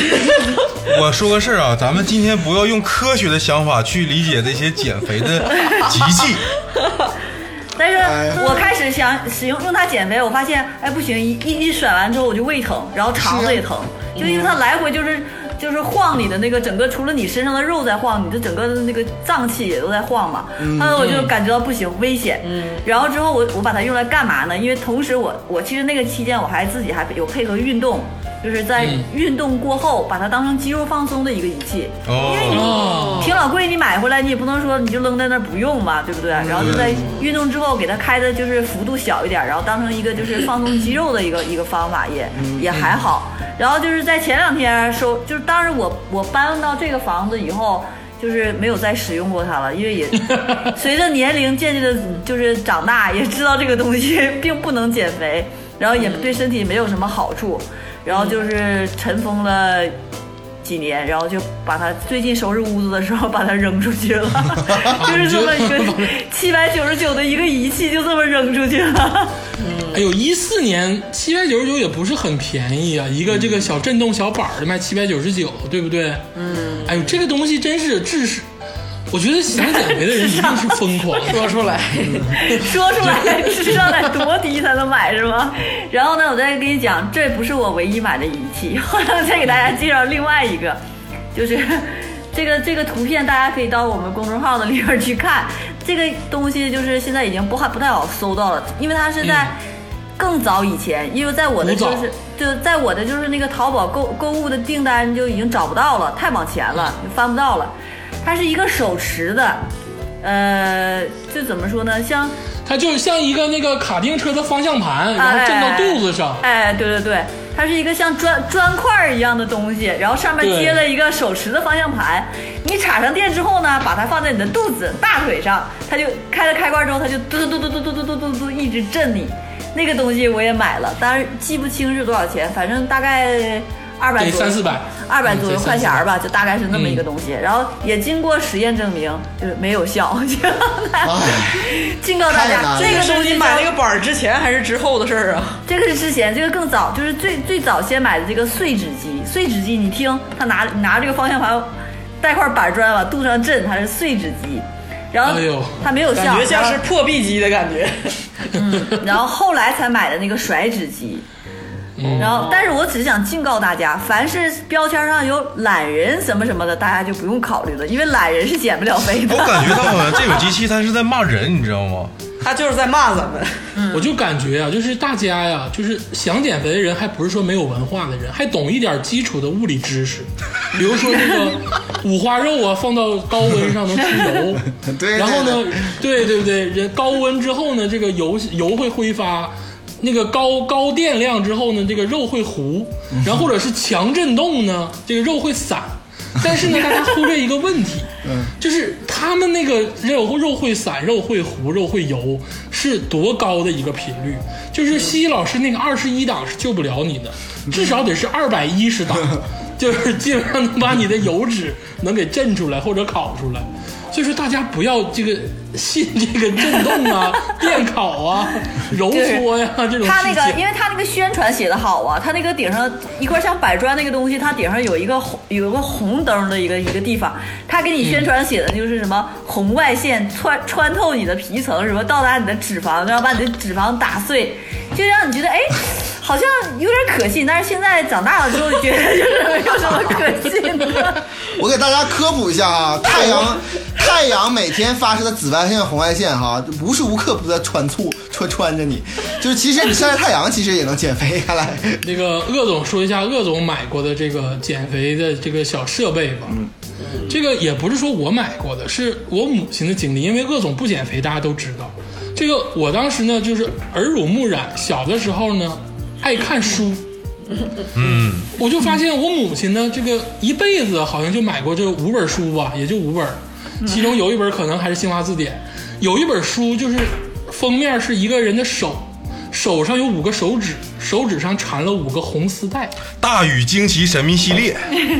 Speaker 3: 我说个事儿啊，咱们今天不要用科学的想法去理解这些减肥的机器。
Speaker 5: 但是
Speaker 4: 哎
Speaker 5: 我开始想使用用它减肥，我发现哎不行，一一一甩完之后我就胃疼，然后肠子也疼，就因为它来回就是就是晃你的那个整个，除了你身上的肉在晃，你的整个的那个脏器也都在晃嘛。后来我就感觉到不行，危险。然后之后我我把它用来干嘛呢？因为同时我我其实那个期间我还自己还有配合运动。就是在运动过后，把它当成肌肉放松的一个仪器，因为你
Speaker 3: 哦，
Speaker 1: 哦，
Speaker 5: 挺老贵，你买回来你也不能说你就扔在那儿不用吧，对不对？然后就在运动之后给它开的就是幅度小一点，然后当成一个就是放松肌肉的一个一个方法也也还好。然后就是在前两天收，就是当时我我搬到这个房子以后。就是没有再使用过它了，因为也 随着年龄渐渐的，就是长大，也知道这个东西 并不能减肥，然后也对身体没有什么好处，然后就是尘封了几年，然后就把它最近收拾屋子的时候把它扔出去了，就是这么一个七百九十九的一个仪器就这么扔出去了。
Speaker 1: 哎呦，一四年七百九十九也不是很便宜啊，一个这个小震动小板儿就卖七百九十九，对不对？嗯，哎呦，这个东西真是知识，我觉得想减肥的人一定是疯狂的。
Speaker 2: 说出来，
Speaker 5: 说 出来智商得多低才能买是吗？然后呢，我再跟你讲，这不是我唯一买的仪器，后来 我再给大家介绍另外一个，就是这个这个图片，大家可以到我们公众号的里边去看。这个东西就是现在已经不还不太好搜到了，因为它是在更早以前，因为在我的
Speaker 1: 嗯
Speaker 5: 就
Speaker 1: 古早
Speaker 5: 是就在我的就是那个淘宝购购物的订单就已经找不到了，太往前了，
Speaker 1: 嗯
Speaker 5: 就翻不到了。它是一个手持的，呃，就怎么说呢，像
Speaker 1: 它就像一个那个卡丁车的方向盘，然后震到肚子上。
Speaker 5: 哎，对对对，它是一个像砖砖块儿一样的东西，然后上面
Speaker 1: 对
Speaker 5: 接了一个手持的方向盘。你插上电之后呢，把它放在你的肚子、大腿上，它就开了开关之后，它就嘟嘟嘟嘟嘟嘟嘟嘟嘟一直震你。那个东西我也买了，当然记不清是多少钱，反正大概二百
Speaker 1: 得
Speaker 5: 左右
Speaker 1: 三四百，
Speaker 5: 二百左右
Speaker 1: 嗯
Speaker 5: 块钱儿。吧，就大概是那么一个
Speaker 1: 嗯
Speaker 5: 东西。然后也经过实验证明，就是没有效。 警告大
Speaker 4: 哎太难
Speaker 5: 家，
Speaker 4: 了
Speaker 5: 这
Speaker 2: 那
Speaker 5: 个
Speaker 2: 个是
Speaker 5: 东西
Speaker 2: 你买那个板儿之前还是之后的事儿啊？
Speaker 5: 这个是之前，这个更早，就是最最早先买的这个碎纸机。碎纸机，你听，他拿拿这个方向盘，带块板砖往肚上震，它是碎纸机。然后
Speaker 1: 哎呦
Speaker 5: 它没有效，
Speaker 2: 感觉像是
Speaker 5: 然后
Speaker 2: 破壁机的感觉。
Speaker 5: 然后后来才买的那个甩纸机。
Speaker 2: 嗯
Speaker 5: 然后，但是我只是想警告大家，凡是标签上有懒人什么什么的，大家就不用考虑了，因为懒人是减不了肥的
Speaker 3: 我。感觉到好像这个机器它是在骂人，你知道吗？
Speaker 2: 他就是在骂咱们，
Speaker 1: 我就感觉啊，就是大家呀，就是想减肥的人，还不是说没有文化的人，还懂一点基础的物理知识，比如说这个五花肉啊，放到高温上能出油，
Speaker 4: 对
Speaker 1: 然后呢，对对不对？人高温之后呢，这个油油会挥发，那个高高电量之后呢，这个肉会糊，然后或者是强震动呢，这个肉会散。但是呢，大家忽略一个问题，就是他们那个肉肉会散、肉会糊、肉会油是多高的一个频率？就是西西老师那个二十一档是救不了你的，至少得是二百一十档，就是基本上能把你的油脂能给震出来或者烤出来。所以说大家不要这个信这个震动 啊、电烤啊、揉搓呀、这种
Speaker 5: 他那
Speaker 1: 事
Speaker 5: 个，因
Speaker 1: 情。
Speaker 5: 为他那个宣传写的好啊，他那个顶上一块像板砖那个东西，它顶上有一个红有个红灯的一个一个地方，他给你宣传写的就是什么红外线穿穿透你的皮层，什么到达你的脂肪，然后把你的脂肪打碎，就让你觉得哎，好像有点可信。但是现在长大了之后，觉得就是 没有什么可信的。
Speaker 4: 我给大家科普一下啊，太阳太阳每天发射的紫外线、红外线哈、无时无刻不在穿促穿穿着你，就是其实你晒晒太阳，其实也能减肥。看来
Speaker 1: 那个鄂总说一下鄂总买过的这个减肥的这个小设备吧。这个也不是说我买过的，是我母亲的经历。因为鄂总不减肥，大家都知道。这个我当时呢，就是耳濡目染，小的时候呢，爱看书。嗯，我就发现我母亲呢，这个一辈子好像就买过这五本书吧，也就五本儿，其中有一本可能还是新华字典，有一本书就是封面是一个人的手，手上有五个手指，手指上缠了五个红丝带，
Speaker 3: 大禹惊奇神秘系列，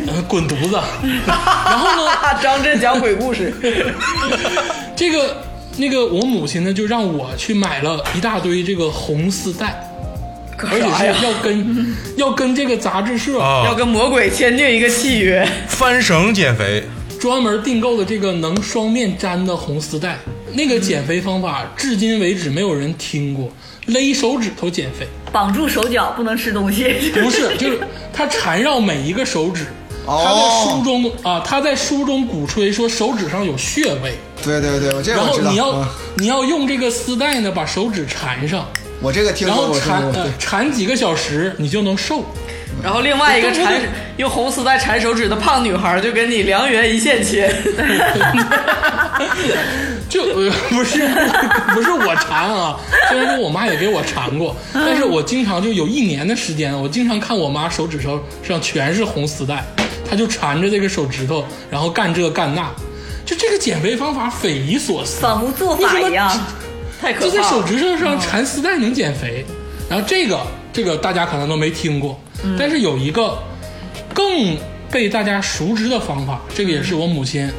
Speaker 1: 呃滚犊子。然后呢，
Speaker 2: 啊， 张震讲鬼故事，
Speaker 1: 这个那个我母亲呢，就让我去买了一大堆这个红丝带，而且
Speaker 2: 啥呀
Speaker 1: 是要跟要跟这个杂志社
Speaker 3: 啊
Speaker 2: 要跟魔鬼签订一个契约，
Speaker 3: 翻绳减肥，
Speaker 1: 专门订购的这个能双面粘的红丝带。那个减肥方法至今为止没有人听过，勒手指头减肥
Speaker 5: 绑住手脚不能吃东西，
Speaker 1: 不是，就是它缠绕每一个手指。他在
Speaker 4: 哦
Speaker 1: 书中啊，他在书中鼓吹说手指上有穴位，
Speaker 4: 对对对，我这个
Speaker 1: 然
Speaker 4: 我
Speaker 1: 后
Speaker 4: 知道，
Speaker 1: 你要
Speaker 4: 嗯
Speaker 1: 你要用这个丝带呢把手指缠上，
Speaker 4: 我这个听
Speaker 1: 然
Speaker 4: 说
Speaker 1: 后
Speaker 4: 过，我听
Speaker 1: 缠
Speaker 4: 说过
Speaker 1: 呃
Speaker 4: 对
Speaker 1: 缠几个小时，你就能瘦。
Speaker 2: 然后另外一个
Speaker 1: 对对
Speaker 2: 缠
Speaker 1: 对
Speaker 2: 用红丝带缠手指的胖女孩就跟你良缘一 线牵，
Speaker 1: 就、呃、 不是不是我馋啊，虽然说我妈也给我馋过，但是我经常就有一年的时间，我经常看我妈手指头上全是红丝带，她就缠着这个手指头，然后干这干那，就这个减肥方法匪夷所思。
Speaker 5: 仿佛做法一样
Speaker 1: 为什。
Speaker 2: 太可
Speaker 1: 就
Speaker 2: 怕嗯
Speaker 1: 在手
Speaker 2: 了。
Speaker 1: 指头上缠丝带能减肥。然后这个这个大家可能都没听过，
Speaker 2: 嗯
Speaker 1: 但是有一个更被大家熟知的方法，这个也是我母亲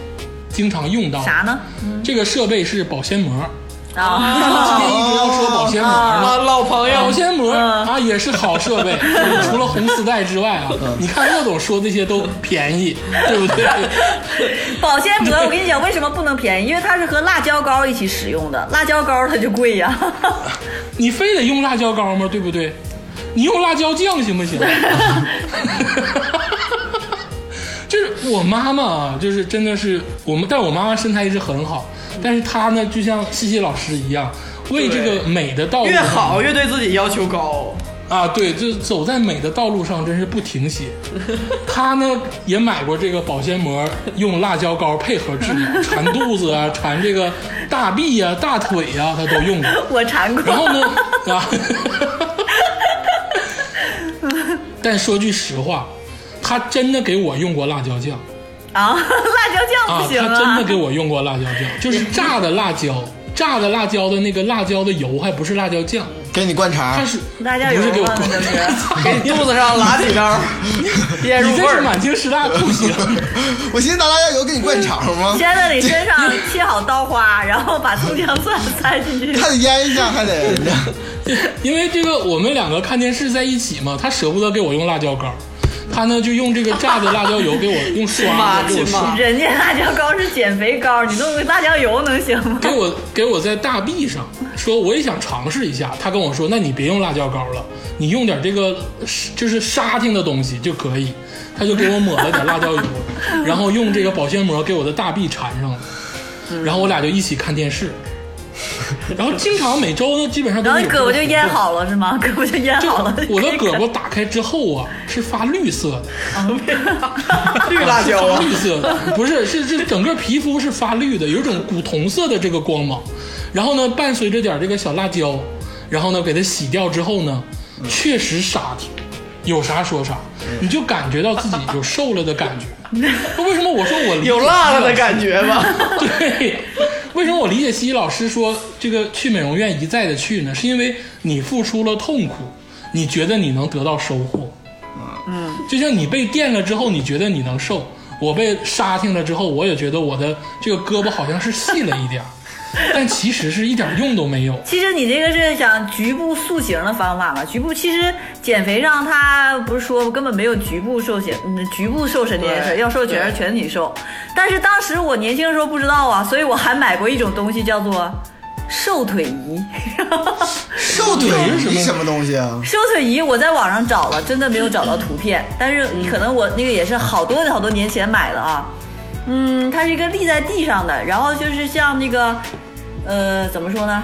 Speaker 1: 经常用到的。
Speaker 5: 啥呢？
Speaker 1: 这个设备是保鲜膜。
Speaker 5: 啊，
Speaker 1: 今天一直要说保鲜膜呢。
Speaker 2: 啊，老朋友
Speaker 1: 保，鲜膜
Speaker 2: 嗯
Speaker 1: 啊也是好设 备，除了红丝带之外啊，
Speaker 2: 嗯
Speaker 1: 你看鄂总说这些都便宜，对不对？
Speaker 5: 保鲜膜，我跟你讲，为什么不能便宜？因为它是和辣椒膏一起使用的，辣椒膏它就贵呀、
Speaker 1: 你非得用辣椒膏吗？对不对？你用辣椒酱行不行？ 就是我妈妈啊，就是真的是我们，但我妈妈身材一直很好，但是她呢，就像西西老师一样，为这个美的道路
Speaker 2: 越
Speaker 1: 上
Speaker 2: 好越对自己要求高。
Speaker 1: 啊，对，就走在美的道路上，真是不停歇。她呢也买过这个保鲜膜，用辣椒膏配合治疗，缠肚子啊，缠这个大臂呀、大腿呀、她都用过。
Speaker 5: 我馋过。
Speaker 1: 然后呢，啊， 但说句实话，他真的给我用过辣椒酱
Speaker 5: 啊，辣椒酱
Speaker 1: 啊
Speaker 5: 不，行
Speaker 1: 他
Speaker 5: 啊！
Speaker 1: 真的给我用过辣椒酱，就是炸的辣椒，炸的辣椒的那个辣椒的油还不是辣椒酱，
Speaker 4: 给你灌肠
Speaker 1: 它，是
Speaker 5: 辣椒
Speaker 1: 不
Speaker 5: 油
Speaker 1: 是给我
Speaker 5: 啊，那
Speaker 1: 灌
Speaker 5: 都是。
Speaker 2: 给你肚子上拉 几刀，腌入
Speaker 1: 你
Speaker 2: 味
Speaker 1: 这是
Speaker 2: 儿。
Speaker 1: 满清十大酷刑。
Speaker 4: 我寻思拿辣椒油给你灌肠吗？
Speaker 5: 先在你身上切好刀花，然后把葱姜蒜塞 进去。
Speaker 4: 还得腌一下，还得人家
Speaker 1: 因为这个我们两个看电视在一起嘛，他舍不得给我用辣椒膏，他呢就用这个炸的辣椒油给我用刷 子给我
Speaker 2: 亲妈
Speaker 1: 刷，
Speaker 5: 人家辣椒膏是减肥膏，你弄个辣椒油能行吗？
Speaker 1: 给我给我在大臂上说我也想尝试一下，他跟我说那你别用辣椒膏了，你用点这个就是沙汀的东西就可以，他就给我抹了点辣 椒油，然后用这个保鲜膜给我的大臂缠上了，
Speaker 5: 嗯
Speaker 1: 然后我俩就一起看电视。然后经常每周呢，基本上都
Speaker 5: 然后
Speaker 1: 是
Speaker 5: 你
Speaker 1: 有这个
Speaker 5: 胳膊就
Speaker 1: 活
Speaker 5: 腌
Speaker 1: 动
Speaker 5: 好了是吗？胳膊就腌
Speaker 1: 就
Speaker 5: 好了。
Speaker 1: 我的胳膊打开之后啊，是发绿色的，
Speaker 2: 绿辣椒啊
Speaker 1: 发！绿色的，不是，是这整个皮肤是发绿的，有一种古铜色的这个光芒，然后呢，伴随着点这个小辣椒，然后呢，给它洗掉之后呢，
Speaker 2: 嗯
Speaker 1: 确实沙挺，有啥说啥，你就感觉到自己有瘦了的感 觉。为什么我说我理解
Speaker 2: 有辣了的感觉 吧？
Speaker 1: 对，为什么我理解西西老师说这个去美容院一再的去呢？是因为你付出了痛苦，你觉得你能得到收获。嗯，就像你被电了之后，你觉得你能瘦；我被杀听了之后，我也觉得我的这个胳膊好像是细了一点儿，但其实是一点用都没有。
Speaker 5: 其实你这个是想局部塑形的方法嘛？局部其实减肥上它不是说根本没有局部瘦型，嗯，局部瘦身这件事，
Speaker 2: 对
Speaker 5: 要瘦全是全体瘦。但是当时我年轻的时候不知道啊，所以我还买过一种东西叫做瘦腿仪。
Speaker 4: 瘦腿是什么东西啊？
Speaker 5: 瘦腿仪我在网上找了，真的没有找到图片，但是可能我那个也是好多好多年前买的啊。嗯，它是一个立在地上的，然后就是像那个，呃，怎么说呢？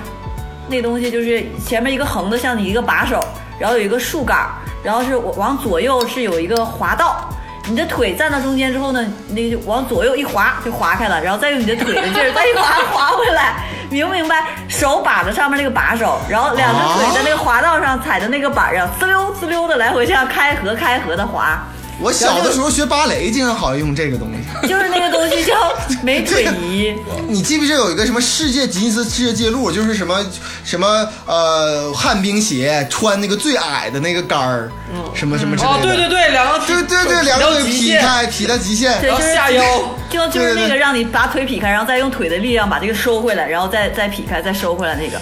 Speaker 5: 那东西就是前面一个横的，像你一个把手，然后有一个竖杆儿，然后是往左右是有一个滑道。你的腿站到中间之后呢，那个就往左右一滑就滑开了，然后再用你的腿的劲儿再一滑滑回来，明不明白？手把着上面那个把手，然后两只腿在那个滑道上踩在那个板上，滋溜滋溜的来回这样开合开合的滑，
Speaker 4: 我小的时候学芭蕾，经常好像用这个东西。
Speaker 5: 就是那个东西叫美腿仪。
Speaker 4: 你记不记得有一个什么世界吉尼斯世界纪录，就是什么什么呃旱冰鞋穿那个最矮的那个杆儿，什么什么之类的。
Speaker 2: 哦，对对对，两个腿
Speaker 4: 对对对，两
Speaker 2: 到
Speaker 4: 个腿
Speaker 2: 极
Speaker 4: 劈
Speaker 2: 限
Speaker 4: 开，劈到极限。
Speaker 5: 对
Speaker 2: 然后下腰，
Speaker 5: 就就是
Speaker 4: 对
Speaker 5: 那
Speaker 4: 对
Speaker 5: 个
Speaker 4: 对
Speaker 5: 让你把腿劈开，然后再用腿的力量把这个收回来，然后再再劈开，再收回来那个。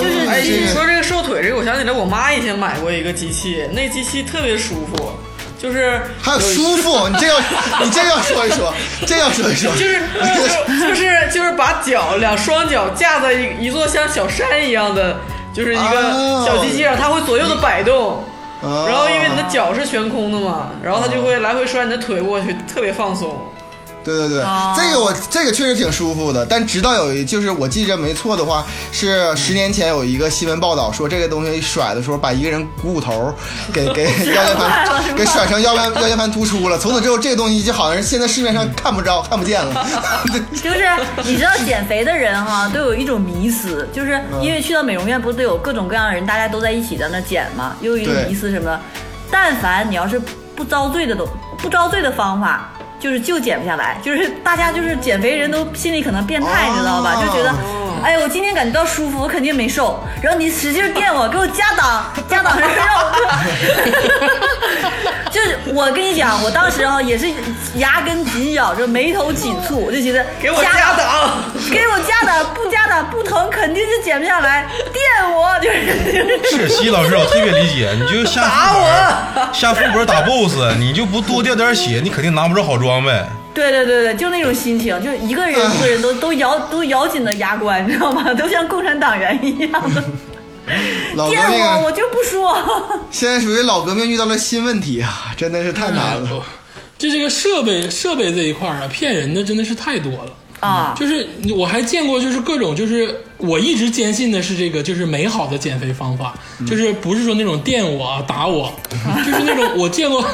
Speaker 5: 就是
Speaker 2: 哎，你
Speaker 4: 哦这
Speaker 2: 说
Speaker 4: 个
Speaker 2: 这个瘦腿这个，我想起来我妈以前买过一个机器，那机器特别舒服，就是
Speaker 4: 还有舒服，你 这要你这要说一说，这要说一 说，
Speaker 2: 就是就是就是把脚两双脚架在一一座像小山一样的，就是一个
Speaker 4: 哦
Speaker 2: 小机器上，它会左右的摆动。
Speaker 4: 哦
Speaker 2: 然后因为你的脚是悬空的嘛，然后它就会来回摔你的腿过去，特别放松。
Speaker 4: 对对对，
Speaker 1: 哦
Speaker 4: 这个我这个确实挺舒服的，但直到有一就是我记着没错的话，是十年前有一个新闻报道说这个东西甩的时候把一个人股骨头给 给腰间盘给甩成腰间腰间盘突出了，从此之后这个东西就好像是现在市面上看不着看不 见了。
Speaker 5: 就是你知道减肥的人哈，都有一种迷思，就是
Speaker 4: 嗯
Speaker 5: 因为去到美容院不是都有各种各样的人，大家都在一起在那减嘛，又有一种
Speaker 4: 对
Speaker 5: 迷思什么的。但凡你要是不遭罪的都不遭罪的方法。就是就减不下来，就是大家就是减肥人都心里可能变态，
Speaker 4: 哦
Speaker 5: 你知道吧？就觉得，
Speaker 2: 哦
Speaker 5: 哎，我今天感觉到舒服，我肯定没瘦。然后你使劲垫我，给我加档，加档是 肉。就是我跟你讲，我当时啊也是牙根紧咬着，眉头紧蹙，我就觉得
Speaker 2: 哦给我加啊档，
Speaker 5: 给我加的，不加的不疼，肯定是减不下来。电我 就
Speaker 3: 是
Speaker 5: 是，
Speaker 3: 西老师，我特别理解，你就下副本，下副本打 BOSS，你就不多掉点血，你肯定拿不着好装备。
Speaker 5: 对对对对，就那种心情，就是一个人一个人都都咬都咬紧了牙关，你知道吗？都像共产党员一样的。
Speaker 4: 老革
Speaker 5: 电我，
Speaker 4: 命
Speaker 5: 我就不说。
Speaker 4: 现在属于老革命遇到了新问题啊，真的是太难了。
Speaker 1: 就这个设备设备这一块儿啊，骗人的真的是太多了。
Speaker 5: 啊，
Speaker 1: 就是我还见过，就是各种，就是我一直坚信的是这个，就是美好的减肥方法，
Speaker 4: 嗯
Speaker 1: 就是不是说那种电我啊打 我，就是那种我见过，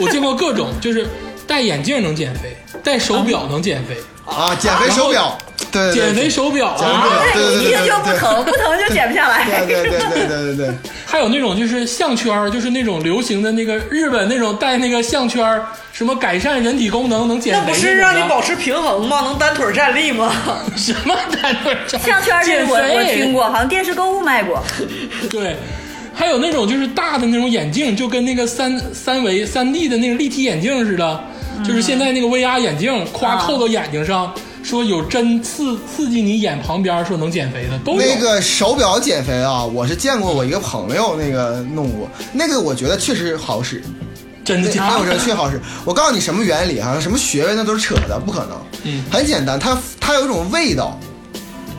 Speaker 1: 我见过各种，就是戴眼镜能减肥，戴手表能减肥，
Speaker 4: 啊，减 肥手表，对对对
Speaker 1: 减肥手表
Speaker 4: 减肥手
Speaker 1: 啊
Speaker 4: 表，啊
Speaker 5: 不是你一听就不疼，不疼就减不下来。
Speaker 4: 对对对对对对对，
Speaker 1: 还还有那种就是项圈儿，就是那种流行的那个日本那种戴那个项圈儿，什么改善人体功能能减
Speaker 2: 那
Speaker 1: 肥，
Speaker 2: 不是让你保持平衡吗？能单腿站立吗？
Speaker 1: 什么 单腿儿站
Speaker 5: 项圈儿这
Speaker 1: 减
Speaker 5: 个我我
Speaker 1: 肥
Speaker 5: 听过，好像电视购物卖过。
Speaker 1: 对，还有那种就是大的那种眼镜，就跟那个三三维三 D 的那个立体眼镜似的，就是现在那个 VR 眼镜，夸
Speaker 5: 啊
Speaker 1: 扣到眼睛上，说有针刺刺激你眼旁边，说能减肥的都有。
Speaker 4: 那个手表减肥啊，我是见过我一个朋友那个弄过，那个我觉得确实好使，
Speaker 1: 真的
Speaker 4: 那
Speaker 1: 假
Speaker 4: 那我觉
Speaker 1: 的
Speaker 4: 得？确好使。我告诉你什么原理啊，什么穴位那都是扯的，不可能。
Speaker 1: 嗯，
Speaker 4: 很简单，它它有一种味道，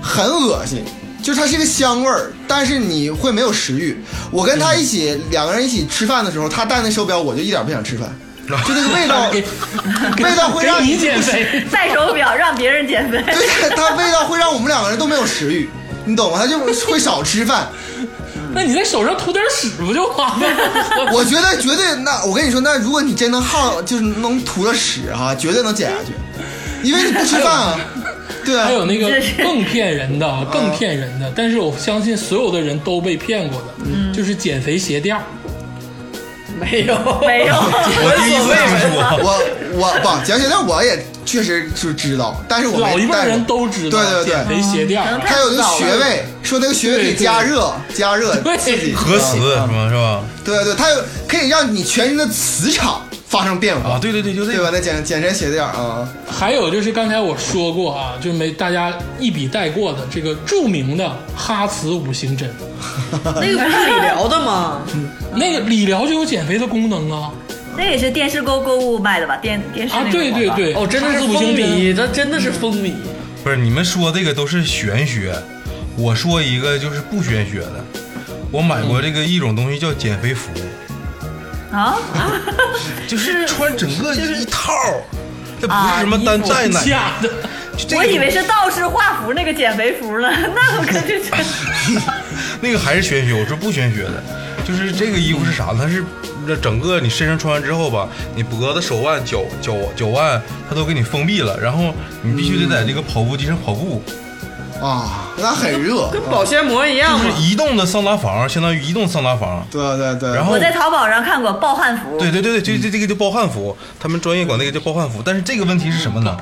Speaker 4: 很恶心，就是它是一个香味儿，但是你会没有食欲。我跟他一起、两个人一起吃饭的时候，他戴那手表，我就一点不想吃饭，就那个味道
Speaker 1: 给
Speaker 4: 味道会让
Speaker 1: 给你减肥，
Speaker 5: 戴手表让别人减肥，
Speaker 4: 对它味道会让我们两个人都没有食欲，你懂吗？他就会少吃饭。
Speaker 1: 那你在手上涂点屎不就完 了？
Speaker 4: 我觉得绝对，那我跟你说，那如果你真能耗，就是能涂了屎哈、绝对能减下去，因为你不吃饭啊，对啊
Speaker 1: 还，有那个
Speaker 5: 这是
Speaker 1: 更骗人的，更骗人的，但是我相信所有的人都被骗过的，就是减肥鞋垫儿。
Speaker 2: 没有，
Speaker 5: 没有。
Speaker 3: 我第一次听 说，
Speaker 4: 我我不讲起来，我也确实是知道，但是我没
Speaker 1: 老一辈
Speaker 4: 戴过
Speaker 1: 人都知道，
Speaker 4: 对对对
Speaker 1: 减肥鞋垫儿
Speaker 5: 可能
Speaker 1: 啊。
Speaker 4: 他有那个穴位，说那个穴位可以加热，加热
Speaker 1: 对
Speaker 4: 刺激
Speaker 3: 核磁什么是吧？
Speaker 4: 对对，它有可以让你全身的磁场发生变化，
Speaker 3: 啊，对对对，就这
Speaker 4: 对吧
Speaker 3: 个。？
Speaker 4: 那减减身鞋垫儿啊，
Speaker 1: 还有就是刚才我说过啊，就没大家一笔带过的这个著名的哈茨五行针，
Speaker 2: 那个不是理疗的吗？
Speaker 1: 那个理疗就有减肥的功能啊
Speaker 5: 那也是电视购购物卖的吧？电电视
Speaker 1: 啊
Speaker 5: 那！个
Speaker 1: 对
Speaker 5: 广
Speaker 1: 对
Speaker 5: 告
Speaker 1: 对，
Speaker 2: 哦，真的
Speaker 1: 哈
Speaker 2: 是
Speaker 1: 茨
Speaker 2: 风
Speaker 1: 五行针，
Speaker 2: 靡，这真的是风靡。
Speaker 3: 不是你们说这个都是玄学，我说一个就是不玄学的。我买过这个一种东西叫减肥服，
Speaker 5: 啊，
Speaker 3: 就是穿整个一套，这不是什么单带奶，
Speaker 1: 假的，
Speaker 3: 就这个
Speaker 5: 啊我以为是道士画符那个减肥符呢， 那我可 就真
Speaker 3: 那个还是玄学，我说不玄学的，就是这个衣服是啥？它是整个你身上穿完之后吧，你脖子、手腕、脚、脚、脚腕，它都给你封闭了，然后你必须得
Speaker 5: 嗯
Speaker 3: 在这个跑步机上跑步，
Speaker 4: 啊，那很热，
Speaker 2: 跟保鲜膜一样
Speaker 3: 就是
Speaker 2: 嘛。
Speaker 3: 移动的桑拿房，相当于移动桑拿房。
Speaker 4: 对对对，
Speaker 3: 然后
Speaker 5: 我在淘宝上看过暴汗服，
Speaker 3: 对对对对，就这这个叫暴汗服，他们专业管那个叫暴汗服。但是这个问题是什么呢？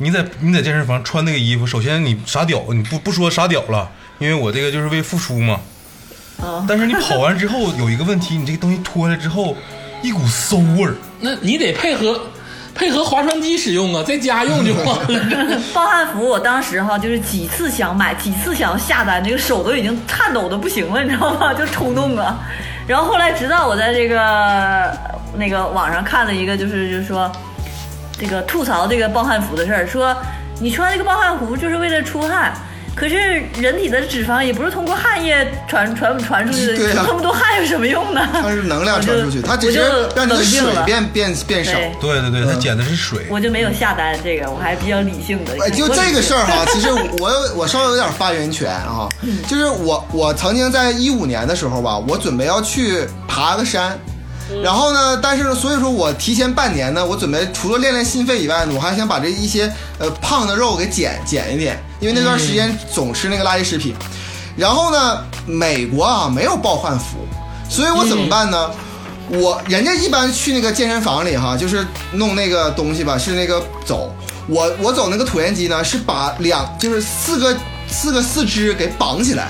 Speaker 3: 你在你在健身房穿那个衣服，首先你傻屌，你不不说傻屌了，因为我这个就是为付出嘛。但是你跑完之后有一个问题，你这个东西脱下来之后，一股馊味儿。
Speaker 1: 那你得配合配合划船机使用啊，在家用就完 了。
Speaker 5: 暴汗服我当时哈就是几次想买，几次想下单，这个手都已经颤抖的不行了，你知道吗？ 就冲动啊。然后后来直到我在这个呃那个网上看了一个，就是就是说这个吐槽这个暴汗服的事儿，说你穿这个暴汗服就是为了出汗。可是人体的脂肪也不是通过汗液传传传出 去
Speaker 4: 对
Speaker 5: 的，
Speaker 4: 啊
Speaker 5: 那么多汗有什么用呢？
Speaker 4: 它是能量传出去，
Speaker 5: 我就
Speaker 4: 它只是
Speaker 5: 我就
Speaker 4: 让你的
Speaker 5: 冷静
Speaker 4: 水
Speaker 5: 了
Speaker 4: 变变变少。
Speaker 5: 对
Speaker 3: 对对对，它减的是水。
Speaker 5: 我就没有下单这个，我还比较理性的。
Speaker 4: 哎，就这个事儿哈，其实我有我稍微有点发言权啊，就是我我曾经在一五年的时候吧，我准备要去爬个山，然后呢，但是呢所以说我提前半年呢，我准备除了练练心肺以外呢，我还想把这一些呃胖的肉给减减一减，因为那段时间总吃那个垃圾食品。然后呢，美国啊没有暴汗服，所以我怎么办呢？我人家一般去那个健身房里哈，就是弄那个东西吧，是那个走。我我走那个椭圆机呢，是把两就是四个四个四肢给绑起来，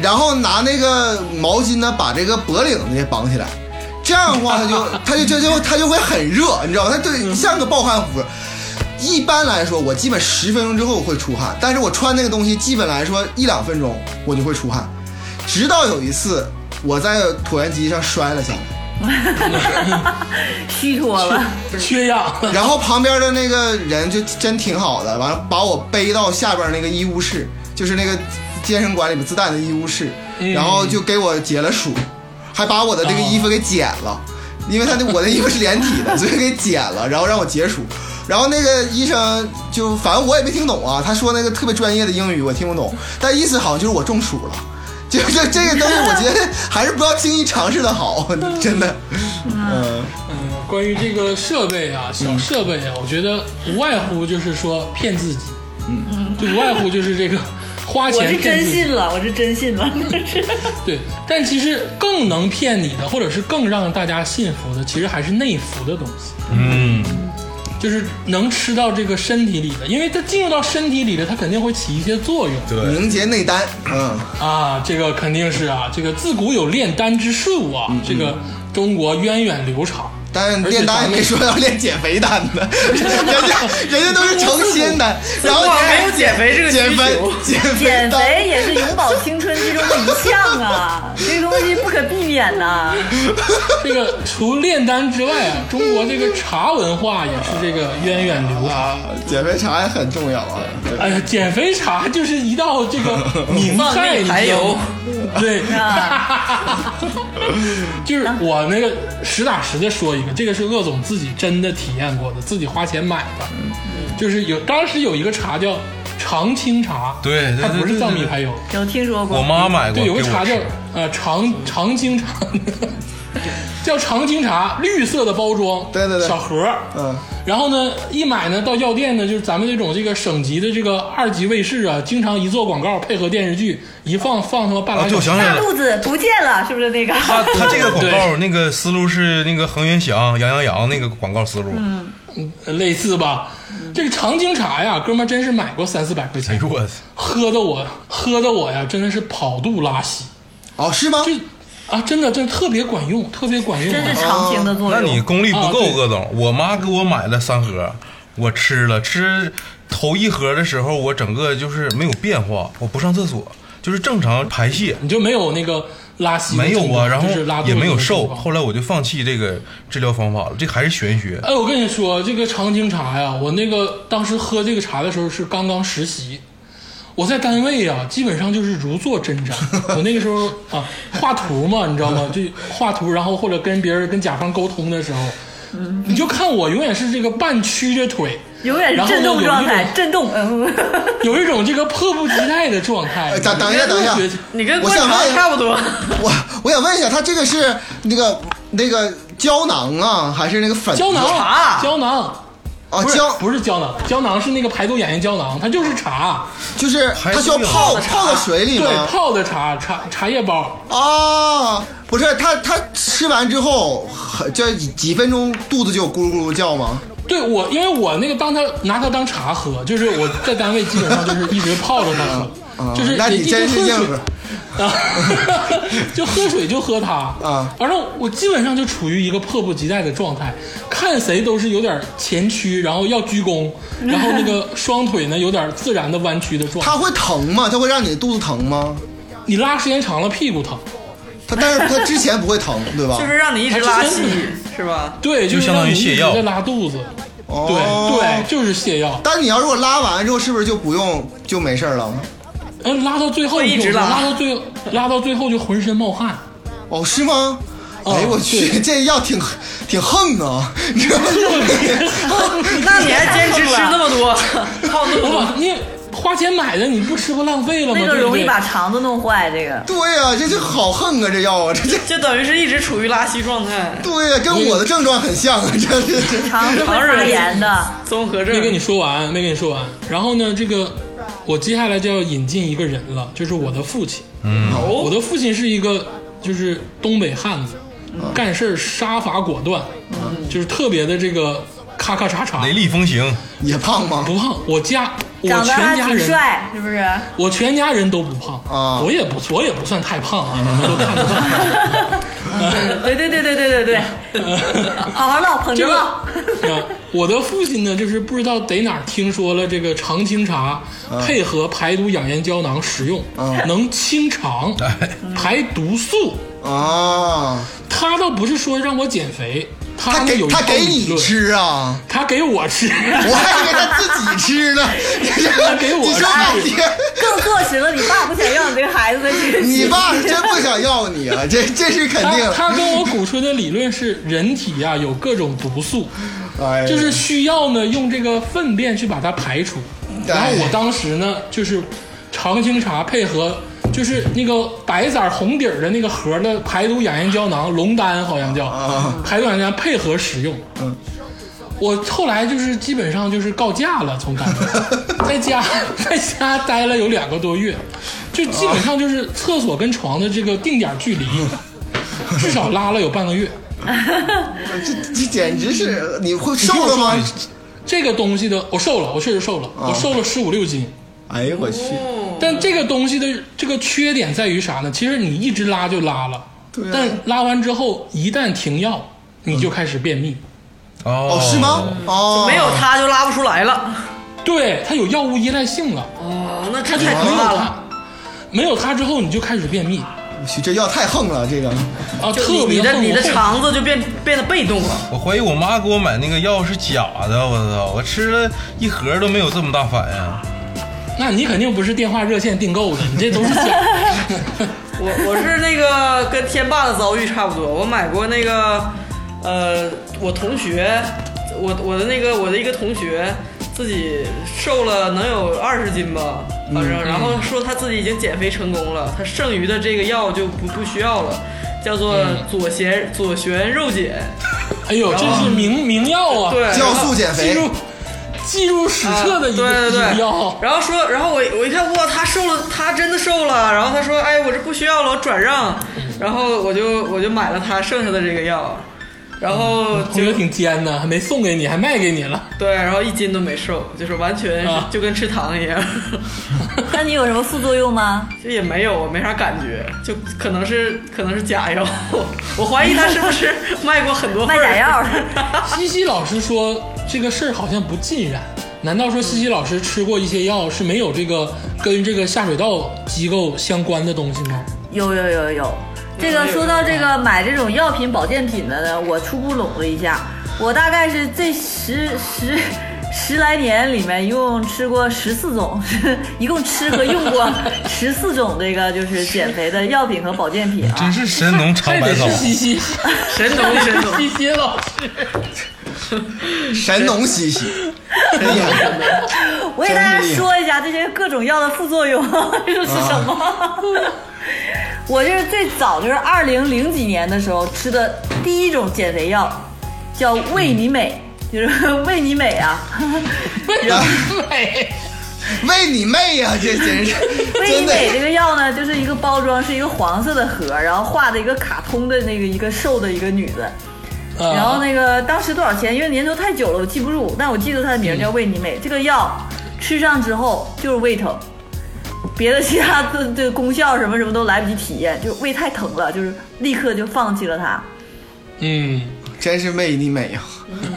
Speaker 4: 然后拿那个毛巾呢把这个脖领子也绑起来，这样的话它就它就这就它就会很热，你知道吗？它对像个暴汗服。一般来说，我基本十分钟之后我会出汗，但是我穿那个东西，基本来说一两分钟我就会出汗，直到有一次我在椭圆机上摔了下来。
Speaker 5: 虚脱了。
Speaker 1: 缺氧了，
Speaker 4: 然后旁边的那个人就真挺好的，完了把我背到下边那个医务室，就是那个健身馆里面自带的医务室，然后就给我解了暑，还把我的这个衣服给剪了，因为他的我的衣服是连体的，所以给剪了，然后让我解暑。然后那个医生就反正我也没听懂啊，他说那个特别专业的英语我听不懂，但意思好像就是我中暑了。就这这个东西，我觉得还是不要轻易尝试的好，真的。嗯，
Speaker 1: 嗯，关于这个设备啊，小设备啊，我觉得无外乎就是说骗自己，嗯，就无外乎就是这个花
Speaker 5: 我
Speaker 1: 钱
Speaker 5: 是
Speaker 1: 骗
Speaker 5: 真
Speaker 1: 自己
Speaker 5: 信了，我是真信了，是
Speaker 1: 对，但其实更能骗你的，或者是更让大家信服的，其实还是内服的东西，
Speaker 3: 嗯，
Speaker 1: 就是能吃到这个身体里的，因为它进入到身体里了，它肯定会起一些作用
Speaker 3: 对，
Speaker 4: 凝结内丹，嗯，
Speaker 1: 啊。这个肯定是啊，这个自古有炼丹之术啊，这个中国源远流长。
Speaker 4: 但
Speaker 1: 而且
Speaker 4: 炼丹也
Speaker 1: 咱们
Speaker 4: 没说要练减肥丹 的，人家人家都是成仙丹，然后
Speaker 2: 我
Speaker 4: 你
Speaker 2: 没
Speaker 4: 还
Speaker 2: 有减肥这个
Speaker 4: 减
Speaker 2: 需
Speaker 4: 肥
Speaker 2: 求
Speaker 4: 减
Speaker 5: 减
Speaker 4: 肥丹，
Speaker 5: 肥也是永葆青春其中的一项啊，这个东西不可避免呐、
Speaker 1: 这个 除炼丹之外啊，中国这个茶文化也是这个源远流长。
Speaker 4: 啊，减肥茶也很重要啊。对
Speaker 1: 哎呀，减肥茶就是一道这 个名
Speaker 2: 放
Speaker 1: 菜，
Speaker 2: 内
Speaker 1: 你知道
Speaker 2: 排油
Speaker 1: 吗，对， 就是
Speaker 3: 嗯
Speaker 1: 我那个实打实的说一个，这个是鄂总自己真的体验过的，自己花钱买的，
Speaker 3: 嗯
Speaker 1: 就是有当时有一个茶叫常青茶，
Speaker 3: 对对
Speaker 1: 它不是
Speaker 3: 对对
Speaker 1: 藏秘
Speaker 3: 对
Speaker 1: 排油，
Speaker 5: 有听说过？
Speaker 3: 我妈买过，
Speaker 1: 对，有个
Speaker 3: 给我
Speaker 1: 茶叫
Speaker 3: 吃
Speaker 1: 呃常常青茶，叫常青茶，绿色的包装，
Speaker 4: 对对对
Speaker 1: 小盒儿，
Speaker 4: 嗯，
Speaker 1: 然后呢，一买呢到药店呢，就是咱们这种这个省级的这个二级卫视啊，经常一做广告配合电视剧一放放他妈半拉
Speaker 3: 啊，
Speaker 1: 小
Speaker 3: 对，我
Speaker 1: 时。
Speaker 3: 想起来
Speaker 5: 大
Speaker 3: 了。
Speaker 5: 肚子不见了，是不是那个？
Speaker 3: 他他这个广告那个思路是那个恒源祥、杨阳洋那个广告思路。
Speaker 1: 呃类似吧。
Speaker 4: 嗯
Speaker 1: 这个长青茶呀，哥们儿真是买过三四百块
Speaker 3: 哎
Speaker 1: 钱，
Speaker 3: 呦我，
Speaker 1: 喝的我喝的我呀，真的是跑肚拉稀，
Speaker 4: 哦，是吗？
Speaker 1: 就啊，真的，真的特别管用，特别管用
Speaker 5: 真
Speaker 1: 啊、
Speaker 5: 是常青的作
Speaker 3: 哦那
Speaker 5: 用。
Speaker 3: 你功力不
Speaker 1: 啊
Speaker 3: 够，
Speaker 1: 对
Speaker 3: 鄂总。我妈给我买了三盒，我吃了，吃头一盒的时候，我整个就是没有变化，我不上厕所，就是正常排泄。
Speaker 1: 你就没有那个拉稀的
Speaker 3: 没有
Speaker 1: 症
Speaker 3: 啊，
Speaker 1: 状
Speaker 3: 然后
Speaker 1: 就是拉肚
Speaker 3: 也
Speaker 1: 子
Speaker 3: 没有
Speaker 1: 的症
Speaker 3: 瘦，
Speaker 1: 状
Speaker 3: 后来我就放弃这个治疗方法了，这还是玄学。
Speaker 1: 哎，我跟你说，这个长青茶呀，我那个当时喝这个茶的时候是刚刚实习，我在单位呀，基本上就是如坐针毡。我那个时候啊，画图嘛，你知道吗？就画图，然后或者跟别人、跟甲方沟通的时候，你就看我永远是这个半屈着腿，
Speaker 5: 永远是震动状态，震动，嗯，
Speaker 1: 有一种这个迫不及待的状态
Speaker 4: 哎。等等一下，等一下，
Speaker 2: 你跟
Speaker 4: 我
Speaker 2: 灌
Speaker 4: 想
Speaker 2: 肠
Speaker 4: 问
Speaker 2: 差不多，
Speaker 4: 我我想问一下，它这个是那个那个胶囊啊，还是那个粉
Speaker 1: 胶囊，
Speaker 2: 茶
Speaker 1: 胶囊。
Speaker 4: 啊？
Speaker 1: 不是
Speaker 4: 胶
Speaker 1: 不是胶囊，胶囊是那个排毒眼炎胶囊，它就是茶，
Speaker 4: 就是
Speaker 3: 还
Speaker 4: 它需要
Speaker 3: 是
Speaker 4: 泡
Speaker 3: 有
Speaker 4: 泡在水里
Speaker 1: 对，
Speaker 4: 吗？
Speaker 1: 泡的茶，茶茶叶包，
Speaker 4: 啊，不是，它它吃完之后，很就几几分钟肚子就咕噜咕噜叫吗？
Speaker 1: 对我，因为我那个当它拿它当茶喝，就是我在单位基本上就是一直泡着它喝，就是
Speaker 4: 嗯那
Speaker 1: 也
Speaker 4: 你
Speaker 1: 就
Speaker 4: 真是
Speaker 1: 喝
Speaker 4: 硬
Speaker 1: 水
Speaker 4: 核
Speaker 1: 啊，就喝水就喝它
Speaker 4: 啊，
Speaker 1: 反正我基本上就处于一个迫不及待的状态，看谁都是有点前屈，然后要鞠躬，然后那 个双腿呢有点自然的弯曲的状态。
Speaker 4: 它会疼吗？它会让你肚子疼吗？
Speaker 1: 你拉时间长了屁股疼，
Speaker 4: 它但是它之前不会疼，对 吧？
Speaker 2: 就是让你一直拉稀，是吧？
Speaker 1: 对，就
Speaker 3: 就是相当于
Speaker 1: 让你一
Speaker 3: 泻
Speaker 1: 直
Speaker 3: 药
Speaker 1: 在拉肚子，
Speaker 4: 哦
Speaker 1: 对对，。就是泻药。
Speaker 4: 但你要如果拉完之后，是不是就不用就没事儿了？
Speaker 1: 嗯，拉到最后
Speaker 2: 会一直
Speaker 1: 就
Speaker 2: 拉
Speaker 1: 拉到最拉到最后就浑身冒汗。
Speaker 4: 哦，是吗？
Speaker 1: 哦
Speaker 4: 哎，我去，
Speaker 1: 对
Speaker 4: 这药挺挺横啊！ 你知道吗？
Speaker 2: 那你还 坚 持吃那么 多，胖 那么
Speaker 1: 我
Speaker 2: 多
Speaker 1: 把，你花钱买的，你不吃不浪费了吗？
Speaker 5: 那个
Speaker 1: 对不
Speaker 5: 容易
Speaker 1: 对
Speaker 5: 把肠子弄坏，这个。
Speaker 4: 对呀、这就好横啊！这药啊，这这
Speaker 2: 就等于是一直处于拉稀状态。
Speaker 4: 对呀、啊跟我的症状很像啊！这这这
Speaker 5: 肠子会发炎的，
Speaker 2: 综合症
Speaker 1: 没跟你说完，没跟你说完。然后呢，这个我接下来就要引进一个人了，就是我的父亲。我
Speaker 3: 嗯
Speaker 2: 哦，
Speaker 1: 的父亲是一个就是东北汉子，
Speaker 5: 嗯
Speaker 1: 干事儿杀伐果断，就是特别的这个咔咔嚓
Speaker 3: 雷
Speaker 1: 嚓，
Speaker 3: 厉风行，
Speaker 4: 也胖吗？
Speaker 1: 不胖。我家我
Speaker 5: 长
Speaker 1: 全
Speaker 5: 得还
Speaker 1: 家
Speaker 5: 挺
Speaker 1: 人
Speaker 5: 帅，是不是？
Speaker 1: 我全家人都不胖
Speaker 4: 啊
Speaker 1: 我也不我也不算太胖啊，你
Speaker 3: 嗯
Speaker 1: 们都看不到。
Speaker 5: 对对对对对对对，好好唠，捧
Speaker 1: 这
Speaker 5: 着
Speaker 1: 个
Speaker 5: 唠。
Speaker 1: 啊，我的父亲呢，就是不知道得哪儿听说了这个常青茶
Speaker 4: 嗯
Speaker 1: 配合排毒养颜胶囊使用，能清肠、
Speaker 4: 哎
Speaker 1: 排毒素。
Speaker 4: 啊，
Speaker 1: 他倒不是说让我减肥，他
Speaker 4: 他
Speaker 1: 呢
Speaker 4: 给
Speaker 1: 有一
Speaker 4: 他
Speaker 1: 套
Speaker 4: 给
Speaker 1: 理
Speaker 4: 你
Speaker 1: 论，
Speaker 4: 吃啊，
Speaker 1: 他给我 吃。
Speaker 4: 我还以为他自己 吃呢。
Speaker 1: 他给我
Speaker 4: 你说半天，
Speaker 5: 更坐实了你爸不想要你这个孩子的决心。
Speaker 4: 你爸真不想要你啊！这这是肯定
Speaker 1: 他。他跟我鼓吹的理论是，人体呀、有各种毒素，
Speaker 4: 哎呀
Speaker 1: 就是需要呢用这个粪便去把它排除。然后我当时呢，就是常青茶配合就是那个白色儿红底儿的那个盒儿的排毒养颜胶囊，龙丹好像叫，排毒养颜胶囊配合使用。我后来就是基本上就是告假了，从单位，在家在家待了有两个多月，就基本上就是厕所跟床的这个定点距离，至少拉了有半个月。
Speaker 4: 这这简直是你会瘦了吗？
Speaker 1: 这个东西的我瘦了，我确实瘦了，
Speaker 4: 啊
Speaker 1: 我瘦了十五六斤。
Speaker 4: 哎呦我去！
Speaker 2: 哦
Speaker 1: 但这个东西的这个缺点在于啥呢？其实你一直拉就拉了，
Speaker 4: 对啊
Speaker 1: 但拉完之后一旦停药，你就开始便秘。
Speaker 4: 哦，
Speaker 3: 哦
Speaker 4: 是吗？？哦，
Speaker 2: 没有它就拉不出来了。
Speaker 4: 嗯
Speaker 1: 对，它有药物依赖性了，
Speaker 2: 哦，那
Speaker 1: 它
Speaker 2: 这
Speaker 1: 就没
Speaker 2: 太可
Speaker 1: 有
Speaker 2: 怕
Speaker 1: 它
Speaker 2: 了。，
Speaker 1: 没有它之后你就开始便秘
Speaker 4: 我去，这药太横了，这个
Speaker 1: 啊，
Speaker 2: 就
Speaker 1: 特
Speaker 2: 你
Speaker 1: 别
Speaker 2: 你的
Speaker 1: 恨
Speaker 2: 你的
Speaker 1: 我后
Speaker 2: 肠子就变变得被动了。
Speaker 3: 我怀疑我妈给我买那个药是假的，我操！我吃了一盒都没有这么大反
Speaker 1: 啊
Speaker 3: 应。
Speaker 1: 那你肯定不是电话热线订购的，你这都是 假的。
Speaker 2: 我我是那个跟天霸的遭遇差不多，我买过那个，呃，我同学，我我的那个我的一个同学自己瘦了能有二十斤吧，反正，然后说他自己已经减肥成功了，他剩余的这个药就不不需要了，叫做左旋左旋肉碱，
Speaker 1: 哎呦，这是名名药啊！
Speaker 2: 对，，
Speaker 4: 酵素哦减
Speaker 1: 记
Speaker 4: 肥
Speaker 1: 入记入史
Speaker 2: 啊
Speaker 1: 册的一个、
Speaker 2: 对对
Speaker 1: 一个
Speaker 2: 对，
Speaker 1: 药。
Speaker 2: 然后说，然后我我一看，哇，他瘦了，他真的瘦了。然后他说，哎，我这不需要了，我转让。然后我就我就买了他剩下的这个药，然后
Speaker 1: 朋友
Speaker 2: 就
Speaker 1: 挺尖的，还没送给你，还卖给你 了。
Speaker 2: 对，然后一斤都没瘦，就是完全是
Speaker 1: 啊
Speaker 2: 就跟吃糖一样，
Speaker 5: 那你有什么副作用吗？
Speaker 2: 这也没有，没啥感觉，就可能是可能是假药，我怀疑他是不 是卖过很多份
Speaker 5: 卖
Speaker 2: 儿
Speaker 5: 假药？
Speaker 1: 西西老师说这个事儿好像不尽然，难道说西西老师吃过一些药是没有这个跟这个下水道机构相关的东西吗？
Speaker 5: 有有有有，这个说到这个买这种药品保健品的呢，我初步拢了一下，我大概是这十十十来年里面一共吃过十四种， 一共吃和用过十四种这个就是减肥的药品和保健品
Speaker 3: 真
Speaker 5: 啊。
Speaker 3: 是神农尝
Speaker 1: 这
Speaker 3: 百
Speaker 1: 哎得
Speaker 3: 草
Speaker 1: 是，西 西，
Speaker 2: 神农神农，
Speaker 1: 西西老师。
Speaker 4: 神农哎兮兮，厉害！
Speaker 5: 我给大家说一下这些各种药的副作 用又是什
Speaker 4: 啊
Speaker 5: 么。我就是最早就是二零零几年的时候吃的第一种减肥药，叫胃尼美，就是胃尼美 啊。
Speaker 1: 美，
Speaker 4: 喂你妹呀、这简直
Speaker 5: 威
Speaker 4: 真
Speaker 5: 尼
Speaker 4: 的
Speaker 5: 美这个药呢，就是一个包装是一个黄色的盒，然后画的一个卡通的那个一个瘦的一个女的，
Speaker 1: 啊
Speaker 5: 嗯然后那个当时多少钱？因为年头太久了，我记不住，但我记住它的名儿叫胃尼美。这个药吃上之后就是胃疼，别的其他的这个功效什么什么都来不及体验，就是胃太疼了，就是立刻就放弃了它。
Speaker 1: 嗯，
Speaker 4: 真是喂你美呀、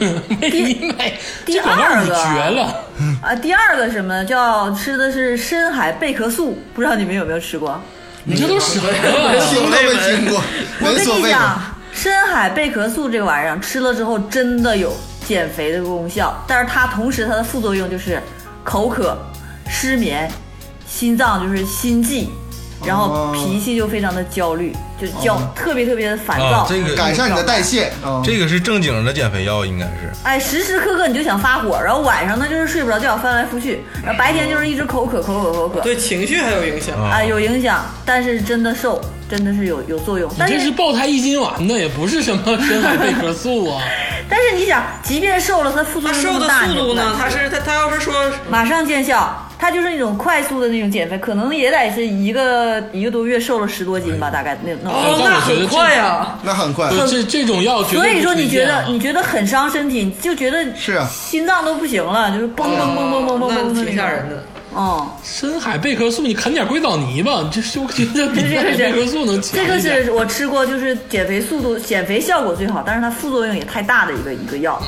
Speaker 1: 美你美，
Speaker 5: 第
Speaker 1: 这广告
Speaker 5: 二
Speaker 1: 你
Speaker 5: 个
Speaker 1: 绝了。
Speaker 5: 啊，第二个什么叫吃的是深海贝壳素，不知道你们有没有吃过？
Speaker 1: 你这都啥
Speaker 4: 听
Speaker 1: 呀？
Speaker 4: 都没听过，
Speaker 5: 我
Speaker 4: 闻
Speaker 5: 跟
Speaker 4: 所
Speaker 5: 你
Speaker 4: 未闻
Speaker 5: 讲。，深海贝壳素这个玩意儿吃了之后真的有减肥的功效，但是它同时它的副作用就是口渴、失眠、心脏就是心悸，然后
Speaker 4: 哦
Speaker 5: 脾气就非常的焦虑，就焦、特别特别的烦躁。
Speaker 3: 啊，这个
Speaker 4: 改善你的代谢啊！
Speaker 3: 这个是正经的减肥药，应该是。
Speaker 5: 哎，时时刻刻你就想发火，然后晚上呢就是睡不着觉，翻来覆去，然后白天就是一直口渴、口渴、口渴，
Speaker 2: 对情绪还有影响。
Speaker 3: 啊
Speaker 5: 哎，有影响，但是真的瘦，真的是有有作用。但
Speaker 1: 这是爆胎一斤丸的，也不是什么深海贝壳素 啊。
Speaker 5: 但是你想，即便瘦了，它副作
Speaker 2: 他
Speaker 5: 用那
Speaker 2: 瘦
Speaker 5: 么
Speaker 2: 的
Speaker 5: 大，
Speaker 2: 速
Speaker 5: 你
Speaker 2: 度
Speaker 5: 怎么
Speaker 2: 呢
Speaker 5: 办？
Speaker 2: 他是他他要是说
Speaker 5: 马上见效。它就是那种快速的那种减肥，可能也得是一个一个多月瘦了十多斤吧，大概那那。
Speaker 2: 哦，那很快呀、
Speaker 4: 哦那很快，
Speaker 1: 不这这种药绝对
Speaker 5: 所以说
Speaker 1: 不
Speaker 5: 你
Speaker 1: 推
Speaker 5: 觉
Speaker 1: 荐啊
Speaker 5: 得你觉得很伤身体，你就觉得
Speaker 4: 是啊
Speaker 5: 心脏都不行了，就是嘣嘣嘣嘣嘣嘣
Speaker 2: 那
Speaker 5: 嘣的
Speaker 2: 挺吓人。的。
Speaker 5: 嗯，
Speaker 1: 深海贝壳素，你啃点硅藻泥吧， 这是我觉得比深海贝壳素能强
Speaker 5: 这
Speaker 1: 一
Speaker 5: 个
Speaker 1: 点
Speaker 5: 是我吃过，就是减肥速度、减肥效果最好，但是它副作用也太大的一个一个药，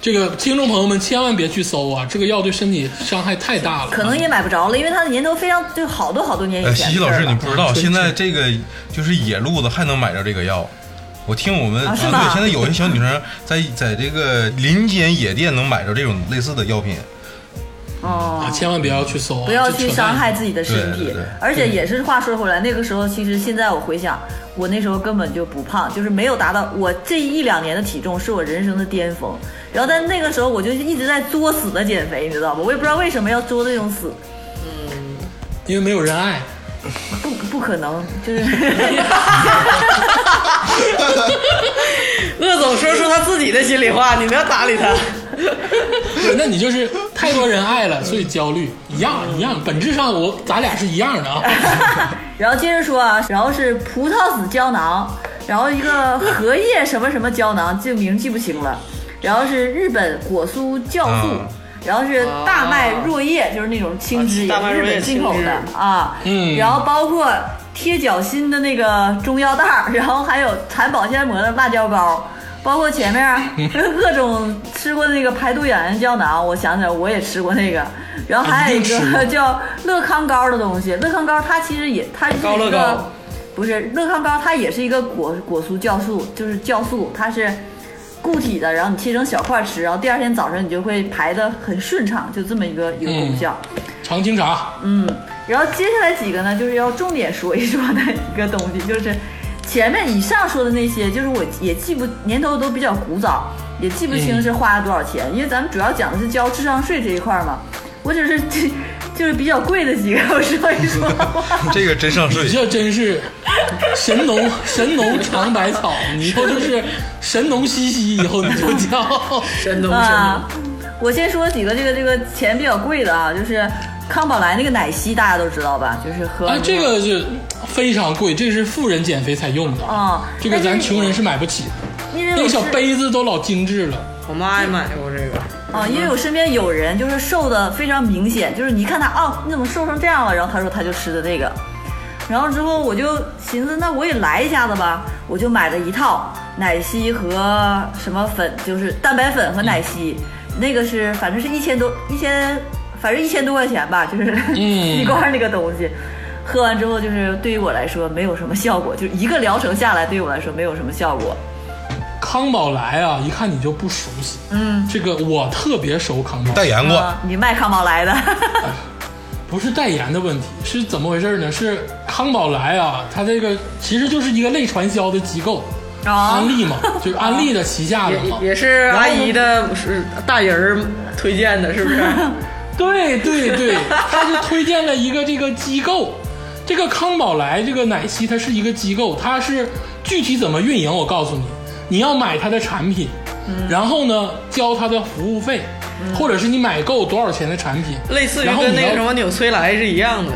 Speaker 1: 这个听众朋友们千万别去搜啊，这个药对身体伤害太大了。
Speaker 5: 可能也买不着了，因为它的年头非常就好多好多年以
Speaker 3: 呃，
Speaker 5: 前。
Speaker 3: 西西老师，你不知道，
Speaker 1: 真
Speaker 3: 现在这个就是野路子还能买着这个药。我听我们
Speaker 5: 啊是吗
Speaker 3: 对，现在有些小女生在在这个林间野店能买着这种类似的药品。
Speaker 5: 哦
Speaker 1: 啊，，千万不要去搜、啊，
Speaker 5: 不要
Speaker 1: 这
Speaker 5: 去
Speaker 1: 扯淡
Speaker 5: 伤
Speaker 3: 哦
Speaker 5: 害自己的身体
Speaker 3: 对对对。
Speaker 5: 而且也是话说回来，那个时候其实现在我回想，我那时候根本就不胖，就是没有达到我这一两年的体重是我人生的巅峰。然后但那个时候我就是一直在作死的减肥，你知道吗？我也不知道为什么要作这种死，
Speaker 1: 因为没有人爱。
Speaker 5: 不不可能，就是
Speaker 2: 鄂总说出他自己的心里话，你们要搭理他。
Speaker 1: 对，那你就是太多人爱了，所以焦虑，一样一样，本质上我咱俩是一样的啊。
Speaker 5: 然后接着说啊，然后是葡萄籽胶囊，然后一个荷叶什么什么胶囊，这个名记不清了。然后是日本果蔬酵素，
Speaker 3: 啊
Speaker 5: 然后是大麦若叶，就是那种青汁，
Speaker 2: 啊大麦
Speaker 5: 也是
Speaker 2: 若
Speaker 5: 日
Speaker 2: 叶
Speaker 5: 本进口
Speaker 2: 青
Speaker 5: 的啊。
Speaker 1: 嗯
Speaker 5: 然后包括贴脚心的那个中药袋儿，然后还有缠保鲜膜的辣椒膏。包括前面儿各种吃过的那个排毒养颜胶囊，我想起来我也吃过那个，然后还有一
Speaker 1: 一定吃过
Speaker 5: 个叫乐康膏的东西，乐康膏它其实也它是
Speaker 2: 高乐
Speaker 5: 一
Speaker 2: 高
Speaker 5: 个不是乐康膏，它也是一个果果蔬酵素，就是酵素，它是固体的，然后你切成小块吃，然后第二天早上你就会排的很顺畅，就这么一个一个功效。
Speaker 1: 常青茶，
Speaker 5: 嗯然后接下来几个呢，就是要重点说一说的一个东西，就是前面以上说的那些，就是我也记不年头都比较古早，也记不清是花了多少钱，因为咱们主要讲的是交智商税这一块儿嘛。我只是就是比较贵的几个，我说一说。
Speaker 3: 这个真上
Speaker 1: 你
Speaker 3: 税。
Speaker 1: 这真是神农神农尝百草，你以后就是神农西西，以后你就 叫
Speaker 2: 山东山
Speaker 5: 啊
Speaker 2: 东，
Speaker 5: 我先说几个这个这个钱比较贵的啊，就是康宝莱那个奶昔，大家都知道吧？就是喝
Speaker 1: 哎，这个是非常贵，这是富人减肥才用的
Speaker 5: 啊
Speaker 1: 这个咱穷人是买不起，
Speaker 5: 因为
Speaker 1: 那
Speaker 5: 我
Speaker 1: 个小
Speaker 5: 是
Speaker 1: 杯子都老精致了，
Speaker 2: 我妈也买过这个。
Speaker 5: 啊，因为我身边有人就是瘦的非常明显，就是你一看他啊，你怎么瘦成这样了？然后他说他就吃的这个，然后之后我就寻思那我也来一下子吧，我就买了一套奶昔和什么粉，就是蛋白粉和奶昔，那个是反正是一千多一千，反正一千多块钱吧，就是 一罐那个东西。喝完之后，就是对于我来说没有什么效果，就是一个疗程下来，对于我来说没有什么效果。
Speaker 1: 康宝莱啊，一看你就不熟悉。嗯，这个我特别熟康宝莱，
Speaker 3: 代言过，
Speaker 5: 啊，你卖康宝莱的，
Speaker 1: 不是代言的问题，是怎么回事呢？是康宝莱啊，它这个其实就是一个类传销的机构，
Speaker 5: 啊
Speaker 1: 安利嘛，就是安利的旗下的嘛。
Speaker 2: 也也是阿姨的，是大人儿推荐的，是不是？
Speaker 1: 对对对，他就推荐了一个这个机构，这个康宝莱这个奶昔，它是一个机构，它是具体怎么运营，我告诉你，你要买它的产品，
Speaker 2: 嗯
Speaker 1: 然后呢交它的服务费，或者是你买够多少钱的产品，
Speaker 2: 类似于
Speaker 1: 然后
Speaker 2: 跟
Speaker 1: 你
Speaker 2: 那
Speaker 1: 要
Speaker 2: 个什么纽崔莱是一样的。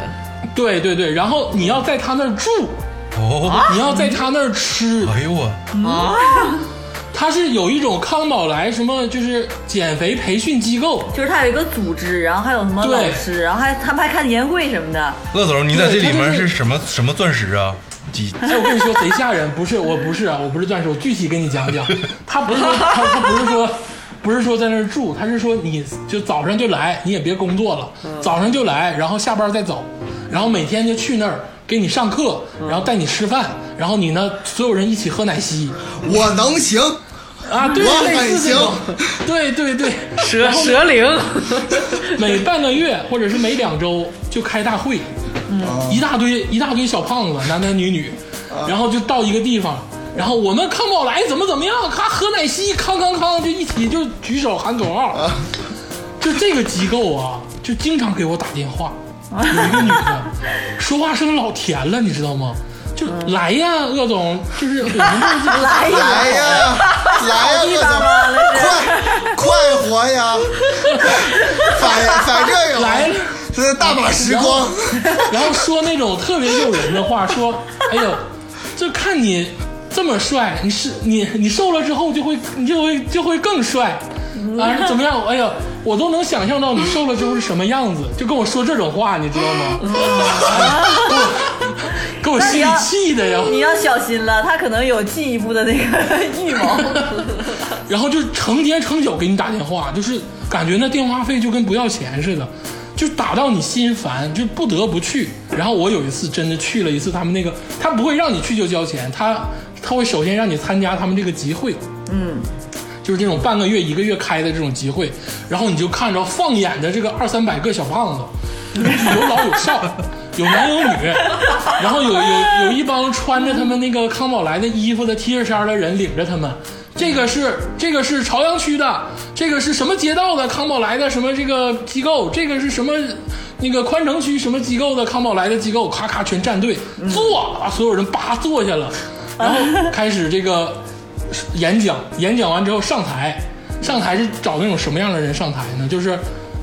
Speaker 1: 对对对，然后你要在他那儿住，
Speaker 3: 哦，
Speaker 1: 你要在他那儿吃，
Speaker 3: 哎呦我，
Speaker 5: 嗯
Speaker 2: 啊，
Speaker 1: 它是有一种康宝莱什么就是减肥培训机构，
Speaker 5: 就是他有一个组织，然后还有什么
Speaker 1: 对
Speaker 5: 老师，然后还他们还看年会什么的。
Speaker 3: 乐总，你在这
Speaker 1: 对
Speaker 3: 里
Speaker 1: 他
Speaker 3: 面
Speaker 1: 就是
Speaker 3: 是什么什么钻石啊？几？
Speaker 1: 哎，我跟你说贼吓人，不是，我不是啊，我不是钻石，我具体跟你讲讲，他不是说他他不是说不是说在那儿住，他是说你就早上就来，你也别工作了，
Speaker 2: 嗯
Speaker 1: 早上就来，然后下班再走，然后每天就去那儿给你上课，
Speaker 2: 嗯
Speaker 1: 然后带你吃饭，然后你呢所有人一起喝奶昔
Speaker 4: 我能行，
Speaker 1: 啊，对，
Speaker 4: 我
Speaker 1: 类
Speaker 4: 很
Speaker 1: 似
Speaker 4: 行
Speaker 1: 这种，对对对，
Speaker 2: 蛇蛇灵，
Speaker 1: 每半个月或者是每两周就开大会，
Speaker 5: 嗯
Speaker 1: 一大堆一大堆小胖子，男男女女，
Speaker 5: 啊
Speaker 1: 然后就到一个地方，然后我们康宝莱怎么怎么样，咔喝奶昔，康康康，就一起就举手喊口号。
Speaker 5: 啊
Speaker 1: 就这个机构啊，就经常给我打电话，
Speaker 5: 啊
Speaker 1: 有一个女的，说话声老甜了，你知道吗？就来呀，鄂总，就是我们这儿
Speaker 5: 嗯 来
Speaker 4: 来
Speaker 5: 呀，
Speaker 4: 呀，来呀，
Speaker 5: 一
Speaker 4: 各
Speaker 5: 般
Speaker 4: 种，
Speaker 5: 吧，那是
Speaker 4: 快快活呀！反反正有
Speaker 1: 来了。
Speaker 4: 这是大把时光，
Speaker 1: 然后说那种特别诱人的话，说：“哎呦，就看你这么帅，你是你你瘦了之后就会你就会就会更帅啊，怎么样？哎呦，我都能想象到你瘦了之后是什么样子，就跟我说这种话，你知道吗？哎 给我给我心里气的呀！
Speaker 5: 你要小心了，他可能有进一步的那个预谋。
Speaker 1: 然后就成天成宿给你打电话，就是感觉那电话费就跟不要钱似的，就打到你心烦，就不得不去。然后我有一次真的去了一次他们那个，他不会让你去就交钱，他他会首先让你参加他们这个集会，嗯，就是这种半个月一个月开的这种集会，然后你就看着放眼的这个二三百个小胖子，有老有少，有男有女，然后有有有一帮穿着他们那个康宝莱的衣服的 T 恤衫的人领着他们。这个是这个是朝阳区的，这个是什么街道的康宝莱的什么这个机构，这个是什么那个宽城区什么机构的康宝莱的机构，咔咔全站队坐，把所有人叭坐下了，然后开始这个演讲，演讲完之后上台，上台是找那种什么样的人上台呢？就是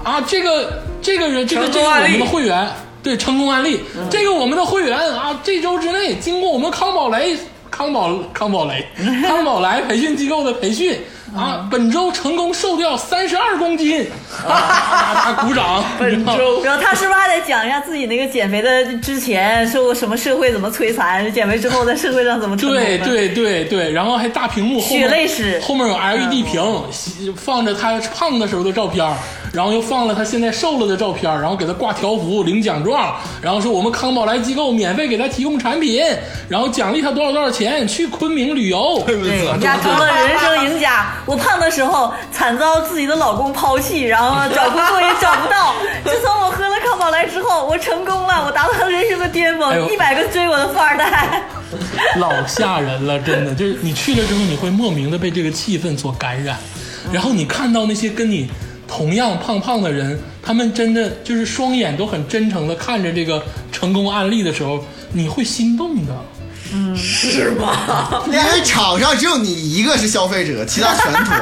Speaker 1: 啊，这个这个人，这个
Speaker 2: 成
Speaker 1: 这
Speaker 2: 功
Speaker 1: 个我
Speaker 2: 案例嗯
Speaker 1: 们的会员，对成功案例，这个我们的会员啊，这周之内经过我们康宝雷、康宝康宝雷、康宝莱培训机构的培 训。啊，本周成功瘦掉三十二公斤，啊 大家鼓掌！
Speaker 2: 本周
Speaker 5: 然后他是不是还得讲一下自己那个减肥的之前受过什么社会怎么摧残，减肥之后在社会上怎么成功
Speaker 1: 对
Speaker 5: 的
Speaker 1: 对对对，然后还大屏幕后
Speaker 5: 血泪
Speaker 1: 面
Speaker 5: 史嗯
Speaker 1: 后面有 LED 屏，吸放着他胖的时候的照片儿，然后又放了他现在瘦了的照片儿，然后给他挂条幅领奖状，然后说我们康宝莱机构免费给他提供产品，然后奖励他多少多少钱去昆明旅游。
Speaker 5: 对，我们家成了人生赢家。我胖的时候惨遭自己的老公抛弃，然后找工作也找不到。自从我喝了康宝莱之后，我成功了，我达到了人生的巅
Speaker 1: 哎
Speaker 5: 峰，
Speaker 1: 呦
Speaker 5: 一百个追我的富二代。
Speaker 1: 老吓人了，真的，就是你去了之后，你会莫名的被这个气氛所感染，然后你看到那些跟你同样胖胖的人，他们真的就是双眼都很真诚的看着这个成功案例的时候，你会心动的。
Speaker 2: 是吗？
Speaker 4: 因为场上只有你一个是消费者，其他全托。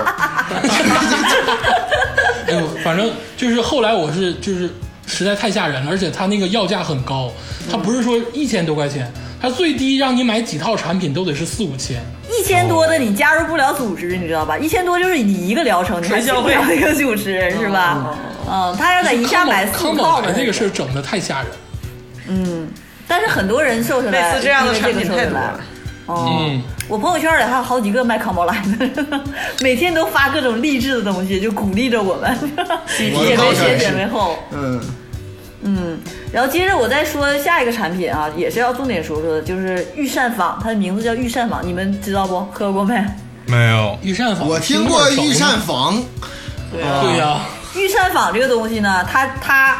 Speaker 1: 哎呦，反正就是后来我是就是实在太吓人了，而且它那个要价很高，它不是说一千多块钱，它最低让你买几套产品都得是四五千。
Speaker 5: 一千多的你加入不了组织，你知道吧？一千多就是你一个疗程，你还
Speaker 2: 纯
Speaker 5: 进
Speaker 2: 消
Speaker 5: 不
Speaker 2: 费
Speaker 5: 了一个组织，是吧？嗯，他要在一下
Speaker 1: 康宝
Speaker 5: 买四
Speaker 1: 康
Speaker 5: 五
Speaker 1: 宝
Speaker 5: 套
Speaker 1: 莱
Speaker 5: 的
Speaker 1: 这个事
Speaker 5: 儿，
Speaker 1: 儿整的太吓人。
Speaker 5: 但是很多人瘦下来，
Speaker 2: 类似这样的
Speaker 5: 因
Speaker 2: 产
Speaker 5: 为个
Speaker 2: 品啊
Speaker 5: 瘦
Speaker 2: 太
Speaker 5: 下
Speaker 2: 多
Speaker 5: 来
Speaker 2: 了。
Speaker 5: 哦，
Speaker 1: 嗯，
Speaker 5: 我朋友圈里还有好几个卖康宝莱的， 每天都发各种励志的东西，就鼓励着我们
Speaker 4: 我
Speaker 5: 减肥前、减肥后。
Speaker 4: 嗯，
Speaker 5: 嗯，然后接着我再说下一个产品啊，也是要重点说说的，就是御膳坊，它的名字叫御膳坊，你们知道不？喝过没？
Speaker 3: 没有，
Speaker 1: 御膳房，
Speaker 4: 我听过御膳房，
Speaker 1: 房，对呀、
Speaker 5: 御膳坊这个东西呢，它它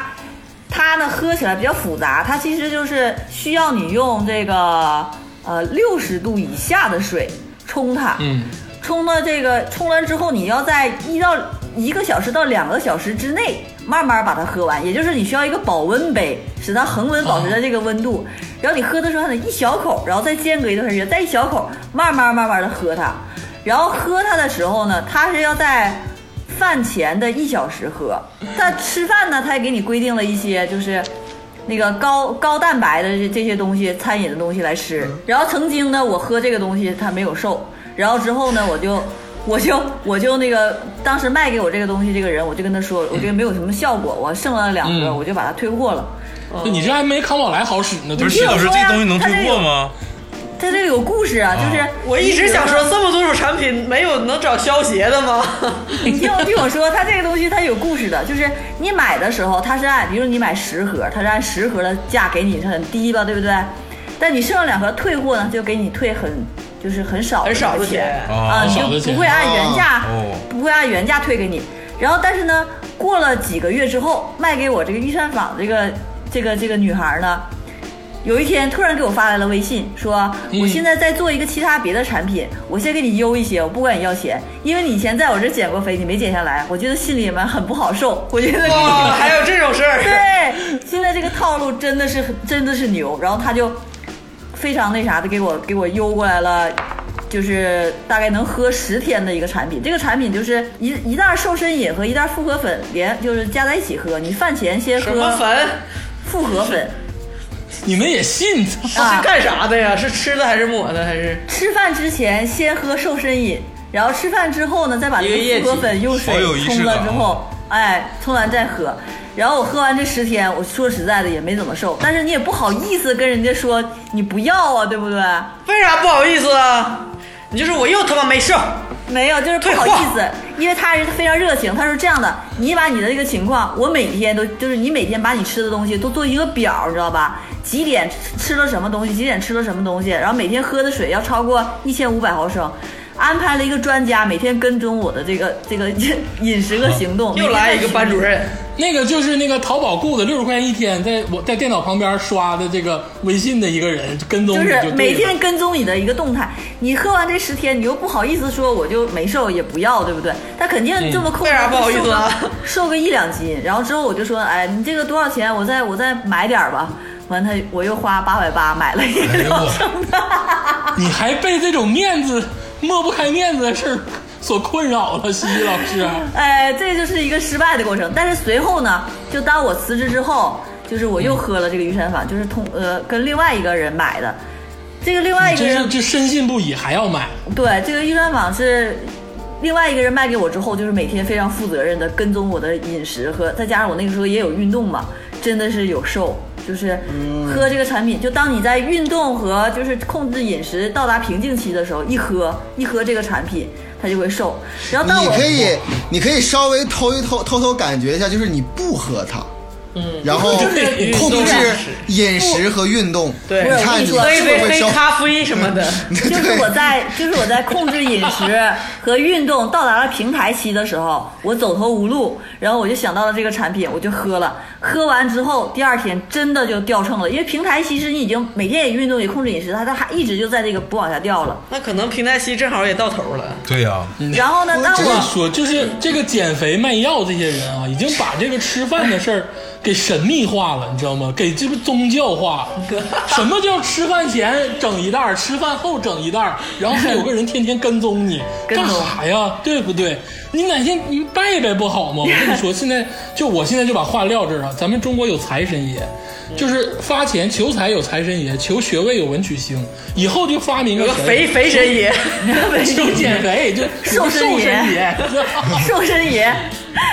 Speaker 5: 它呢喝起来比较复杂，它其实就是需要你用这个呃六十度以下的水冲它，
Speaker 1: 嗯，
Speaker 5: 冲到这个冲完之后，你要在一到一个小时到两个小时之内慢慢把它喝完，也就是你需要一个保温杯，使它恒温保持在这个温度。然后你喝的时候还得一小口，然后再间隔一段时间再一小口，慢慢慢慢的喝它。然后喝它的时候呢，它是要在饭前的一小时喝。它吃饭呢，它也给你规定了一些就是。那个高高蛋白的这这些东西，餐饮的东西来吃。
Speaker 2: 嗯
Speaker 5: 然后曾经呢，我喝这个东西它没有瘦，然后之后呢，我就我就我就那个当时卖给我这个东西这个人，我就跟他说，我觉得没有什么效果，我剩了两盒，
Speaker 1: 嗯
Speaker 5: 我就把它退货了。
Speaker 1: 对你这还没康宝莱好使呢，对
Speaker 3: 不
Speaker 1: 不起
Speaker 3: 是徐
Speaker 5: 听我
Speaker 3: 老师，
Speaker 5: 说
Speaker 3: 这
Speaker 5: 呀
Speaker 3: 东西能
Speaker 5: 它
Speaker 3: 退
Speaker 5: 这
Speaker 3: 货
Speaker 5: 有
Speaker 3: 吗？
Speaker 5: 它这个有故事啊，就是
Speaker 2: 我一直想说，这么多种产品，没有能找消协 的吗？
Speaker 5: 你听我听我说，它这个东西它有故事的，就是你买的时候，它是按，比如你买十盒，它是按十盒的价给你，是很低吧，对不对？但你剩了两盒退货呢，就给你退很就是很少
Speaker 2: 很少
Speaker 5: 的
Speaker 2: 的
Speaker 5: 钱
Speaker 2: 钱
Speaker 5: 啊，
Speaker 1: 哦
Speaker 5: 你
Speaker 1: 少的
Speaker 5: 就
Speaker 1: 钱
Speaker 5: 不会按原价
Speaker 3: 哦，
Speaker 5: 不会按原价退给你。然后但是呢，过了几个月之后，卖给我这个御膳坊这个这个这个女孩呢，有一天突然给我发来了微信，说
Speaker 1: 嗯
Speaker 5: 我现在在做一个其他别的产品，我先给你邮一些，我不管你要钱，因为你以前在我这减过肥，你没减下来，我觉得心里面很不好受， 我觉得你
Speaker 2: 哇，哦还有这种事儿？
Speaker 5: 对，现在这个套路真的是很真的是牛，然后他就非常那啥的给我给我邮过来了。就是大概能喝十天的一个产品，这个产品就是一一袋瘦身饮和一袋复合粉连就是加在一起喝，你饭前先
Speaker 2: 什么
Speaker 5: 喝
Speaker 2: 粉？
Speaker 5: 复合粉
Speaker 1: 你们也信？
Speaker 5: 啊
Speaker 2: 是，干啥的呀？是吃的还是抹的？还是
Speaker 5: 吃饭之前先喝瘦身饮，然后吃饭之后呢，再把这
Speaker 2: 一个液
Speaker 5: 个
Speaker 2: 体
Speaker 5: 复合粉用水
Speaker 3: 好有仪式
Speaker 5: 冲了
Speaker 3: 感啊
Speaker 5: 之后，哎，冲完再喝。然后我喝完这十天，我说实在的也没怎么瘦，但是你也不好意思跟人家说你不要啊，对不对？
Speaker 2: 为啥不好意思啊？你就是我又他妈没瘦，
Speaker 5: 没有，就是不好
Speaker 2: 退货
Speaker 5: 意思，因为他是非常热情，他说这样的，你把你的这个情况，我每天都就是你每天把你吃的东西都做一个表，你知道吧？几点吃了什么东西，几点吃了什么东西，然后每天喝的水要超过一千五百毫升。安排了一个专家每天跟踪我的这个这个饮食和行 动，
Speaker 2: 又来一个班主
Speaker 5: 任。
Speaker 2: 任。
Speaker 1: 那个就是那个淘宝雇的六十块钱一天，在我在电脑旁边刷的这个微信的一个人跟踪
Speaker 5: 就
Speaker 1: 你
Speaker 5: 是
Speaker 1: 就对
Speaker 5: 每
Speaker 1: 了
Speaker 5: 天跟踪你的一个动态，你喝完这十天，你又不好意思说我就没瘦，也不要，对不对？他肯定这么控制，
Speaker 2: 为啥不好意思啊
Speaker 5: 瘦个？瘦个一两斤，然后之后我就说，哎，你这个多少钱？我再我再买点儿吧。完他我又花八百八买了一
Speaker 2: 哎
Speaker 5: 个疗程的，
Speaker 1: 你还被这种面子抹不开面子的事儿所困扰了，西西老师。 啊
Speaker 5: 哎，这就是一个失败的过程。但是随后呢，就当我辞职之后，就是我又喝了这个御膳坊，就是通呃跟另外一个人买的。这个另外一个
Speaker 1: 真是
Speaker 5: 人
Speaker 1: 这深信不疑，还要买。
Speaker 5: 对这个御膳坊是另外一个人卖给我之后，就是每天非常负责任的跟踪我的饮食和，再加上我那个时候也有运动嘛，真的是有瘦。就是喝这个产品，就当你在运动和就是控制饮食到达瓶颈期的时候，一喝一喝这个产品，它就会瘦。然后当
Speaker 4: 你
Speaker 5: 我
Speaker 4: 可以，你可以稍微偷一偷，偷偷感觉一下，就是你不喝它，嗯，然后
Speaker 1: 对
Speaker 4: 控
Speaker 2: 运动
Speaker 4: 制饮食和运动，
Speaker 2: 对
Speaker 4: 你看你
Speaker 5: 我
Speaker 2: 喝
Speaker 5: 跟
Speaker 2: 一
Speaker 4: 是不是
Speaker 2: 杯
Speaker 4: 会嗯
Speaker 2: 黑
Speaker 4: 瘦？
Speaker 2: 咖啡什么的，
Speaker 5: 就是我在，就是我在控制饮食和运动到达了平台期的时候，我走投无路，然后我就想到了这个产品，我就喝了。喝完之后，第二天真的就掉秤了，因为平台期是你已经每天也运动也控制饮食，它它还一直就在这个不往下掉了。
Speaker 2: 那可能平台期正好也到头了。
Speaker 3: 对呀、
Speaker 5: 然后呢，当
Speaker 1: 我
Speaker 5: 我
Speaker 1: 跟你说，就是这个减肥卖药这些人啊，已经把这个吃饭的事儿给神秘化了，你知道吗？给这个宗教化了。什么叫吃饭前整一袋儿，吃饭后整一袋儿，然后还有个人天天跟踪你，
Speaker 5: 跟
Speaker 1: 干
Speaker 5: 踪
Speaker 1: 啥呀？对不对？你哪天你拜拜不好吗？我跟你说，现在就我现在就把话撂这儿啊。咱们中国有财神爷。就是发钱求财有财神爷，求学位有文曲星，以后就发明
Speaker 2: 有
Speaker 1: 个
Speaker 2: 个
Speaker 1: 神
Speaker 2: 肥肥神爷，
Speaker 1: 求减肥，就有个
Speaker 5: 瘦身
Speaker 1: 瘦
Speaker 5: 爷
Speaker 1: 身 爷。
Speaker 5: 瘦身爷。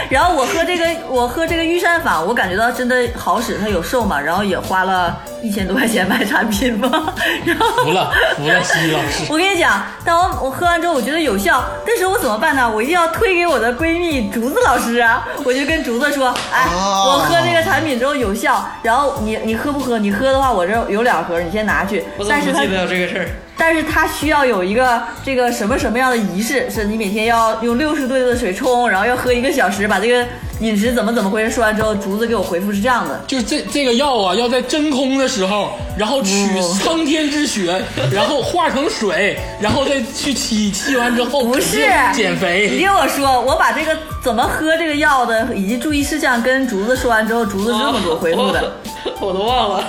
Speaker 5: 然后我喝这个，我喝这个御膳坊，我感觉到真的好使，它有瘦嘛，然后也花了一千多块钱买产品嘛， 然后
Speaker 1: 服了，服了，西西老师。
Speaker 5: 我跟你讲，当我我喝完之后，我觉得有效，但是我怎么办呢？我一定要推给我的闺蜜竹子老师啊！我就跟竹子说，哎，
Speaker 4: 哦
Speaker 5: 我喝这个产品之后有效，然后你你喝不喝？你喝的话，我这有两盒，你先拿去
Speaker 2: 我。 怎
Speaker 5: 但
Speaker 2: 么
Speaker 5: 是
Speaker 2: 不
Speaker 5: 它
Speaker 2: 记得有这个事儿？
Speaker 5: 但是它需要有一个这个什么什么样的仪式，是你每天要用六十度的水冲，然后要喝一个小时，把这个饮食怎么怎么回事说完之后，竹子给我回复是这样的。
Speaker 1: 就是这这个药啊，要在真空的时候，然后
Speaker 5: 嗯
Speaker 1: 取苍天之血，然后化成水，然后再去沏，沏完之后
Speaker 5: 不
Speaker 1: 肯
Speaker 5: 是
Speaker 1: 定减
Speaker 2: 哎
Speaker 5: 你
Speaker 1: 肥。
Speaker 5: 听我说，我把这个怎么喝这个药的以及注意事项跟竹子说完之后，竹子是这么给我回复
Speaker 2: 哦
Speaker 5: 的：
Speaker 2: 我，我都忘了。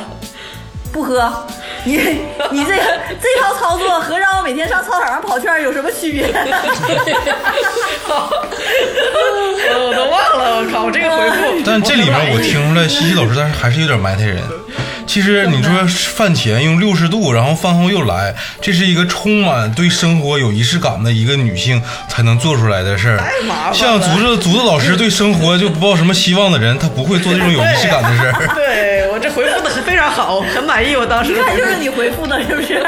Speaker 5: 不喝。你你这个这套操作和让我每天上操场上跑圈儿有什么 区别？
Speaker 2: 我都忘了，我靠，我这个回
Speaker 4: 哎
Speaker 2: 复。
Speaker 3: 但这里面我听出来，西西老师他还是有点埋汰人。其实你说饭前用六十度，然后饭后又来，这是一个充满对生活有仪式感的一个女性才能做出来的事儿。
Speaker 2: 麻烦了
Speaker 3: 像竹子竹子老师对生活就不抱什么希望的人，他不会做这种有仪式感的事儿。
Speaker 2: 对我这回复的非常好，很满意我当时
Speaker 5: 一
Speaker 2: 的
Speaker 5: 看
Speaker 2: 回
Speaker 5: 就是
Speaker 2: 复。
Speaker 5: 你回复的，是 不是？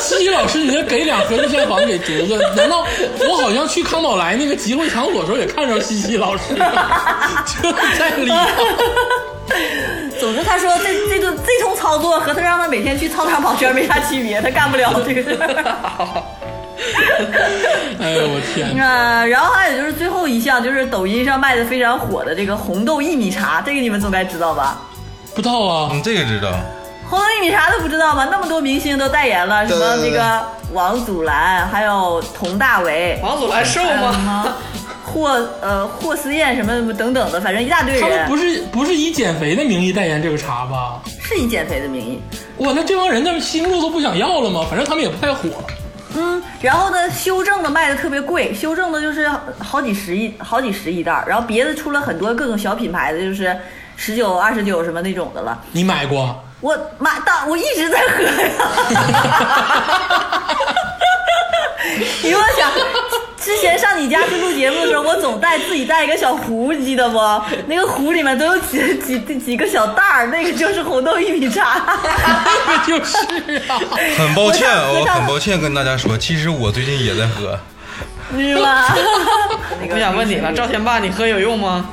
Speaker 1: 西西老师，你这给两盒御膳房给竹子，难道我好像去康宝莱那个集会场所的时候也看着西西老师， 就在里头
Speaker 5: 总之，他说这这顿这通操作和他让他每天去操场跑圈儿没啥区别，他干不了这个事 儿。
Speaker 1: 哎呦我天！
Speaker 5: 啊，然后还有就是最后一项，就是抖音上卖的非常火的这个红豆薏米茶，这个你们总该知道吧？
Speaker 1: 不知道啊，
Speaker 3: 嗯，这个知道。
Speaker 5: 红豆薏米茶都不知道吗？那么多明星都代言了，什么那
Speaker 4: 对对对
Speaker 5: 个王祖蓝，还有佟大为，
Speaker 2: 王祖蓝
Speaker 1: 嗯
Speaker 2: 瘦
Speaker 5: 还有什
Speaker 2: 吗？
Speaker 5: 么 霍呃霍思燕什么什么等等的，反正一大堆
Speaker 1: 他们
Speaker 5: 人
Speaker 1: 不是不是以减肥的名义代言这个茶吧？
Speaker 5: 是以减肥的名义。
Speaker 1: 哇，那这帮人的心路都不想要了吗？反正他们也不太火。
Speaker 5: 嗯，然后呢，修正的卖的特别贵，修正的就是好几十一好几十一袋儿，然后别的出了很多各种小品牌的，就是十九、二十九什么那种的了。
Speaker 1: 你买过？
Speaker 5: 我妈当我一直在喝呀。 你给我想，之前上你家去录节目的时候，我总带自己带一个小壶，你记得不？那个壶里面都有几几几个小袋儿，那个就是红豆薏米茶。
Speaker 1: 就是啊，
Speaker 3: 很抱歉，
Speaker 5: 我
Speaker 3: 我
Speaker 5: 想
Speaker 3: 很抱歉跟大家说，其实我最近也在喝，
Speaker 5: 是吗？嗯
Speaker 2: 我想问你了，赵天霸，你喝有用吗？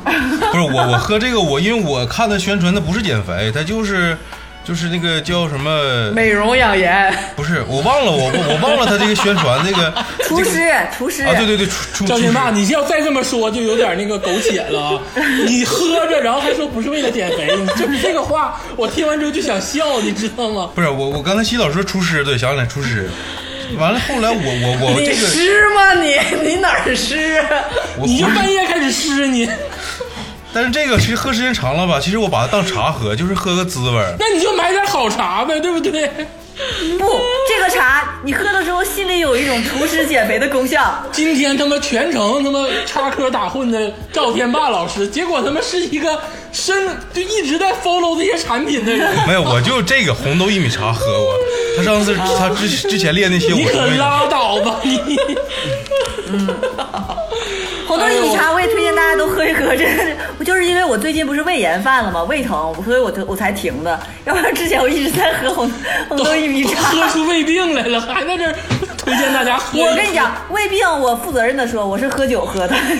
Speaker 3: 不是我我喝这个我因为我看他宣传，他不是减肥，他就是就是那个叫什么
Speaker 2: 美容养颜，
Speaker 3: 不是，我忘了，我我忘了他这个宣传那 个
Speaker 5: 厨师，厨师，
Speaker 3: 啊，对对对，出出
Speaker 1: 赵天霸，
Speaker 3: 出
Speaker 1: 你要再这么说，就有点那个苟且了 啊。你喝着，然后还说不是为了减肥，你就是这个话，我听完之后就想笑，你知道吗？
Speaker 3: 不是我我刚才西老师说厨师，对，想起来厨师，完了后来我我我
Speaker 2: 你
Speaker 3: 这个
Speaker 2: 湿吗你？ 你哪儿啊湿？
Speaker 3: 我
Speaker 1: 你就
Speaker 3: 回
Speaker 1: 半夜开始湿你，
Speaker 3: 但是这个其实喝时间长了吧，其实我把它当茶喝，就是喝个滋味儿。
Speaker 1: 那你就买点好茶呗，对不对？
Speaker 5: 不，这个茶你喝了之后，心里有一种种除湿减肥的功效。
Speaker 1: 今天他妈全程他妈插科打诨的赵天霸老师，结果他妈是一个深就一直在 follow 这些产品的人，
Speaker 3: 没有，我就这个红豆薏米茶喝过。他上次他之之前列那些我
Speaker 1: 你
Speaker 3: 都
Speaker 1: 可
Speaker 3: 没喝。
Speaker 1: 拉倒吧你！
Speaker 3: 嗯
Speaker 5: 红豆薏米
Speaker 1: 哎
Speaker 5: 茶我也推荐大家都喝一喝，这我就是因为我最近不是胃炎犯了吗？胃疼，所以我就我才停的，要不然之前我一直在喝红红
Speaker 1: 都
Speaker 5: 豆薏米
Speaker 1: 都
Speaker 5: 茶。
Speaker 1: 喝出胃病来了，还在这儿推荐大家喝。
Speaker 5: 我跟你，讲，胃病我负责任的说，我是喝酒喝的。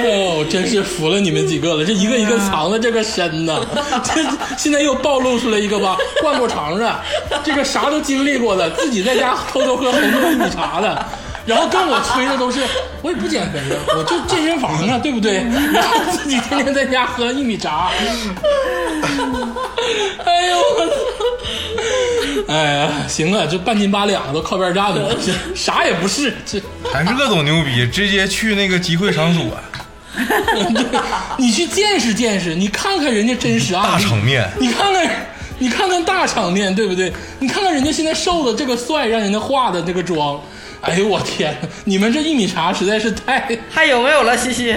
Speaker 1: 哎呦，真是服了你们几个了，这一个一个藏的这个深呐， 这现在又暴露出来一个吧，灌过肠的，这个啥都经历过的，自己在家偷偷喝红豆薏米茶的。然后跟我吹的都是，我也不减肥啊，我就健身房啊，对不对？然后自己天天在家喝薏米茶， 哎呦我操！哎呀，行啊，这半斤八两都靠边站了，这啥也不是，这
Speaker 3: 还是各种牛逼，直接去那个集会场啊所，
Speaker 1: 你去见识见识，你看看人家真实案
Speaker 3: 大
Speaker 1: 例，
Speaker 3: 场面。
Speaker 1: 你看看，你看看大场面，对不对？你看看人家现在瘦的这个帅，让人家化的这个妆，哎呦我天，你们这薏米茶实在是太……
Speaker 2: 还有没有了，西西？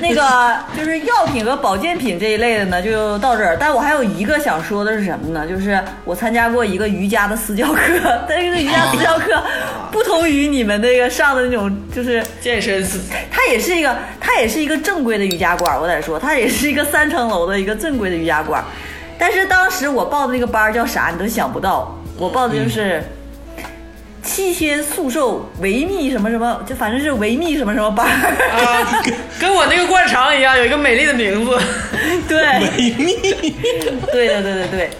Speaker 5: 那个就是药品和保健品这一类的呢，就到这儿。但我还有一个想说的是什么呢？就是我参加过一个瑜伽的私教课，但是这瑜伽私教课不同于你们那个上的那种，就是
Speaker 2: 健身私
Speaker 5: 它也是一个，它也是一个正规的瑜伽馆，我得说，它也是一个三层楼的一个正规的瑜伽馆。但是当时我报的那个班儿叫啥，你都想不到，我报的就是
Speaker 1: 嗯
Speaker 5: 器械速售维密什么什么，就反正是维密什么什么班儿。
Speaker 2: 啊，跟 跟我那个灌肠一样，有一个美丽的名字。
Speaker 5: 对， 对的，对对对，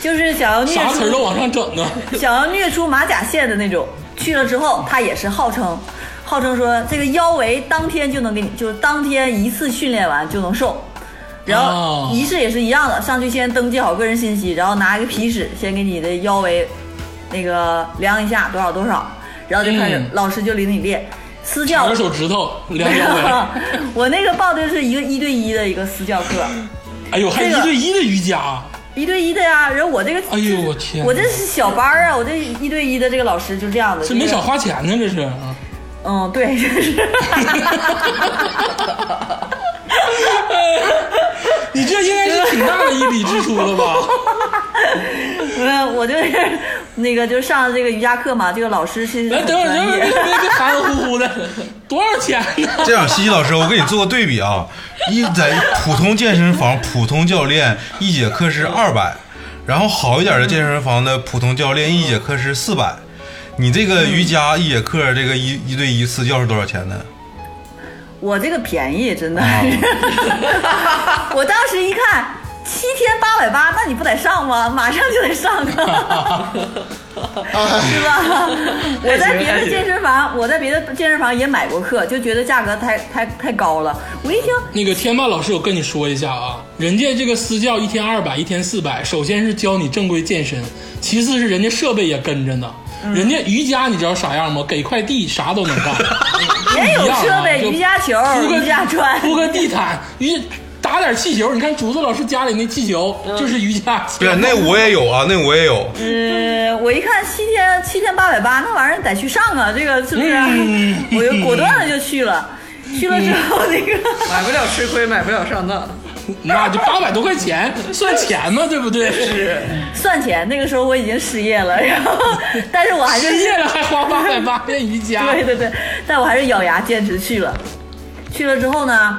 Speaker 5: 就是想要虐
Speaker 1: 啥词儿都
Speaker 5: 出
Speaker 1: 往上整啊！
Speaker 5: 想要虐出马甲线的那种。去了之后，他也是号称，号称说这个腰围当天就能给你，就是当天一次训练完就能瘦。然
Speaker 1: 哦
Speaker 5: 后仪式也是一样的，上去先登记好个人信息，然后拿一个皮尺先给你的腰围那个量一下多少多少，然后就开始、
Speaker 1: 嗯
Speaker 5: 老师就领你练。私教
Speaker 1: 两手指头，两 腰围，
Speaker 5: 我那个报的是一个一对一的一个私教课，
Speaker 1: 哎呦，还
Speaker 5: 这
Speaker 1: 一
Speaker 5: 个
Speaker 1: 对一的瑜伽，
Speaker 5: 一对一的呀、然后我这个，
Speaker 1: 哎呦我天
Speaker 5: 我这是小班儿啊，我这一对一的这个老师就这样的，
Speaker 1: 这没
Speaker 5: 就是
Speaker 1: 少花钱呢，这是啊！
Speaker 5: 嗯，对， 就是，
Speaker 1: 你这应该是挺大的一笔支出了 吧？
Speaker 5: 嗯，我就是那个就上这个瑜伽课嘛，这个老师是
Speaker 1: 来，
Speaker 5: 很
Speaker 1: 哎等会儿，等
Speaker 5: 专
Speaker 1: 会儿，
Speaker 5: 业
Speaker 1: 别，别别含含糊糊的，多少钱呢？
Speaker 3: 这样，西西老师，我给你做个对比啊，一在普通健身房，普通教练一节课是二百，然后好一点的健身房的普通教练一节课是四百。你这个瑜伽一节课，这个一一对一私教是多少钱呢？
Speaker 5: 我这个便宜真的， 我当时一看七天八百八，那你不得上吗？马上就得上啊，是吧？我在别的健身房，我在别的健身房也买过课，就觉得价格太太太高了。我一听
Speaker 1: 那个天霸老师，我跟你说一下啊，人家这个私教一天二百，一天四百，首先是教你正规健身，其次是人家设备也跟着呢。
Speaker 5: 嗯
Speaker 1: 人家瑜伽你知道啥样吗？给块地啥都能干，
Speaker 5: 也有
Speaker 1: 一样啊
Speaker 5: 哎设备，
Speaker 1: 就
Speaker 5: 瑜伽球、
Speaker 1: 铺个
Speaker 5: 瑜 伽砖，
Speaker 1: 铺个地毯，瑜打点气球。你看竹子老师家里那气球
Speaker 5: 嗯
Speaker 1: 就是瑜伽球。
Speaker 3: 对，那我也有啊，那我也有。
Speaker 5: 呃，我一看七天七千八百八，那玩意儿得去上啊，这个是不是？
Speaker 1: 嗯
Speaker 5: 我就果断的就去了，去了之后那个，
Speaker 1: 嗯
Speaker 2: 买不了吃亏，买不了上当。
Speaker 1: 那就八百多块 钱算钱嘛，对不对？是
Speaker 5: 算钱，那个时候我已经失业了，然后，但是我还是
Speaker 1: 失业了啊还花八百八练瑜伽，
Speaker 5: 对对对，但我还是咬牙坚持去了。去了之后呢，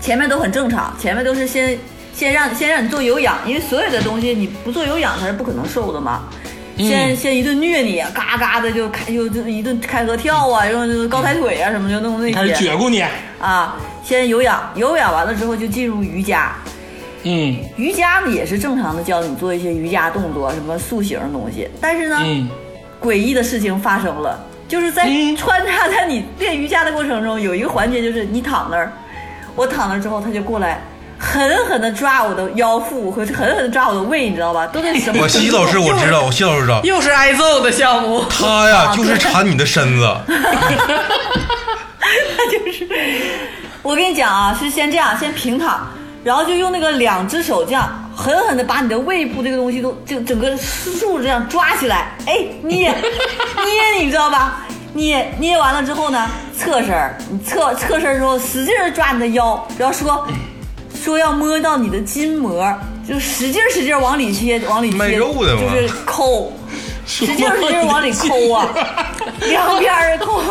Speaker 5: 前面都很正常，前面都是先先让先让你做有氧，因为所有的东西你不做有氧它是不可能瘦的嘛。
Speaker 1: 嗯
Speaker 5: 先先一顿虐你，嘎嘎的就开就就一顿开合跳啊，然后就高抬腿啊什么就弄那
Speaker 1: 开始
Speaker 5: 些
Speaker 1: 撅咕你。
Speaker 5: 啊。先有氧，有氧完了之后就进入瑜伽，
Speaker 1: 嗯
Speaker 5: 瑜伽呢也是正常的教你做一些瑜伽动作，什么塑形东西。但是呢，
Speaker 1: 嗯，
Speaker 5: 诡异的事情发生了，就是在
Speaker 1: 嗯
Speaker 5: 穿插在你练瑜伽的过程中，有一个环节就是你躺那儿，我躺那儿之后，他就过来狠狠的抓我的腰腹和狠狠的抓我的胃，你知道吧？都是什么？
Speaker 3: 我西西老师我知道，我西西老师知 道，
Speaker 2: 又是挨揍的项目，
Speaker 3: 他呀就是馋你的身子，
Speaker 5: 就是，我跟你讲啊，是先这样，先平躺，然后就用那个两只手这样狠狠的把你的胃部这个东西都就整个四处这样抓起来，哎， 捏捏，你知道吧？捏捏完了之后呢，侧身儿，你侧侧身儿之后使劲儿抓你的腰，然后说说要摸到你的筋膜，就使劲儿使劲儿往里切，往里
Speaker 3: 卖
Speaker 5: 切，
Speaker 3: 肉的吗
Speaker 5: 就是抠。使劲儿使劲儿往里抠啊， 两边儿抠。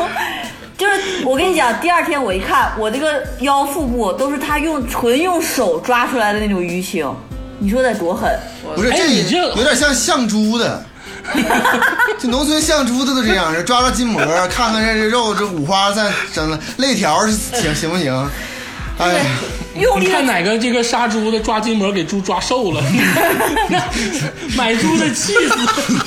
Speaker 5: 就是我跟你讲，第二天我一看，我这个腰腹部都是他用纯用手抓出来的那种淤青，你说得多 狠？
Speaker 4: 不是
Speaker 1: 哎
Speaker 4: 这
Speaker 1: 你这
Speaker 4: 有点像象猪 的，这农村象猪的都这样，是抓抓筋膜，看看这这肉这五花再整了肋条是行行不行？哎 呀，
Speaker 5: 用
Speaker 1: 你
Speaker 5: 力
Speaker 1: 看
Speaker 5: 的
Speaker 1: 哪个这个杀猪的抓筋膜给猪抓瘦 了，买猪的气死。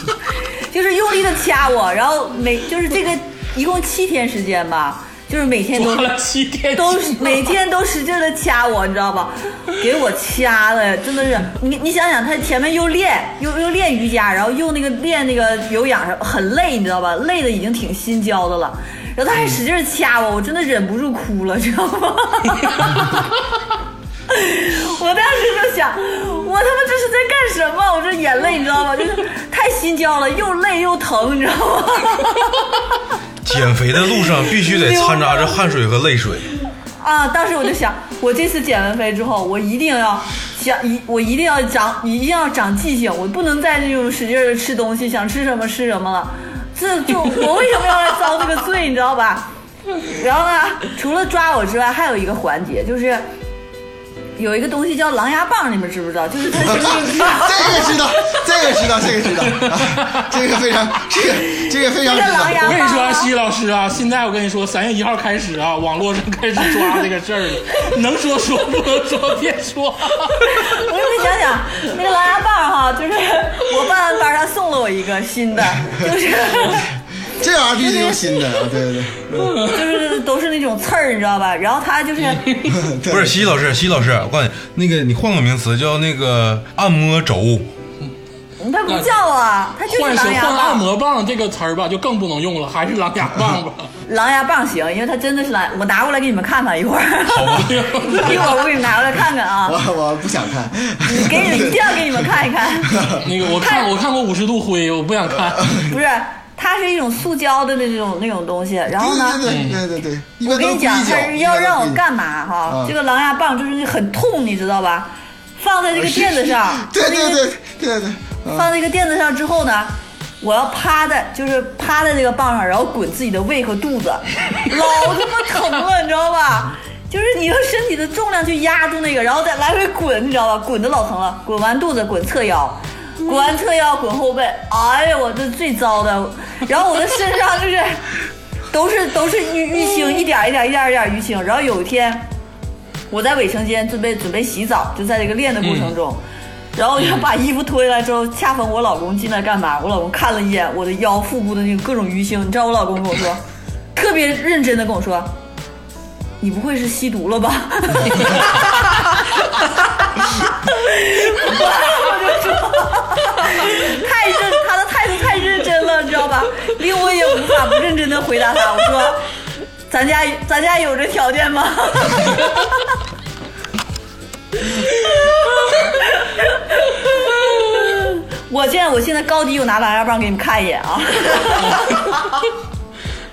Speaker 5: 就是用力的掐我，然后每就是这个一共七天时间吧，就是每天都
Speaker 1: 抓了七天，
Speaker 5: 都是每天都使劲的掐我，你知道吧？给我掐的真的是，你你想想，他前面又练又又练瑜伽，然后又那个练那个有氧，很累，你知道吧？累的已经挺心焦的了，然后他还使劲掐我，我真的忍不住哭了，知道吗？ 我当时就想，我他妈这是在干什么？我这眼泪你知道吗？就是太心焦了，又累又疼，你知道吗？
Speaker 3: 减肥的路上必须得掺杂着汗水和泪水。
Speaker 5: 啊！当时我就想，我这次减完肥之后，我一定要想一，我一定要长，一定要长记性，我不能再那种使劲的吃东西，想吃什么吃什么了。这就我为什么要来遭这个罪，你知道吧？然后呢，除了抓我之外，还有一个环节就是。有一个东西叫狼牙棒，你们知不知道？就是它是
Speaker 4: 这个知道，这个知道，这个知道，啊这个非常，这个这个非常知
Speaker 5: 这个狼牙
Speaker 4: 道。
Speaker 1: 我跟你说啊，西老师啊，现在我跟你说，三月一号开始啊，网络上开始抓这个事儿了， 能说说，不能说别说。
Speaker 5: 我给你讲讲那个狼牙棒哈，就是我办完班儿他送了我一个新的，就是。
Speaker 4: 这玩意儿必须用新的，啊对对对。
Speaker 5: 就是都是那种刺儿，你知道吧？然后他就是
Speaker 4: 对
Speaker 3: 不是，西西老师，西西老师，我告诉你，那个你换个名词叫那个按摩轴，
Speaker 5: 嗯他不叫
Speaker 4: 嗯
Speaker 5: 啊，他就是
Speaker 1: 换手
Speaker 5: 狼牙
Speaker 1: 换按
Speaker 5: 棒。
Speaker 1: 摩棒这个词儿吧，就更不能用了，还是狼牙棒 吧。
Speaker 5: 狼牙棒行，因为他真的是狼，我拿过来给你们看看一会儿。 一会儿我给你拿过来看 看啊，
Speaker 4: 我我不想看，
Speaker 5: 给 你一定要给你们看一看。
Speaker 1: 那个我看我看过五十度灰，我不想看。
Speaker 5: 不是，它是一种塑胶的那种那种东西，然后呢？
Speaker 4: 对对对对对对，一
Speaker 5: 我
Speaker 4: 般
Speaker 5: 跟
Speaker 4: 都
Speaker 5: 你
Speaker 4: 是
Speaker 5: 讲，
Speaker 4: 一脚
Speaker 5: 他是要让我。
Speaker 4: 一般都是
Speaker 5: 干嘛哈
Speaker 4: 嗯？
Speaker 5: 这个狼牙棒就是很痛，你知道吧？放在这个垫子上，
Speaker 4: 啊对对
Speaker 5: 那个
Speaker 4: 对对对，嗯
Speaker 5: 放在一个垫子上之后呢，我要趴在，就是趴在这个棒上，然后滚自己的胃和肚子，老他妈疼了，你知道吧？就是你用身体的重量去压住那个，然后再来回滚，你知道吧？滚的老疼了，滚完肚子，滚侧腰，滚完侧腰，滚后背，哎呀，我这最糟的。然后我的身上就是都是都是淤淤青，一点儿一点儿一点儿一点儿淤青。然后有一天，我在卫生间准备准备洗澡，就在这个练的过程中，然后我就把衣服脱下来之后，恰逢我老公进来干嘛？我老公看了一眼我的腰腹部的那个各种淤青，你知道我老公跟我说，特别认真的跟我说。你不会是吸毒了吧？太认，他的态度太认真了，你知道吧？令我也无法不认真的回答他。我说，咱家咱家有这条件吗？我现在我现在高低，我拿狼牙棒给你们看一眼啊！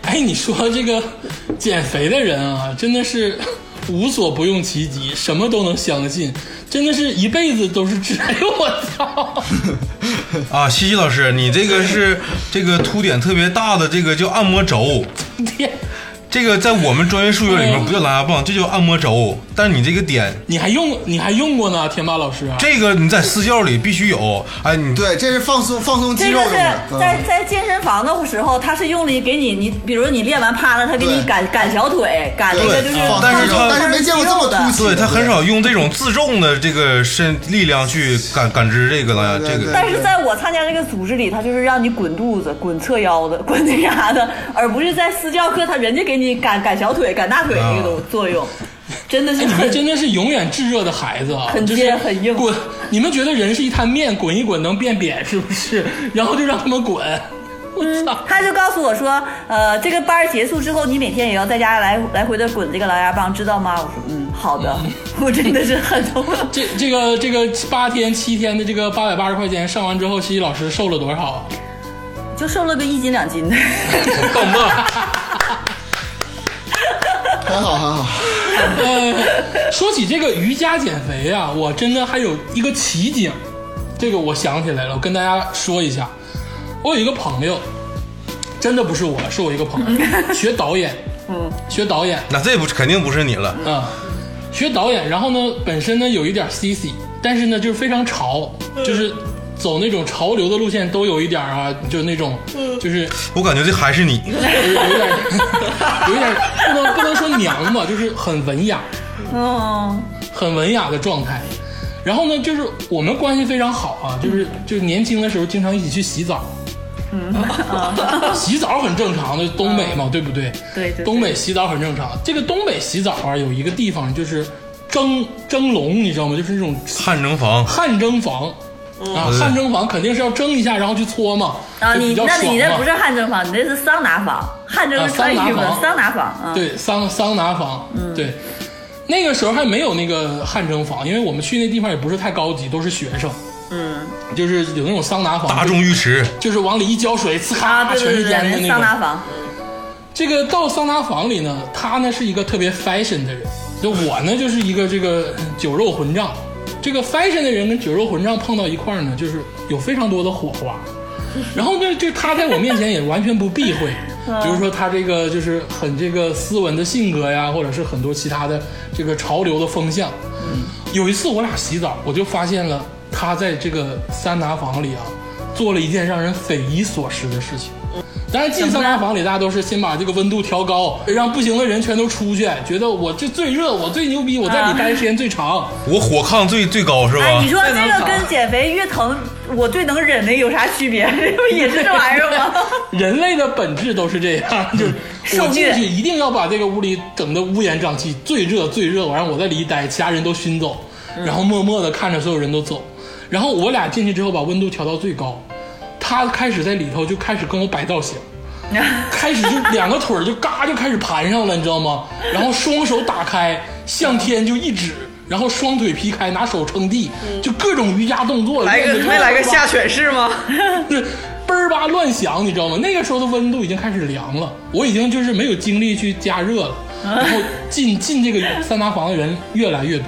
Speaker 1: 哎，你说这个减肥的人啊，真的是无所不用其极，什么都能相信，真的是一辈子都是吃。哎呦我操！
Speaker 3: 啊，西西老师，你这个是这个凸点特别大的，这个叫按摩轴。
Speaker 1: 天，
Speaker 3: 这个在我们专业术语里面不叫狼牙棒，这叫按摩轴。但你这个点，
Speaker 1: 你还用你还用过呢，天霸老师啊？
Speaker 3: 这个你在私教里必须有。哎，你
Speaker 4: 对，这是放松放松 肌
Speaker 5: 这
Speaker 4: 肉
Speaker 5: 个
Speaker 4: 用
Speaker 5: 是
Speaker 4: 的。嗯
Speaker 5: 在在健身房的时候，他是用力给你，你比如你练完趴了，他给你
Speaker 4: 对
Speaker 5: 赶赶小腿，赶那个
Speaker 3: 对
Speaker 5: 就是
Speaker 3: 啊
Speaker 5: 放
Speaker 3: 但是他
Speaker 4: 但是没见过这么
Speaker 5: 肌肉的
Speaker 4: 突起
Speaker 3: 对他很少用这种自重的这个身力量去感感知这个了，
Speaker 4: 对
Speaker 3: 这
Speaker 4: 对
Speaker 3: 个
Speaker 5: 但是在我参加这个组织里，他就是让你滚肚子、滚侧腰的、 滚那啥的，而不是在私教课，他人家给你赶赶小腿、赶大
Speaker 4: 啊
Speaker 5: 腿那个作用，真的是
Speaker 1: 哎，你
Speaker 5: 很
Speaker 1: 们真的是永远炙热的孩子啊！
Speaker 5: 很
Speaker 1: 就
Speaker 5: 尖
Speaker 1: 是
Speaker 5: 很硬
Speaker 1: 滚！你们觉得人是一滩面，滚一滚能变扁是不是？然后就让他们滚。
Speaker 5: 他就告诉我说，呃，这个班儿结束之后，你每天也要在家来来回的滚这个狼牙棒，知道吗？我说，嗯，好的。我真的是很头疼。
Speaker 1: 这这个这个八天七天的这个八百八十块钱上完之后，西西老师瘦了多少啊？
Speaker 5: 就瘦了个一斤两斤的。
Speaker 3: 棒棒，
Speaker 4: 很好很好，
Speaker 1: 呃，说起这个瑜伽减肥啊，我真的还有一个奇景，这个我想起来了，我跟大家说一下。我有一个朋友，真的不是我，是我一个朋友，学导演，嗯，学导演，
Speaker 3: 那这不是肯定不是你了。
Speaker 1: 啊、学导演，然后呢，本身呢有一点 CC，但是呢就是非常潮，就是走那种潮流的路线，都有一点啊，就那种，就是
Speaker 3: 我感觉这还是你，
Speaker 1: 有有一点，有一点不能不能说娘吧，就是很文雅，
Speaker 5: 嗯，
Speaker 1: 很文雅的状态。然后呢，就是我们关系非常好啊，
Speaker 5: 嗯
Speaker 1: 就是就是年轻的时候经常一起去洗澡，嗯， 洗澡很正常的，东北嘛，对不对？
Speaker 5: 嗯对对对
Speaker 1: 东北洗澡很正常。这个东北洗澡啊，有一个地方就是蒸蒸笼，你知道吗？就是那种
Speaker 3: 汗蒸房。
Speaker 1: 汗蒸房。啊，汗蒸房肯定是要蒸一下，然后去搓嘛，
Speaker 5: 嗯啊，
Speaker 1: 就比
Speaker 5: 你
Speaker 1: 较
Speaker 5: 那
Speaker 1: 爽嘛。
Speaker 5: 你那不是汗蒸房，你那是桑拿房，汗蒸
Speaker 1: 啊
Speaker 5: 是穿衣服的、
Speaker 1: 桑拿房
Speaker 5: 桑拿房啊。嗯
Speaker 1: 对，桑桑拿房，对，那个时候还没有那个汗蒸房，因为我们去那地方也不是太高级，都是学生，嗯，就是有那种桑拿房，
Speaker 3: 大
Speaker 1: 就
Speaker 3: 众浴池，
Speaker 1: 就是往里一浇水，呲
Speaker 5: 啊，
Speaker 1: 咔
Speaker 5: 对
Speaker 1: 全
Speaker 5: 对
Speaker 1: 是
Speaker 5: 对
Speaker 1: 烟的
Speaker 5: 对，那
Speaker 1: 那
Speaker 5: 桑拿
Speaker 1: 种。
Speaker 5: 房，
Speaker 1: 这个到桑拿房里呢，他呢是一个特别 fashion 的人，就我呢就是一个这个酒肉混账。这个 fashion 的人跟酒肉混账碰到一块儿呢，就是有非常多的火花。然后呢，就他在我面前也完全不避讳，比如说他这个就是很这个斯文的性格呀，或者是很多其他的这个潮流的风向。有一次我俩洗澡，我就发现了他在这个桑拿房里啊，做了一件让人匪夷所思的事情。当然，进桑拿房里，大家都是先把这个温度调高，让不行的人全都出去，觉得我这最热，我最牛逼，我在里待的时间最长。
Speaker 3: 我火炕最最高是
Speaker 5: 哎，
Speaker 3: 吧
Speaker 5: 你？说
Speaker 2: 这
Speaker 5: 这
Speaker 2: 能
Speaker 5: 个
Speaker 2: 好
Speaker 5: 跟减肥越疼，我最能忍的有啥区别？这不也是这玩意儿吗？
Speaker 1: 人类的本质都是这 样，就是我
Speaker 5: 受
Speaker 1: 进
Speaker 5: 虐
Speaker 1: 去一定要把这个屋里整得乌烟瘴气，最热最热，完了我在里一待，其他人都熏走，
Speaker 2: 嗯
Speaker 1: 然后默默的看着所有人都走，然后我俩进去之后把温度调到最高，他开始在里头就开始跟我摆造 型。开始就两个腿儿就嘎就开始盘上了，你知道吗？然后双手打开向天就一指，然后双腿劈开拿手撑地，就各种瑜伽动作，
Speaker 2: 嗯来个
Speaker 1: 练得
Speaker 2: 没来个
Speaker 1: 乱七八
Speaker 2: 下犬式 吗？
Speaker 1: 就是嘣儿吧乱响，你知道吗？那个时候的温度已经开始凉了，我已经就是没有精力去加热 了。然后进进这个桑拿房的人越来越多，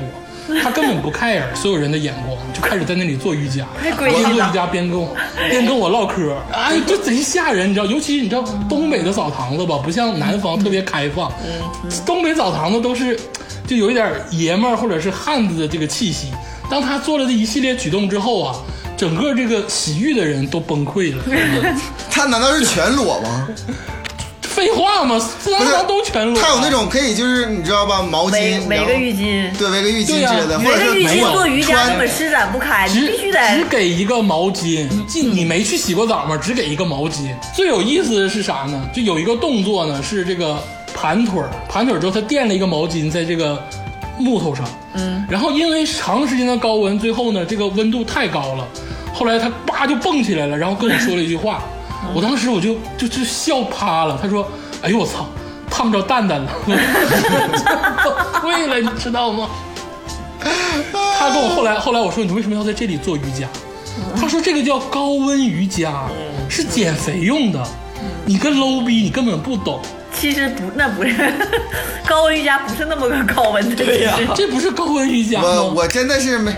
Speaker 1: 他根本不 care 所有人的眼光，就开始在那里做瑜伽，
Speaker 5: 诡异
Speaker 1: 边做
Speaker 5: 了
Speaker 1: 瑜伽边 跟我边跟我唠嗑，哎，这贼吓人，你知道？尤其你知道东北的澡堂子吧，不像南方特别开放，
Speaker 5: 嗯
Speaker 1: 东北澡堂子都是就有一点爷们儿或者是汉子的这个气息。当他做了这一系列举动之后啊，整个这个洗浴的人都崩溃了。
Speaker 4: 他难道是全裸吗？
Speaker 1: 废话嘛，自然
Speaker 4: 不是
Speaker 1: 堂都全裸。
Speaker 4: 他有那种可以就是你知道吧，毛
Speaker 5: 围
Speaker 4: 巾，
Speaker 5: 啊围个浴
Speaker 4: 巾，
Speaker 5: 巾，啊
Speaker 4: 对，围个浴巾
Speaker 1: 对呀
Speaker 4: 之类的，
Speaker 1: 围
Speaker 4: 或
Speaker 1: 个
Speaker 5: 围
Speaker 4: 者是
Speaker 5: 个浴
Speaker 1: 没有
Speaker 5: 巾做瑜伽
Speaker 4: 穿
Speaker 5: 根本施展不开，你
Speaker 1: 只
Speaker 5: 必须得
Speaker 1: 只给一个毛巾，既你没去洗过澡吗？只给一个毛巾。最有意思的是啥呢？就有一个动作呢，是这个盘腿儿，盘腿儿之后他垫了一个毛巾在这个木头上，嗯，然后因为长时间的高温，最后呢这个温度太高了，后来他叭就蹦起来了，然后跟我说了一句话，
Speaker 5: 嗯
Speaker 1: 我当时我就就就笑趴了。他说：“哎呦我操，烫着蛋蛋了， 崩溃了，你知道吗？”他跟我后来后来我说你为什么要在这里做瑜伽？他说这个叫高温瑜伽，是减肥用的。你个 low 逼，你根本不懂，
Speaker 5: 其实不，那不是 高温瑜伽，不是那么个高温的。对
Speaker 2: 呀
Speaker 1: 这不是高温瑜伽
Speaker 4: 我
Speaker 1: 吗？
Speaker 4: 我真的是没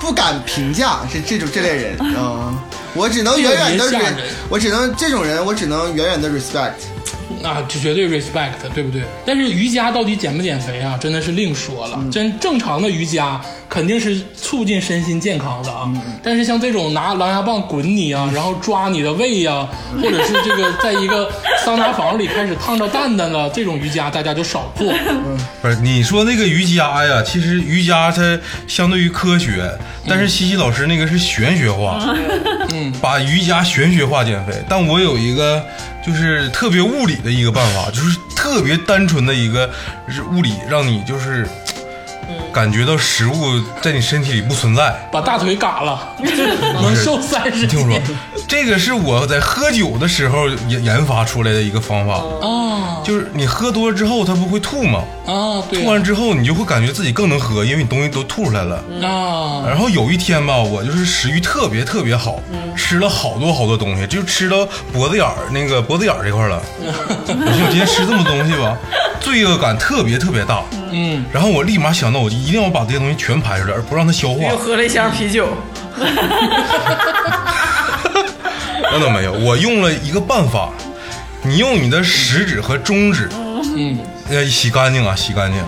Speaker 4: 不敢评价这这种这类 人啊、我只能远远的
Speaker 1: 这种人
Speaker 4: re,
Speaker 1: 吓人
Speaker 4: 我只能这种人，我只能远远的 respect。
Speaker 1: 啊，这绝对 respect，对不对？但是瑜伽到底减不减肥啊，真的是另说了。
Speaker 4: 嗯
Speaker 1: 真正常的瑜伽肯定是促进身心健康的
Speaker 4: 嗯
Speaker 1: 啊，但是像这种拿狼牙棒滚你啊，然后抓你的胃呀、或者是这个在一个桑拿房里开始烫着蛋蛋了，这种瑜伽大家就少做。
Speaker 3: 不是，你说那个瑜伽呀，其实瑜伽它相对于科学，但是西西老师那个是玄学化，嗯，把瑜伽玄学化减肥。但我有一个就是特别物理的一个办法，就是特别单纯的一个是物理，让你就是。感觉到食物在你身体里不存在，
Speaker 1: 把大腿嘎了，能瘦三十
Speaker 3: 你听我
Speaker 1: 斤
Speaker 3: 说。，这个是我在喝酒的时候研研发出来的一个方法，
Speaker 1: 啊
Speaker 3: 就是你喝多了之后，它不会吐吗？
Speaker 1: 啊，对
Speaker 3: 吐完之后，你就会感觉自己更能喝，因为你东西都吐出来了。
Speaker 1: 啊，
Speaker 3: 然后有一天吧，我就是食欲特别特别好，
Speaker 1: 嗯
Speaker 3: 吃了好多好多东西，就吃到脖子眼儿那个脖 子眼儿这块儿了。
Speaker 1: 嗯
Speaker 3: 我说我今天吃这么多东西 吧，罪恶感特别特别大。
Speaker 1: 嗯，
Speaker 3: 然后我立马想到，我一定要把这些东西全排出来，而不让它消化
Speaker 2: 又。喝了一箱啤酒，
Speaker 3: 那倒没有，我用了一个办法，你用你的食指和中指，
Speaker 1: 嗯，
Speaker 3: 呃，洗干净啊，洗干净，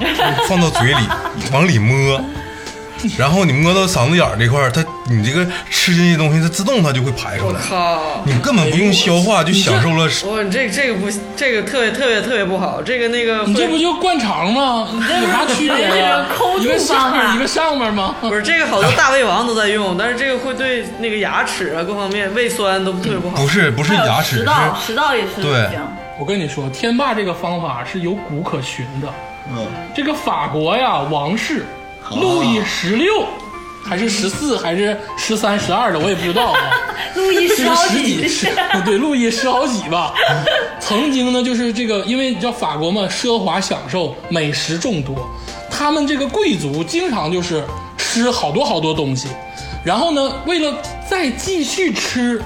Speaker 3: 放到嘴里，往里摸，然后你摸到嗓子眼儿这块儿，它你这个吃进去的东西，它自动它就会排出
Speaker 2: 我
Speaker 3: 来，
Speaker 2: 靠！
Speaker 3: 你根本不用消化就享受了食。
Speaker 2: 我这这个不，这个特别特别特别不好，这个那个
Speaker 1: 你这不
Speaker 2: 会
Speaker 1: 就灌肠吗？有啥区别呀
Speaker 5: 这个抠？住
Speaker 1: 一个上
Speaker 5: 啊
Speaker 1: 面一个上面吗？
Speaker 2: 不是这个好多大胃王都在用，但是这个会对那个牙齿啊各方面胃酸都特别不好
Speaker 3: 不。是不是
Speaker 5: 还有
Speaker 3: 牙齿，
Speaker 5: 食
Speaker 3: 是
Speaker 5: 道，食道也是不
Speaker 3: 对
Speaker 5: 行。
Speaker 1: 我跟你说，天霸这个方法是有古可循的。
Speaker 4: 嗯，
Speaker 1: 这个法国呀，王室路易十六还是十四还是十三十二的，我也不知道啊。
Speaker 5: 路易
Speaker 1: 是
Speaker 5: 十好
Speaker 1: 十 几，
Speaker 5: 几
Speaker 1: 十， 对，路易十好几吧。曾经呢，就是这个，因为你知道法国嘛，奢华享受，美食众多，他们这个贵族经常就是吃好多好多东西，然后呢，为了再继续 吃，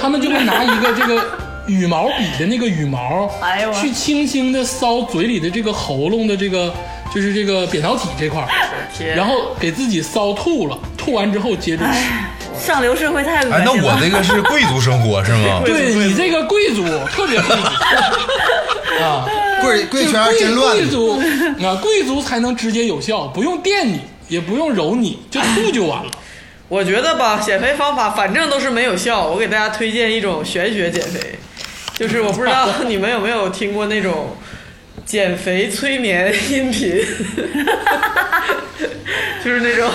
Speaker 1: 他们就会拿一个这个羽毛笔的那个羽毛，
Speaker 5: 哎呦我
Speaker 1: 去轻轻的搔嘴里的这个喉咙的这个。就是这个扁桃体这块儿，
Speaker 2: 天
Speaker 1: 然后给自己搔吐了，吐完之后接着吃。
Speaker 5: 上流社会太恶心了。
Speaker 3: 哎，那我这个是贵族生活是吗？
Speaker 1: 对你这个贵族特别贵族啊，
Speaker 5: 呃
Speaker 4: 贵贵圈儿
Speaker 1: 贵
Speaker 4: 真乱
Speaker 1: 贵，族啊，贵族才能直接有效，不用电你，也不用揉你，就吐就完了。
Speaker 2: 我觉得吧，减肥方法反正都是没有效。我给大家推荐一种玄学减肥，就是我不知 道你们有没有听过那种减肥催眠音 频，就是那种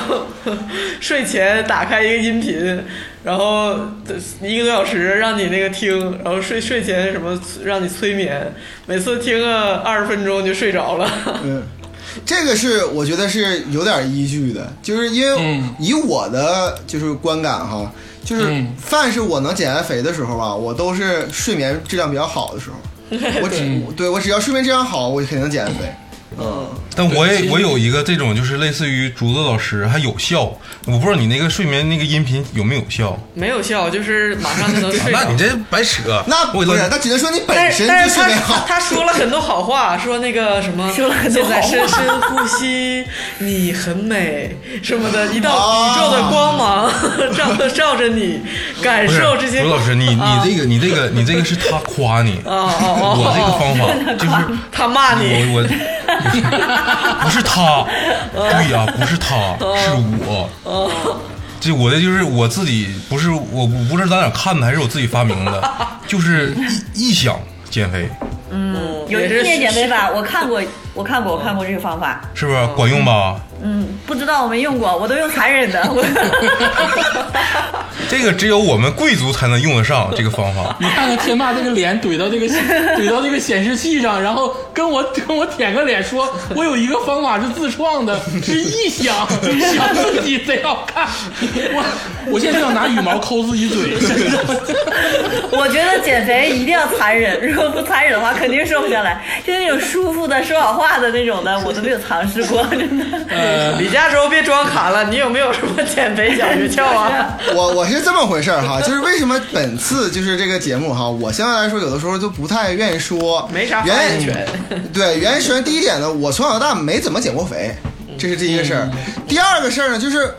Speaker 2: 睡前打开一个音频，然后一个多小时让你那个听，然后睡睡前什么让你催眠，每次听个二十分钟就睡着了。
Speaker 4: 嗯，这个是我觉得是有点依据的，就是因为
Speaker 1: 嗯
Speaker 4: 以我的就是观感哈，就是
Speaker 1: 嗯
Speaker 4: 凡是我能减下肥的时候啊吧，我都是睡眠质量比较好的时候，我只对我只要睡眠质量好，我就肯定减肥。
Speaker 3: 但
Speaker 1: 对
Speaker 3: 我
Speaker 1: 其
Speaker 3: 也
Speaker 1: 实
Speaker 3: 我有一个这种，就是类似于竹子老师还有效，我不知道你那个睡眠那个音频有没有效。
Speaker 2: 没有效，就是马上就 能睡着。
Speaker 3: 那你这白扯，
Speaker 4: 那
Speaker 3: 我给
Speaker 4: 不是，
Speaker 3: 他
Speaker 4: 那只能说你本
Speaker 2: 但
Speaker 4: 身
Speaker 2: 是
Speaker 4: 就
Speaker 2: 但是
Speaker 4: 睡
Speaker 2: 他
Speaker 4: 眠好。
Speaker 2: 他说了很多好话，说那个什么，
Speaker 5: 说了很多
Speaker 2: 现在
Speaker 5: 好
Speaker 2: 深深呼吸，你很美什么的，一
Speaker 4: 啊
Speaker 2: 道宇宙的光芒照照着你，感
Speaker 3: 不是
Speaker 2: 受这些
Speaker 3: 竹子
Speaker 2: 光。
Speaker 3: 老师，你你这个你这个你这个是他夸你，
Speaker 2: 哦哦哦，
Speaker 3: 我这个方法就是
Speaker 2: 他骂你，哦
Speaker 3: 我我不是他，对呀、不是他，是我。
Speaker 2: 哦
Speaker 3: 这我的就是我自己，不是我我不是咱俩看的，还是我自己发明的，就是臆想减肥，
Speaker 5: 嗯有
Speaker 2: 也是
Speaker 5: 夜减肥法，我看过，我看过，我看过这个方法，嗯
Speaker 3: 是不是
Speaker 2: 哦
Speaker 3: 管用吧？
Speaker 5: 不知道我没用过，我都用残忍的。 我
Speaker 3: 这个只有我们贵族才能用得上这个方法。
Speaker 1: 你看看天霸这个脸怼到这个 怼到这个显示器上，然后跟我跟我舔个脸说，我有一个方法是自创的，是臆 想，想自己贼好看。我我现在就想拿羽毛抠自己 嘴，真的。
Speaker 5: 我觉得减肥一定要残忍，如果不残忍的话，肯定瘦不下来。就是那种舒服的、说好话的那 种的，我都没有尝试过，真的。
Speaker 1: 呃，
Speaker 2: 李嘉洲别装卡了，你有没有什么减肥小诀窍啊？
Speaker 4: 我我是这么回事儿哈，就是为什么本次就是这个节目哈，我相对来说有的时候就不太愿意说，
Speaker 2: 没啥发
Speaker 4: 原嗯
Speaker 2: 言
Speaker 4: 因
Speaker 2: 权。
Speaker 4: 对，原因首先第一点呢，我从小到大没怎么减过肥，这是第一个事儿。第二个事儿呢，就是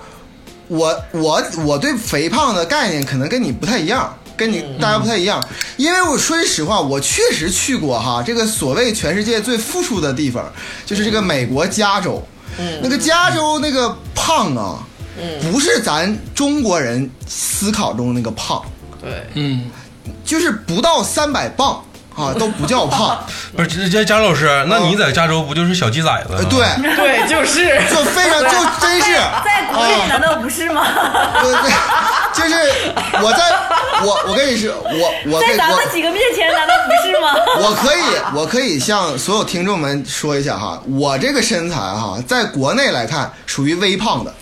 Speaker 4: 我我我对肥胖的概念可能跟你不太一样，跟你大家不太一样，因为我说句实话，我确实去过哈这个所谓全世界最富庶的地方，就是这个美国加州，那个加州那个胖啊，不是咱中国人思考中那个胖，
Speaker 2: 对，
Speaker 1: 嗯，
Speaker 4: 就是不到三百磅啊都不叫胖，
Speaker 3: 不是，这这贾老师，
Speaker 2: 哦
Speaker 3: 那你在加州不就是小鸡崽子吗
Speaker 4: 呃？对。
Speaker 2: 对，就是。
Speaker 4: 就非常就
Speaker 5: 啊
Speaker 4: 真是，
Speaker 3: 啊
Speaker 4: 啊
Speaker 5: 在国内难道不是吗？
Speaker 4: 对对，就是我在我我跟你说，我我可
Speaker 5: 在
Speaker 4: 以
Speaker 5: 咱们啊
Speaker 4: 我
Speaker 5: 几个面前难道不是吗？
Speaker 4: 我可以我可以向所有听众们说一下哈，我这个身材哈，在国内来看属于微胖的，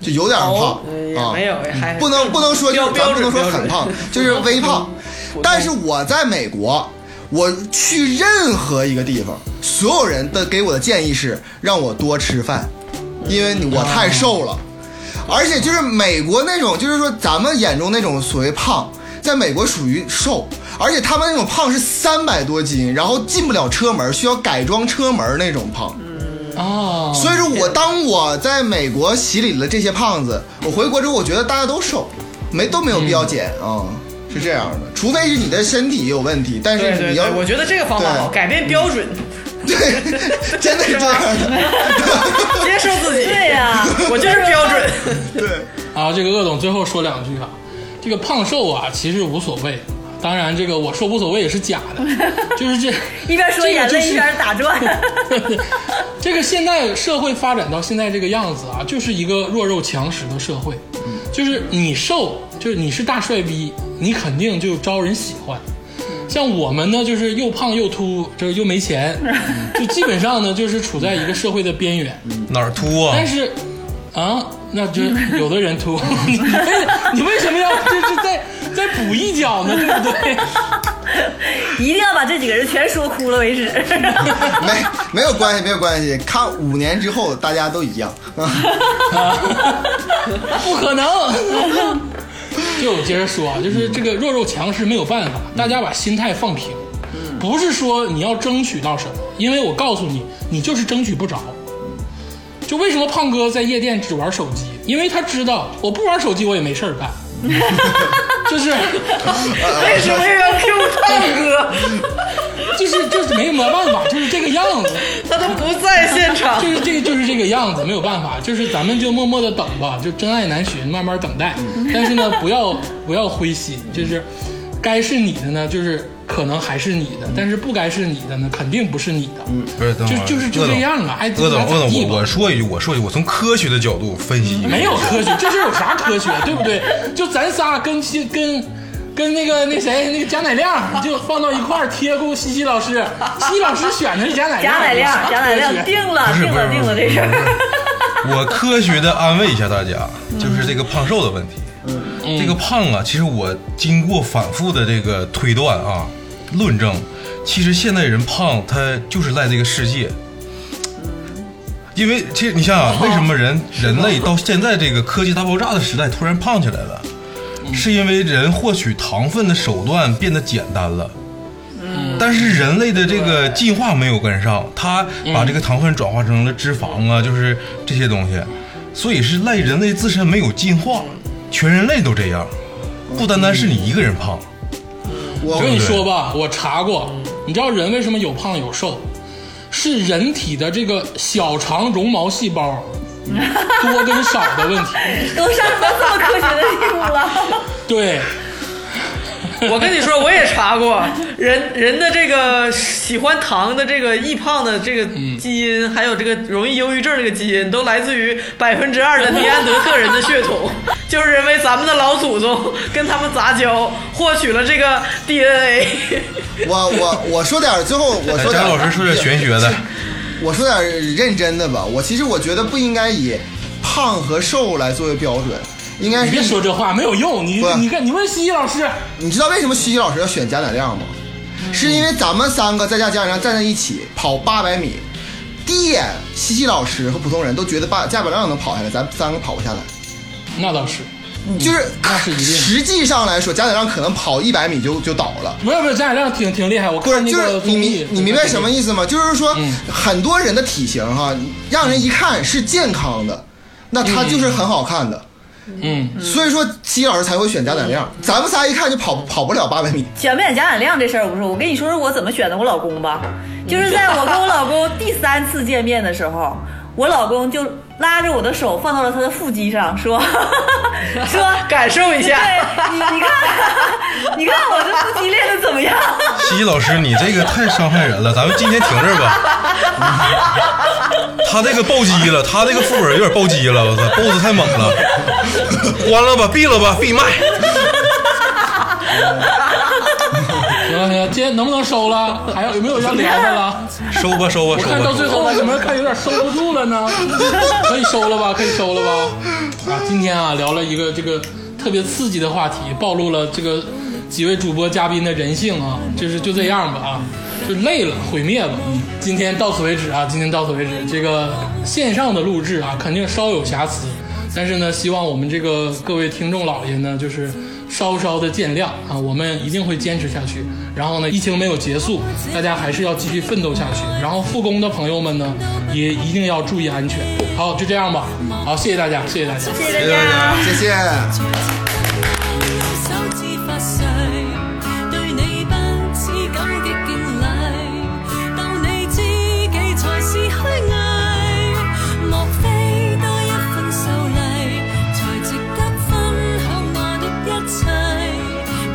Speaker 4: 就有点胖
Speaker 2: 嗯
Speaker 4: 啊，
Speaker 2: 也没有还
Speaker 4: 不能不能说就
Speaker 2: 标
Speaker 4: 是咱不能说
Speaker 2: 标准
Speaker 4: 很 胖
Speaker 2: 标准，
Speaker 4: 就是微胖
Speaker 2: 普通。
Speaker 4: 但是我在美国，我去任何一个地方，所有人的给我的建议是让我多吃饭，因为我太瘦
Speaker 2: 啊
Speaker 4: 了。而且就是美国那种，就是说咱们眼中那种所谓胖，在美国属于瘦，而且他们那种胖是三百多斤，然后进不了车门，需要改装车门那种胖。
Speaker 1: 哦，
Speaker 4: 所以说我当我在美国洗礼了这些胖子，我回国之后，我觉得大家都瘦，没都没有必要减啊、是这样的。除非是你的身体有问题，但
Speaker 2: 对
Speaker 4: 是
Speaker 2: 对
Speaker 4: 你要
Speaker 2: 对，我觉得这个方法好，
Speaker 4: 对
Speaker 2: 改变标准，
Speaker 4: 对，真的是这样的，
Speaker 2: 接受自己，
Speaker 5: 对呀、
Speaker 2: 我就是标准。
Speaker 4: 对。
Speaker 1: 啊，这个鄂总最后说两句啊，这个胖瘦啊其实无所谓，当然这个我说无所谓也是假的，就是这
Speaker 5: 一边说眼泪一边打转。
Speaker 1: 这个现在社会发展到现在这个样子啊，就是一个弱肉强食的社会，
Speaker 5: 嗯
Speaker 1: 就是你瘦，就是你是大帅逼，你肯定就招人喜欢。
Speaker 5: 嗯
Speaker 1: 像我们呢，就是又胖又秃，这又没钱， 就基本上呢，就是处在一个社会的边缘。
Speaker 3: 哪儿秃啊？
Speaker 1: 但是，啊，那就有的人秃， 你为你为什么要就是再再补一脚呢？对不对？
Speaker 5: 一定要把这几个人全说哭了为止。
Speaker 4: 没没有关系，没有关系。看五年之后，大家都一样。嗯
Speaker 1: 不可能。 就我接着说啊，就是这个弱肉强食没有办法，大家把心态放平，不是说你要争取到什么，因为我告诉你，你就是争取不着。就为什么胖哥在夜店只玩手机？因为他知道我不玩手机我也没事儿干， 就是
Speaker 2: 为 什么哎又要 Q 胖哥？
Speaker 1: 就是就是没什么办法，就是这个样子。
Speaker 2: 他都不在现场
Speaker 1: 就。是这个就是这个样子，没有办法，就是咱们就默默的等吧，就真爱难寻，慢慢等待。
Speaker 5: 嗯
Speaker 1: 但是呢，不要不要灰心，就是该是你的呢，就是可能还是你的，但是不该是你的呢，肯定不是你
Speaker 5: 嗯
Speaker 1: 的。
Speaker 3: 不是，等会儿
Speaker 1: 就就是就
Speaker 3: 鄂总
Speaker 1: 这样啊爱
Speaker 3: 鄂总，
Speaker 1: 爱咋
Speaker 3: 鄂
Speaker 1: 地
Speaker 3: 总，
Speaker 1: 吧
Speaker 3: 我我说一句，我说一句，我从科学的角度分析一个，
Speaker 1: 没有科学，这事儿有啥科学，对不对？就咱仨跟西跟跟那个那谁那个贾乃亮就放到一块儿贴过西西老师，西西老师选的是贾乃亮，
Speaker 5: 贾乃亮
Speaker 1: 有， 啥
Speaker 5: 贾
Speaker 1: 科
Speaker 5: 乃
Speaker 1: 学
Speaker 5: 亮定了，
Speaker 3: 不是
Speaker 5: 定
Speaker 3: 不是
Speaker 5: 了，
Speaker 3: 不
Speaker 5: 定
Speaker 3: 是
Speaker 5: 了这事儿。
Speaker 3: 我科学的安慰一下大家，
Speaker 5: 嗯
Speaker 3: 就是这个胖瘦的问题。这个胖啊，其实我经过反复的这个推断啊、论证，其实现代人胖，他就是赖这个世界。因为其实你想想、为什么 人人类到现在这个科技大爆炸的时代突然胖起来了，是因为人获取糖分的手段变得简单了。但是人类的这个进化没有跟
Speaker 1: 嗯
Speaker 3: 上，它把这个糖分转化成了脂肪啊，就是这些东西，所以是赖人类自身没有进化，
Speaker 1: 嗯
Speaker 3: 全人类都这样，不单单是你一个人胖，
Speaker 1: 我
Speaker 4: 我
Speaker 1: 跟你说吧，我查过，你知道人为什么有胖有瘦，是人体的这个小肠绒毛细胞多跟少的问题。
Speaker 5: 都上升到这么科学的地步了，
Speaker 1: 对，
Speaker 2: 我跟你说，我也查过，人人的这个喜欢糖的这个易胖的这个基因，还有这个容易忧郁症这个基因，都来自于百分之二的尼安德特人的血统， 就是因为咱们的老祖宗跟他们杂交，获取了这个 DNA。
Speaker 4: 我我我说点儿，最后我
Speaker 1: 嗯
Speaker 3: 哎
Speaker 4: 说点
Speaker 3: 张
Speaker 4: 儿，
Speaker 3: 老师说点玄学的，
Speaker 4: 我说点儿认真的吧。我其实我觉得不应该以胖和瘦来作为标准，应该
Speaker 1: 你
Speaker 4: 是
Speaker 1: 别说这话没有用，你
Speaker 4: 不
Speaker 1: 你看你问西西老师，
Speaker 4: 你知道为什么徐徐老师要选贾乃亮吗？是因为咱们三个再加贾乃亮站在一起跑八百米，第一眼西西老师和普通人都觉得把贾乃亮能跑下来，咱三个跑不下来。
Speaker 1: 那倒是，
Speaker 4: 就是
Speaker 1: 那是一定
Speaker 4: 实际上来说，贾乃亮可能跑一百米就就倒了。
Speaker 1: 不是不是，贾乃亮挺挺厉害，我
Speaker 4: 不是
Speaker 1: 看，那
Speaker 4: 就是
Speaker 1: 个综
Speaker 4: 你
Speaker 1: 艺
Speaker 4: 明，你明白什么意思吗？就是说，
Speaker 1: 嗯
Speaker 4: 很多人的体型哈，让人一看是健康的，那他就是很好看的。
Speaker 1: 嗯，
Speaker 4: 所以说，西西老师才会选贾乃亮。咱们仨一看就跑跑不了八百米。
Speaker 5: 选不选贾乃亮这事儿不是，我跟你说说我怎么选的我老公吧，就是在我跟我老公第三次见面的时候，我老公就拉着我的手放到了他的腹肌上，说 说
Speaker 2: 感受一下
Speaker 5: 对你你看 你看我这腹肌练的怎么样？
Speaker 3: 西西老师，你这个太伤害人了，咱们今天停这儿 吧。他这个暴击了，他这个副本有点暴击了，我操，BOSS 太 猛了，关了吧，闭了吧，闭麦。
Speaker 1: 行了行了，今天能不能收了？还有有没有要聊的了？
Speaker 3: 收吧收吧
Speaker 1: 我
Speaker 3: 收
Speaker 1: 看到
Speaker 3: 吧
Speaker 1: 最
Speaker 3: 收吧。
Speaker 1: 后了，怎么看有点收不住了呢？ 可以收了吧，可以收了吧。啊，今天啊聊了一个这个特别刺激的话题，暴露了这个几位主播嘉宾的人性啊，就是就这样吧啊，就累了，毁灭吧。嗯今天到此为止啊，今天到此为止，这个线上的录制啊，肯定稍有瑕疵。但是呢，希望我们这个各位听众老爷呢，就是稍稍的见谅啊，我们一定会坚持下去。然后呢，疫情没有结束，大家还是要继续奋斗下去。然后复工的朋友们呢，也一定要注意安全。好，就这样吧。好，谢谢大家，谢谢大家。
Speaker 5: 谢谢大家。
Speaker 4: 谢谢。
Speaker 6: 手指发誓，對你不知感激敬禮，當你知己才是虛偽，莫非多一份受禮，才值得分享我的一切，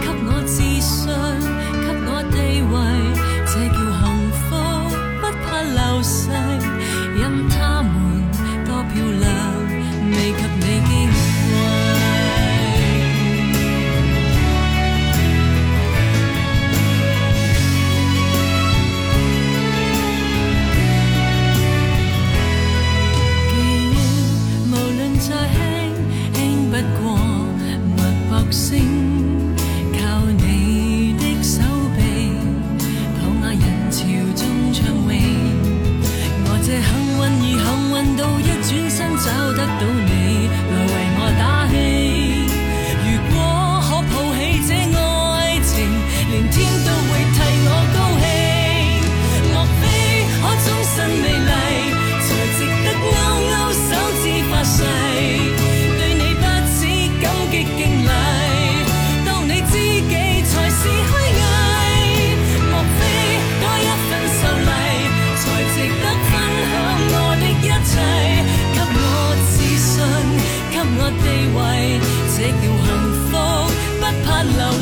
Speaker 6: 給我自信，給我地位，這叫幸福，不怕流逝，因他們多漂亮，未及你矜貴。既然無論再輕，輕不過脈搏聲，靠你的手臂，抱下人潮中暢泳。我這幸運兒幸運到一轉身找得到你，來為我打氣。如果可抱起這愛情，連天都會替我高興。莫非可終身美麗，才值得勾勾手指發誓，對你不止感激敬禮。當你知己才是虛偽，莫非多一份受禮，才值得分享我的一切，給我自信，給我地位，這叫幸福，不怕流